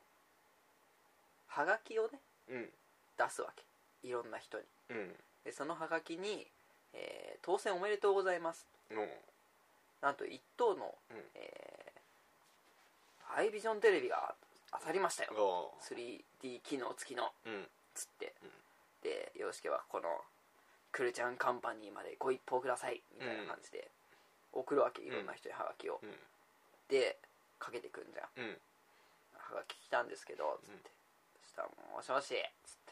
Speaker 1: はがきをね
Speaker 2: ょうん
Speaker 1: 出すわけいろんな人に
Speaker 2: うん
Speaker 1: でそのはがきに、えー当選おめでとうございます」
Speaker 2: の
Speaker 1: なんと一等の、
Speaker 2: うん
Speaker 1: えーアイビジョンテレビが当たりましたよ
Speaker 2: あ
Speaker 1: 3D 機能付きの
Speaker 2: ーうん
Speaker 1: つって、
Speaker 2: うん
Speaker 1: で洋介はこのクルちゃんカンパニーまでご一報くださいみたいな感じで送るわけいろんな人にはがきを、
Speaker 2: うん
Speaker 1: でかけてくんじゃん
Speaker 2: うん
Speaker 1: はがき来たんですけど」つって、
Speaker 2: うん
Speaker 1: そしたらもう「もしもし」つっ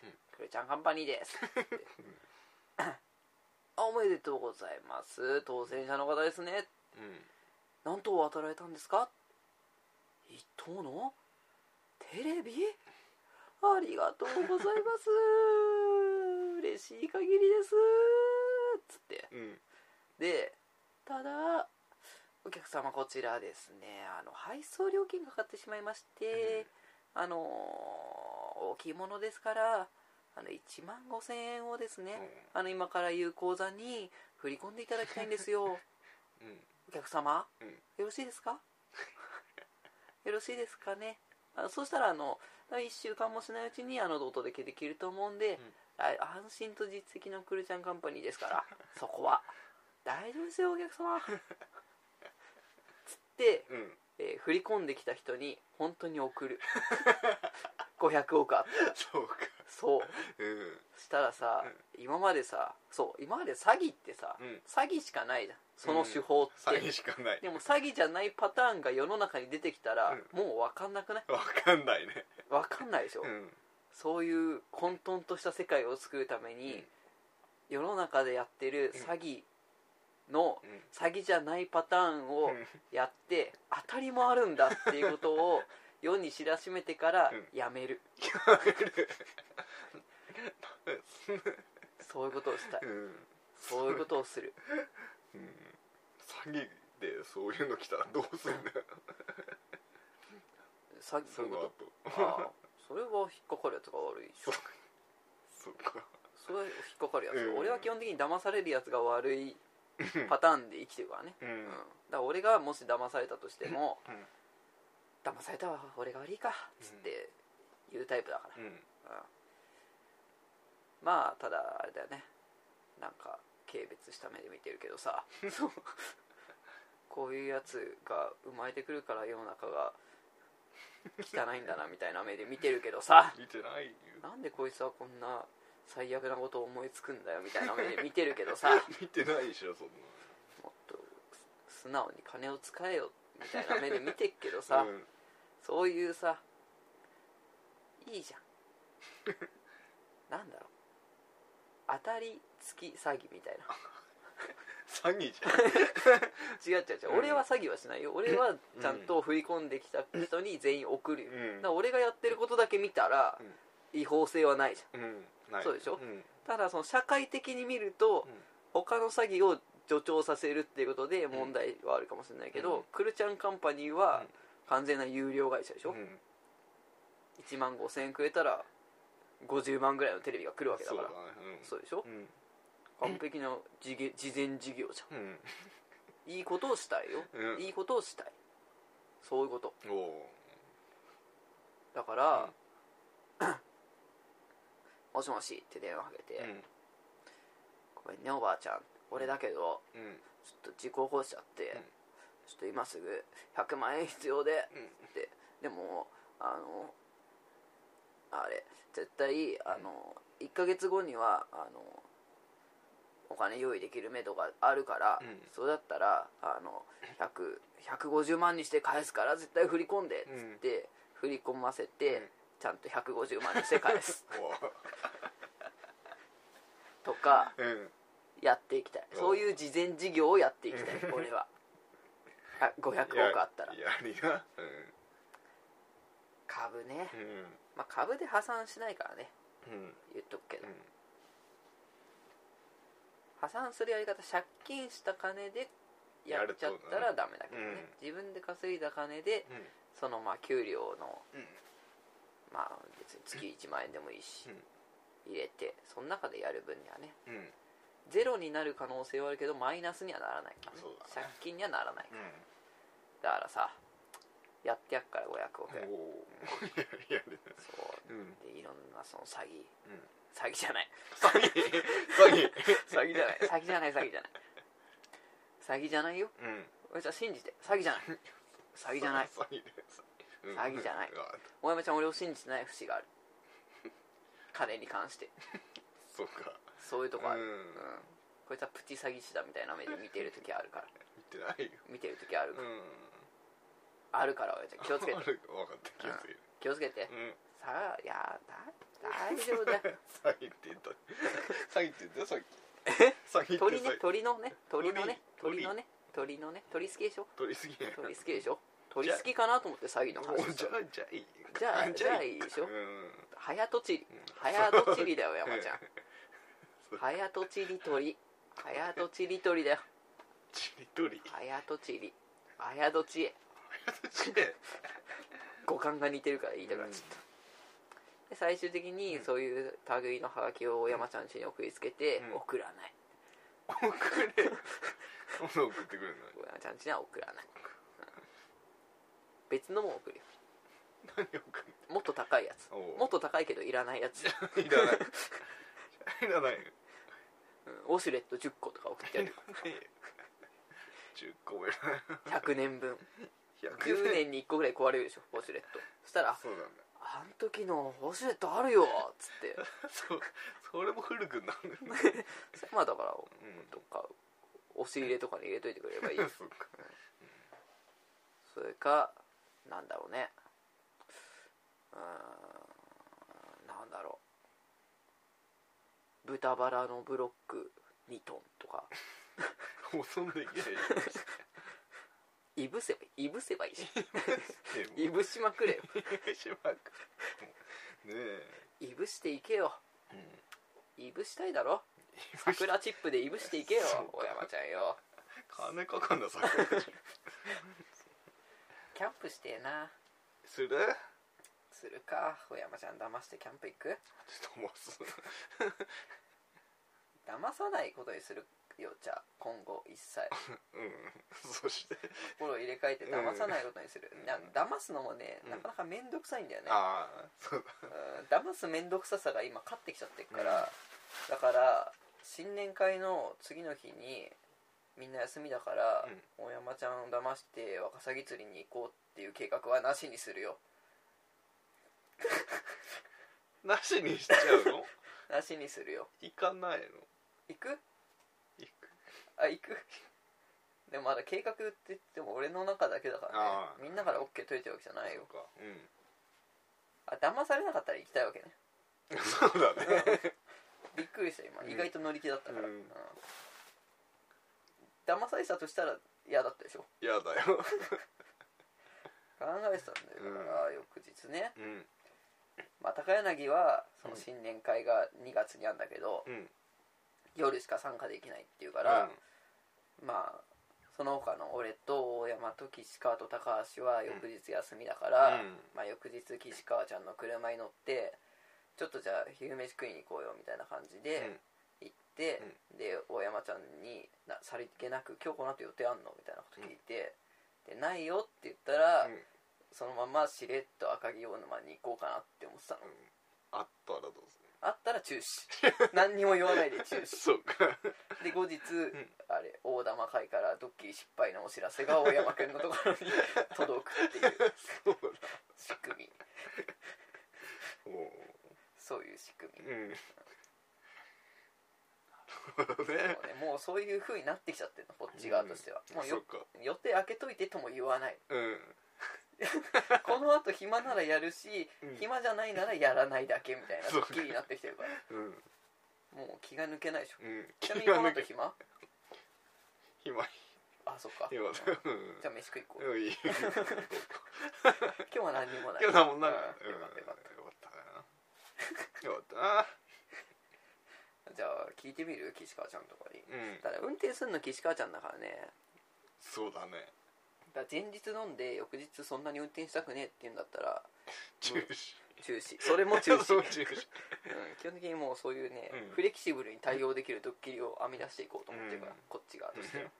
Speaker 1: て、
Speaker 2: うん
Speaker 1: クルちゃんカンパニーです」つって「あおめでとうございます当選者の方ですね
Speaker 2: うん
Speaker 1: 何等当たられたんですか?」「一等のテレビありがとうございます嬉しい限りです」つって
Speaker 2: うん
Speaker 1: でただお客様こちらですねあの配送料金がかかってしまいまして、あのー大きいものですからあの1万5000円をですね、あの今から言う口座に振り込んでいただきたいんですよ
Speaker 2: うん
Speaker 1: お客様、
Speaker 2: うん
Speaker 1: よろしいですか よろしいですかねあのそうしたらあの1週間もしないうちにあのお届けできると思うんで、あ安心と実績のクルちゃんカンパニーですから そこは大丈夫ですよお客様つって、
Speaker 2: うん
Speaker 1: えー振り込んできた人に本当に送る 500億あって
Speaker 2: そうか
Speaker 1: そう
Speaker 2: うん
Speaker 1: したらさ、今までさそう今まで詐欺ってさ、
Speaker 2: うん
Speaker 1: 詐欺しかないじゃんその手法って、
Speaker 2: 詐欺しかない
Speaker 1: でも詐欺じゃないパターンが世の中に出てきたら、もう分かんなくない
Speaker 2: わかんないね
Speaker 1: 分かんないでしょ、
Speaker 2: うん
Speaker 1: そういう混沌とした世界を作るために、
Speaker 2: うん
Speaker 1: 世の中でやってる詐欺の
Speaker 2: うん
Speaker 1: 詐欺じゃないパターンを
Speaker 2: うん
Speaker 1: やって当たりもあるんだっていうこと を世に知らしめてから
Speaker 2: う
Speaker 1: やめる、そういうことをしたい
Speaker 2: うん
Speaker 1: そういうことを する
Speaker 2: うん詐欺でそういうの来たらどうすんだよ
Speaker 1: 詐欺
Speaker 2: そ
Speaker 1: そういう
Speaker 2: の
Speaker 1: こ
Speaker 2: 後
Speaker 1: とああそれは引っかかるやつが悪いでしょ
Speaker 2: そうか
Speaker 1: それは引っかかるやつ、
Speaker 2: うん
Speaker 1: 俺は基本的に騙されるやつが悪いパターンで生きてるからね、
Speaker 2: う
Speaker 1: うんんだから俺がもし騙されたとしても
Speaker 2: うん
Speaker 1: 騙されたわ俺が悪いかつって言うタイプだから、
Speaker 2: うん
Speaker 1: うんまあただあれだよねなんか軽蔑した目で見てるけど さそうこういうやつが生まれてくるから世の中が汚いんだなみたいな目で見てるけどさ
Speaker 2: 見てないよ
Speaker 1: なんでこいつはこんな最悪なことを思いつくんだよみたいな目で見てるけどさ
Speaker 2: 見てないでしょそんな
Speaker 1: もっと素直に金を使えよみたいな目で見てっけどさ、
Speaker 2: うん
Speaker 1: そういうさいいじ ゃんなんだろう当たり付き詐欺みたいな
Speaker 2: 詐欺じ
Speaker 1: 違う違う違う、
Speaker 2: うん
Speaker 1: 俺は詐欺はしないよ俺はちゃんと振り込んできた人に全員送るよ、
Speaker 2: う
Speaker 1: だ
Speaker 2: ん
Speaker 1: から俺がやってることだけ見たら
Speaker 2: うん
Speaker 1: 違法性はないじ
Speaker 2: ゃんうんない
Speaker 1: そうでしょ
Speaker 2: ん
Speaker 1: ゃんただその社会的に見ると
Speaker 2: うん
Speaker 1: 他の詐欺を助長させるっていうことで問題はあるかもしれないけど、
Speaker 2: うん
Speaker 1: クルチャンカンパニー
Speaker 2: う
Speaker 1: は
Speaker 2: ん
Speaker 1: 完全な有料会社でしょ、
Speaker 2: うん
Speaker 1: 1万5000円くれたら50万ぐらいのテレビが来るわけだ
Speaker 2: そ
Speaker 1: か
Speaker 2: う
Speaker 1: ら
Speaker 2: だねうん
Speaker 1: そうでしょ
Speaker 2: うん
Speaker 1: 完璧な事業事前事業じ
Speaker 2: うん
Speaker 1: ゃんいいことをしたいよ、
Speaker 2: うん
Speaker 1: いいことをしたいそういうこと
Speaker 2: おお
Speaker 1: だから、 もしもしって電話かけて、
Speaker 2: うん
Speaker 1: ごめんねおばあちゃん俺だけど
Speaker 2: うん
Speaker 1: ちょっと事故起こしちゃって、
Speaker 2: うん
Speaker 1: ちょっと今すぐ100万円必要で
Speaker 2: うん
Speaker 1: ってでもあのあれ絶対あの1ヶ月後にはあのお金用意できる目とかあるから、
Speaker 2: うん
Speaker 1: そうだったらあの100 150万にして返すから絶対振り込んでっ
Speaker 2: う
Speaker 1: つ
Speaker 2: ん
Speaker 1: って、振り込ませて、
Speaker 2: うん
Speaker 1: ちゃんと150万にして返す
Speaker 2: お
Speaker 1: と
Speaker 2: お
Speaker 1: か
Speaker 2: うん
Speaker 1: やっていきたい
Speaker 2: うん
Speaker 1: そういう事前事業をやっていきたい
Speaker 2: うん
Speaker 1: 俺はあ500億あったら
Speaker 2: ややりな
Speaker 1: 株ね、
Speaker 2: うん
Speaker 1: まあ、株で破産しないからね
Speaker 2: うんうん
Speaker 1: 言っとくけど
Speaker 2: うん
Speaker 1: 破産するやり方借金した金でやっちゃったらダメだけどね
Speaker 2: やるって
Speaker 1: 自分で稼いだ金でそのまあ給料の
Speaker 2: うん
Speaker 1: まあ別に月1万円でもいいし
Speaker 2: うん
Speaker 1: 入れてその中でやる分にはね
Speaker 2: うんうん
Speaker 1: ゼロになる可能性はあるけどマイナスにはならないからね
Speaker 2: そうだね
Speaker 1: 借金にはならないか
Speaker 2: う
Speaker 1: ら
Speaker 2: ん
Speaker 1: だからさやってやっから500億円
Speaker 2: おおやる
Speaker 1: そう
Speaker 2: うん
Speaker 1: でいろんなその詐欺
Speaker 2: うん
Speaker 1: 詐欺じゃない
Speaker 2: 詐欺
Speaker 1: 詐
Speaker 2: 詐欺
Speaker 1: 欺じゃない詐欺じゃない詐欺じゃない詐欺じゃないよ
Speaker 2: うん
Speaker 1: おやちゃん信じて詐欺じゃない詐欺じゃない
Speaker 2: 詐欺でうん
Speaker 1: 詐欺じゃない
Speaker 2: あ
Speaker 1: おやちゃん俺を信じてない節がある金に関して
Speaker 2: そうか
Speaker 1: そういうとこある、
Speaker 2: うん
Speaker 1: うんこいつはプチ詐欺師だみたいな目で見てる時あるから
Speaker 2: 見てないよ
Speaker 1: 見てる時ある、
Speaker 2: うん
Speaker 1: あるからおやちゃん気をつけて
Speaker 2: 分かった気をつけて
Speaker 1: 気をつけて、
Speaker 2: うん
Speaker 1: さあいやだ大丈夫 だよ
Speaker 2: 詐欺って言った詐欺って言ったさっき詐欺って
Speaker 1: 鳥ね
Speaker 2: さっき
Speaker 1: 鳥のね鳥のね
Speaker 2: 鳥
Speaker 1: 鳥のね鳥のね鳥好きでしょ
Speaker 2: 取りすぎや
Speaker 1: 鳥好きでしょ鳥好きかなと思って詐欺の
Speaker 2: お
Speaker 1: 話
Speaker 2: じゃあじゃあいい
Speaker 1: じゃあじゃあいいでしょ
Speaker 2: うん
Speaker 1: 早とちり早とちりだよ山ちゃん
Speaker 2: そう
Speaker 1: 早とちり鳥早とちり鳥だよ
Speaker 2: ちりとり
Speaker 1: 早とちり早とちえ五感が似てるから言いたくなっちゃった、で最終的にそういう類のハガキを山ちゃん家に送りつけて、
Speaker 2: うん
Speaker 1: 送らない
Speaker 2: 送れ送ってくる
Speaker 1: 山ちゃん家には送らない、うん別のも送るよ
Speaker 2: の何送る
Speaker 1: もっと高いやつ
Speaker 2: おう
Speaker 1: もっと高いけどいらないや つ、
Speaker 2: いらないいらない
Speaker 1: うんウォシュレット10個とか送ってや る
Speaker 2: 10個目
Speaker 1: 100年分
Speaker 2: 100
Speaker 1: 10年に1個ぐらい壊れるでしょウォシュレットそしたら
Speaker 2: そうなんだ
Speaker 1: 「あん時のウォシュレットあるよ」っつって
Speaker 2: そうそれも古くなる
Speaker 1: それまあだから
Speaker 2: うん
Speaker 1: どっか押し入れとかに入れといてくれれば いい
Speaker 2: そっか
Speaker 1: それかなんだろうねうーんなんだろう豚バラのブロック2トンとか
Speaker 2: そんできない
Speaker 1: いぶせばいいいぶせばいいし
Speaker 2: い
Speaker 1: いぶしまくれよ
Speaker 2: しまくね
Speaker 1: いぶしていけよ
Speaker 2: え
Speaker 1: いぶしたいだろ桜チップでいぶしていけよ小山ちゃんよ
Speaker 2: 金かかんだ桜
Speaker 1: キャンプしてえな
Speaker 2: する
Speaker 1: するか小山ちゃん騙してキャンプ行く
Speaker 2: ちょっともうす
Speaker 1: 騙さないことにするよじゃあ今後一切
Speaker 2: うんそして
Speaker 1: 心を入れ替えて騙さないことにする、
Speaker 2: うん
Speaker 1: な騙すのもね
Speaker 2: うん
Speaker 1: なかなか面倒くさいんだよね、
Speaker 2: ああそうだ
Speaker 1: うん騙す面倒くささが今勝ってきちゃってるから、だから新年会の次の日にみんな休みだから、大山ちゃんを騙してワカサギ釣りに行こうっていう計画はなしにするよ
Speaker 2: なしにしちゃ うの
Speaker 1: なしにするよ
Speaker 2: 行かないの
Speaker 1: 行く
Speaker 2: 行く
Speaker 1: あ行く でもまだ計画って言っても俺の中だけだから
Speaker 2: あー
Speaker 1: ねみんなから OK 取れてるわけじゃないよ
Speaker 2: そうかうん
Speaker 1: あ騙されなかったら行きたいわけね
Speaker 2: そうだ ね
Speaker 1: びっくりした今
Speaker 2: うん
Speaker 1: 意外と乗り気だったから、
Speaker 2: うん
Speaker 1: うん騙されたとしたら嫌だったでしょ
Speaker 2: やだよ
Speaker 1: 考えてたんだよだから、翌日ね、
Speaker 2: うん
Speaker 1: まあ、高柳はその
Speaker 2: うん
Speaker 1: 新年会が2月にあるんだけど、
Speaker 2: うん
Speaker 1: 夜しか参加できないっていうか、
Speaker 2: から
Speaker 1: まあその他の俺と大山と岸川と高橋は翌日休みだから、
Speaker 2: うん
Speaker 1: まあ、翌日岸川ちゃんの車に乗ってちょっとじゃあ昼飯食いに行こうよみたいな感じで、行って、で大山ちゃんになさりげなく「今日この後予定あんの?」みたいなこと聞いて「でないよ」って言ったら、
Speaker 2: うん
Speaker 1: そのまましれっと赤城大沼に行こうかなって思ってたの、
Speaker 2: あったらどうす
Speaker 1: あったら中止 何にも言わないで中
Speaker 2: る
Speaker 1: 止
Speaker 2: そうか
Speaker 1: で後日、
Speaker 2: ん
Speaker 1: あれ大玉会からドッキリ失敗のお知らせが大山くんのところに 届くっていう
Speaker 2: そうだ
Speaker 1: 仕組み
Speaker 2: お
Speaker 1: そういう仕組み、
Speaker 2: ううんなるほど ね
Speaker 1: もうねもうそういう風になってきちゃってるのこっち側としては、もう
Speaker 2: そ
Speaker 1: よ
Speaker 2: っか
Speaker 1: 予定開けといてとも言わない
Speaker 2: うん
Speaker 1: このあと暇ならやるし、
Speaker 2: うん
Speaker 1: 暇じゃないならやらないだけみたいな
Speaker 2: そう
Speaker 1: ドッキリになってきてるから
Speaker 2: うん
Speaker 1: もう気が抜けない でしょ
Speaker 2: うん
Speaker 1: ちなみにこの後
Speaker 2: け
Speaker 1: 暇
Speaker 2: 暇
Speaker 1: あそっかじゃ
Speaker 2: 暇だうん
Speaker 1: あ飯食い行こう
Speaker 2: うん いい
Speaker 1: 今日は何にもない
Speaker 2: 今日なんもなかっ
Speaker 1: うんよかったよかっ
Speaker 2: うんよかったな
Speaker 1: たじゃあ聞いてみる岸川ちゃんとかに
Speaker 2: うん
Speaker 1: ただ運転するの岸川ちゃんだからね
Speaker 2: そうだね
Speaker 1: だから前日飲んで翌日そんなに運転したくねえって言うんだったら
Speaker 2: 中止
Speaker 1: 中止それも中止、、
Speaker 2: そううん中止
Speaker 1: 基本的にもうそういうね、
Speaker 2: うん
Speaker 1: フレキシブルに対応できるドッキリを編み出していこうと思ってるから、
Speaker 2: うん
Speaker 1: こっち側としては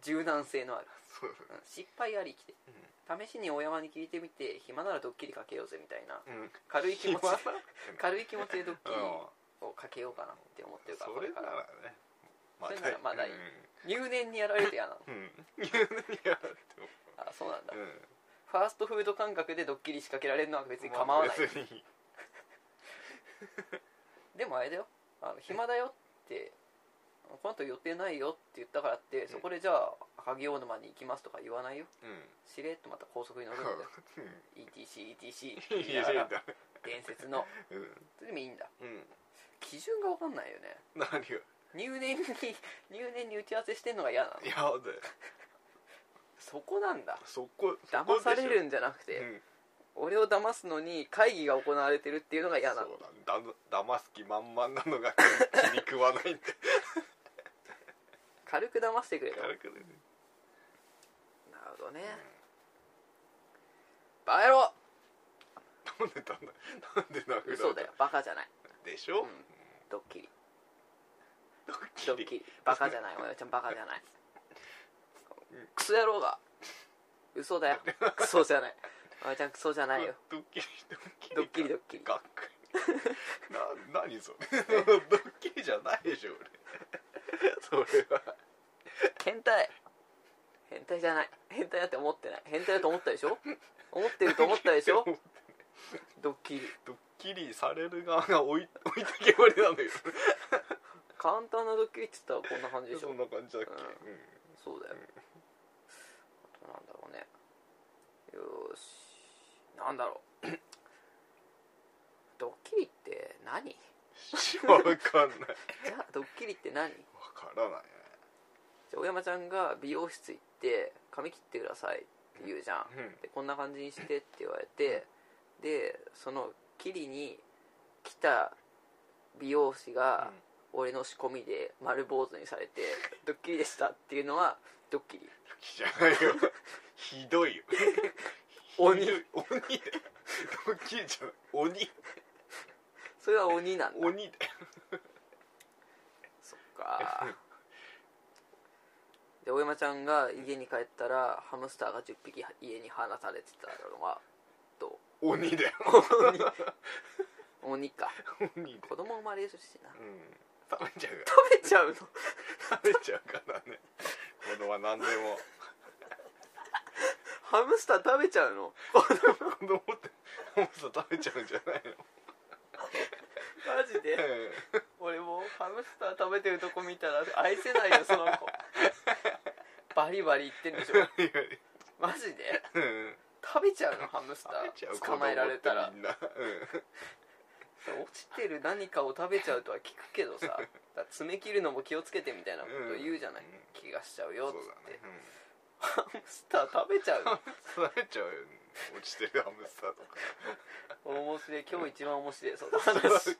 Speaker 1: 柔軟性のある、
Speaker 2: そう
Speaker 1: うん失敗ありきで
Speaker 2: だね
Speaker 1: 試しに大山に聞いてみて暇ならドッキリかけようぜみたいな
Speaker 2: うん
Speaker 1: 軽い気持ち
Speaker 2: 暇だ
Speaker 1: 軽い気持ちでドッキリ
Speaker 2: う
Speaker 1: をかけようかなって思って
Speaker 2: ん
Speaker 1: るから
Speaker 2: それな
Speaker 1: こ
Speaker 2: ら
Speaker 1: れから
Speaker 2: ね
Speaker 1: それならまだいい
Speaker 2: うん
Speaker 1: 入念にやられてやなの
Speaker 2: うん言うのにやられても
Speaker 1: あそうなんだ、
Speaker 2: うん
Speaker 1: ファーストフード感覚でドッキリ仕掛けられるのは別に構わない、
Speaker 2: 別に
Speaker 1: でもあれだよあの暇だよってこの後予定ないよって言ったからってそこでじゃあ赤城大沼に行きますとか言わないよ
Speaker 2: うん
Speaker 1: しれっとまた高速に乗るんだよ ETCETC
Speaker 2: いやいやだね
Speaker 1: 伝説の
Speaker 2: うん
Speaker 1: それでもいいんだ
Speaker 2: うん
Speaker 1: 基準が分かんないよね
Speaker 2: 何が嫌
Speaker 1: 入念に 入念に打ち合わせしてんのが嫌なの
Speaker 2: だよ
Speaker 1: そこなんだ
Speaker 2: そこ
Speaker 1: 騙
Speaker 2: そこでしょ
Speaker 1: されるんじゃなくて、
Speaker 2: うん
Speaker 1: 俺を騙すのに会議が行われてるっていうのが嫌なの
Speaker 2: そうだだ騙す気満々なのが気に食わないんだ
Speaker 1: 軽く騙してくれよな
Speaker 2: 軽くね
Speaker 1: るほどね、バカ野郎
Speaker 2: なんでだんだなんで殴られた
Speaker 1: 嘘だよバカじゃない
Speaker 2: でしょ、
Speaker 1: うんドッキリ
Speaker 2: ドッキ
Speaker 1: ド
Speaker 2: リ
Speaker 1: ッキリバカじゃないおやちゃんバカじゃない
Speaker 2: うん
Speaker 1: クソ野郎が嘘だよクソじゃないおやちゃんクソじゃないよ
Speaker 2: ドッキリ
Speaker 1: ドッキリドッキリ
Speaker 2: かっこいいな何それ ドッキリじゃないでしょ俺それは
Speaker 1: 変態変態じゃない変態だって思ってない変態だと思ったでしょ思ってると思ったでしょドッキリ
Speaker 2: ドッキリされる側が置い置いてけぼりなんだけど
Speaker 1: 簡単なドッキリって言ったらこんな感じでしょ
Speaker 2: そんな感じだっけ、
Speaker 1: う
Speaker 2: うん
Speaker 1: そうだよあとなんだろうねよーしなんだろうドッキリって何
Speaker 2: わかんないわ
Speaker 1: じゃあドッキリって何
Speaker 2: からないね
Speaker 1: じゃあ大山ちゃんが美容室行って髪切ってくださいって言うじゃん、
Speaker 2: うん
Speaker 1: でこんな感じにしてって言われてでその切りに来た美容師が俺の仕込みで丸坊主にされてドッキリでしたっていうのはドッキリ
Speaker 2: ドッキリじゃないよひどいよ
Speaker 1: 鬼
Speaker 2: 鬼だよドッキリじゃない鬼
Speaker 1: それは鬼なんだ
Speaker 2: 鬼だよ
Speaker 1: そっかで大山ちゃんが家に帰ったらハムスターが10匹家に放たれてたのがど
Speaker 2: 鬼だよ
Speaker 1: う 鬼か
Speaker 2: 鬼だよ
Speaker 1: 子供生まれるしな
Speaker 2: うん食べちゃうよ
Speaker 1: 食べちゃうの
Speaker 2: 食べちゃうからね子供は何でも
Speaker 1: ハムスター食べちゃうの
Speaker 2: 子供ってもうさ食べちゃうんじゃないの
Speaker 1: マジで俺もうハムスター食べてるとこ見たら愛せないよその 子バリバリ言ってんでしょ
Speaker 2: うんいやい
Speaker 1: マジで
Speaker 2: やうん
Speaker 1: 食べちゃうのハムスタ
Speaker 2: 食べちゃう
Speaker 1: ー捕まえられたら
Speaker 2: 子供ってみんなうん
Speaker 1: 落ちてる何かを食べちゃうとは聞くけど さだから爪切るのも気をつけてみたいなこと言うじゃない、
Speaker 2: うん
Speaker 1: 気がしちゃう
Speaker 2: そ
Speaker 1: よっ
Speaker 2: う
Speaker 1: つっ
Speaker 2: だね
Speaker 1: て、ハムスター食べちゃう の
Speaker 2: うん、食べちゃうよ落ちてるハムスターとか
Speaker 1: 面白い今日一番 面白いその話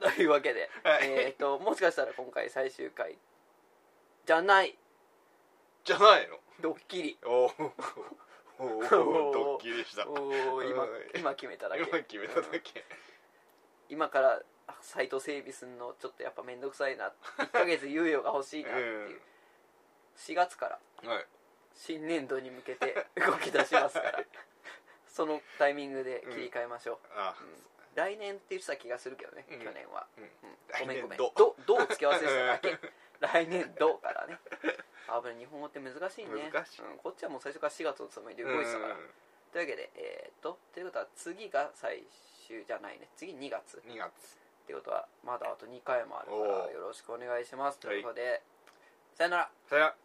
Speaker 1: というわけで、
Speaker 2: はい
Speaker 1: えっ、ともしかしたら今回最終回じゃない
Speaker 2: じゃないの
Speaker 1: ドッキリ
Speaker 2: おおおおドッキリした
Speaker 1: おお今
Speaker 2: うん
Speaker 1: 今決めただけ
Speaker 2: 今決めただ
Speaker 1: うん
Speaker 2: け
Speaker 1: 今からサイト整備するのちょっとやっぱ面倒くさいな1ヶ月猶予が欲しいなっていう、4月から
Speaker 2: うんはい
Speaker 1: 新年度に向けて 動き出しますから そのタイミングで切り替えましょ
Speaker 2: あ
Speaker 1: う、うん来年って言ってた気がするけどね、
Speaker 2: うん
Speaker 1: 去年は、
Speaker 2: うん
Speaker 1: うんごめんごめん
Speaker 2: 来年度
Speaker 1: どどう付け合わせしただけ来年度からね あぶね日本語って難しいね
Speaker 2: 難しい
Speaker 1: うん、こっちはもう最初から4月のつもりで動いてたから、
Speaker 2: うん
Speaker 1: というわけでえー、っとということは次が最終じゃないね次2月
Speaker 2: 2月
Speaker 1: ってことはまだあと2回もあるから
Speaker 2: おー
Speaker 1: よろしくお願いしますと
Speaker 2: はい
Speaker 1: いうことで、さよなら
Speaker 2: さよなら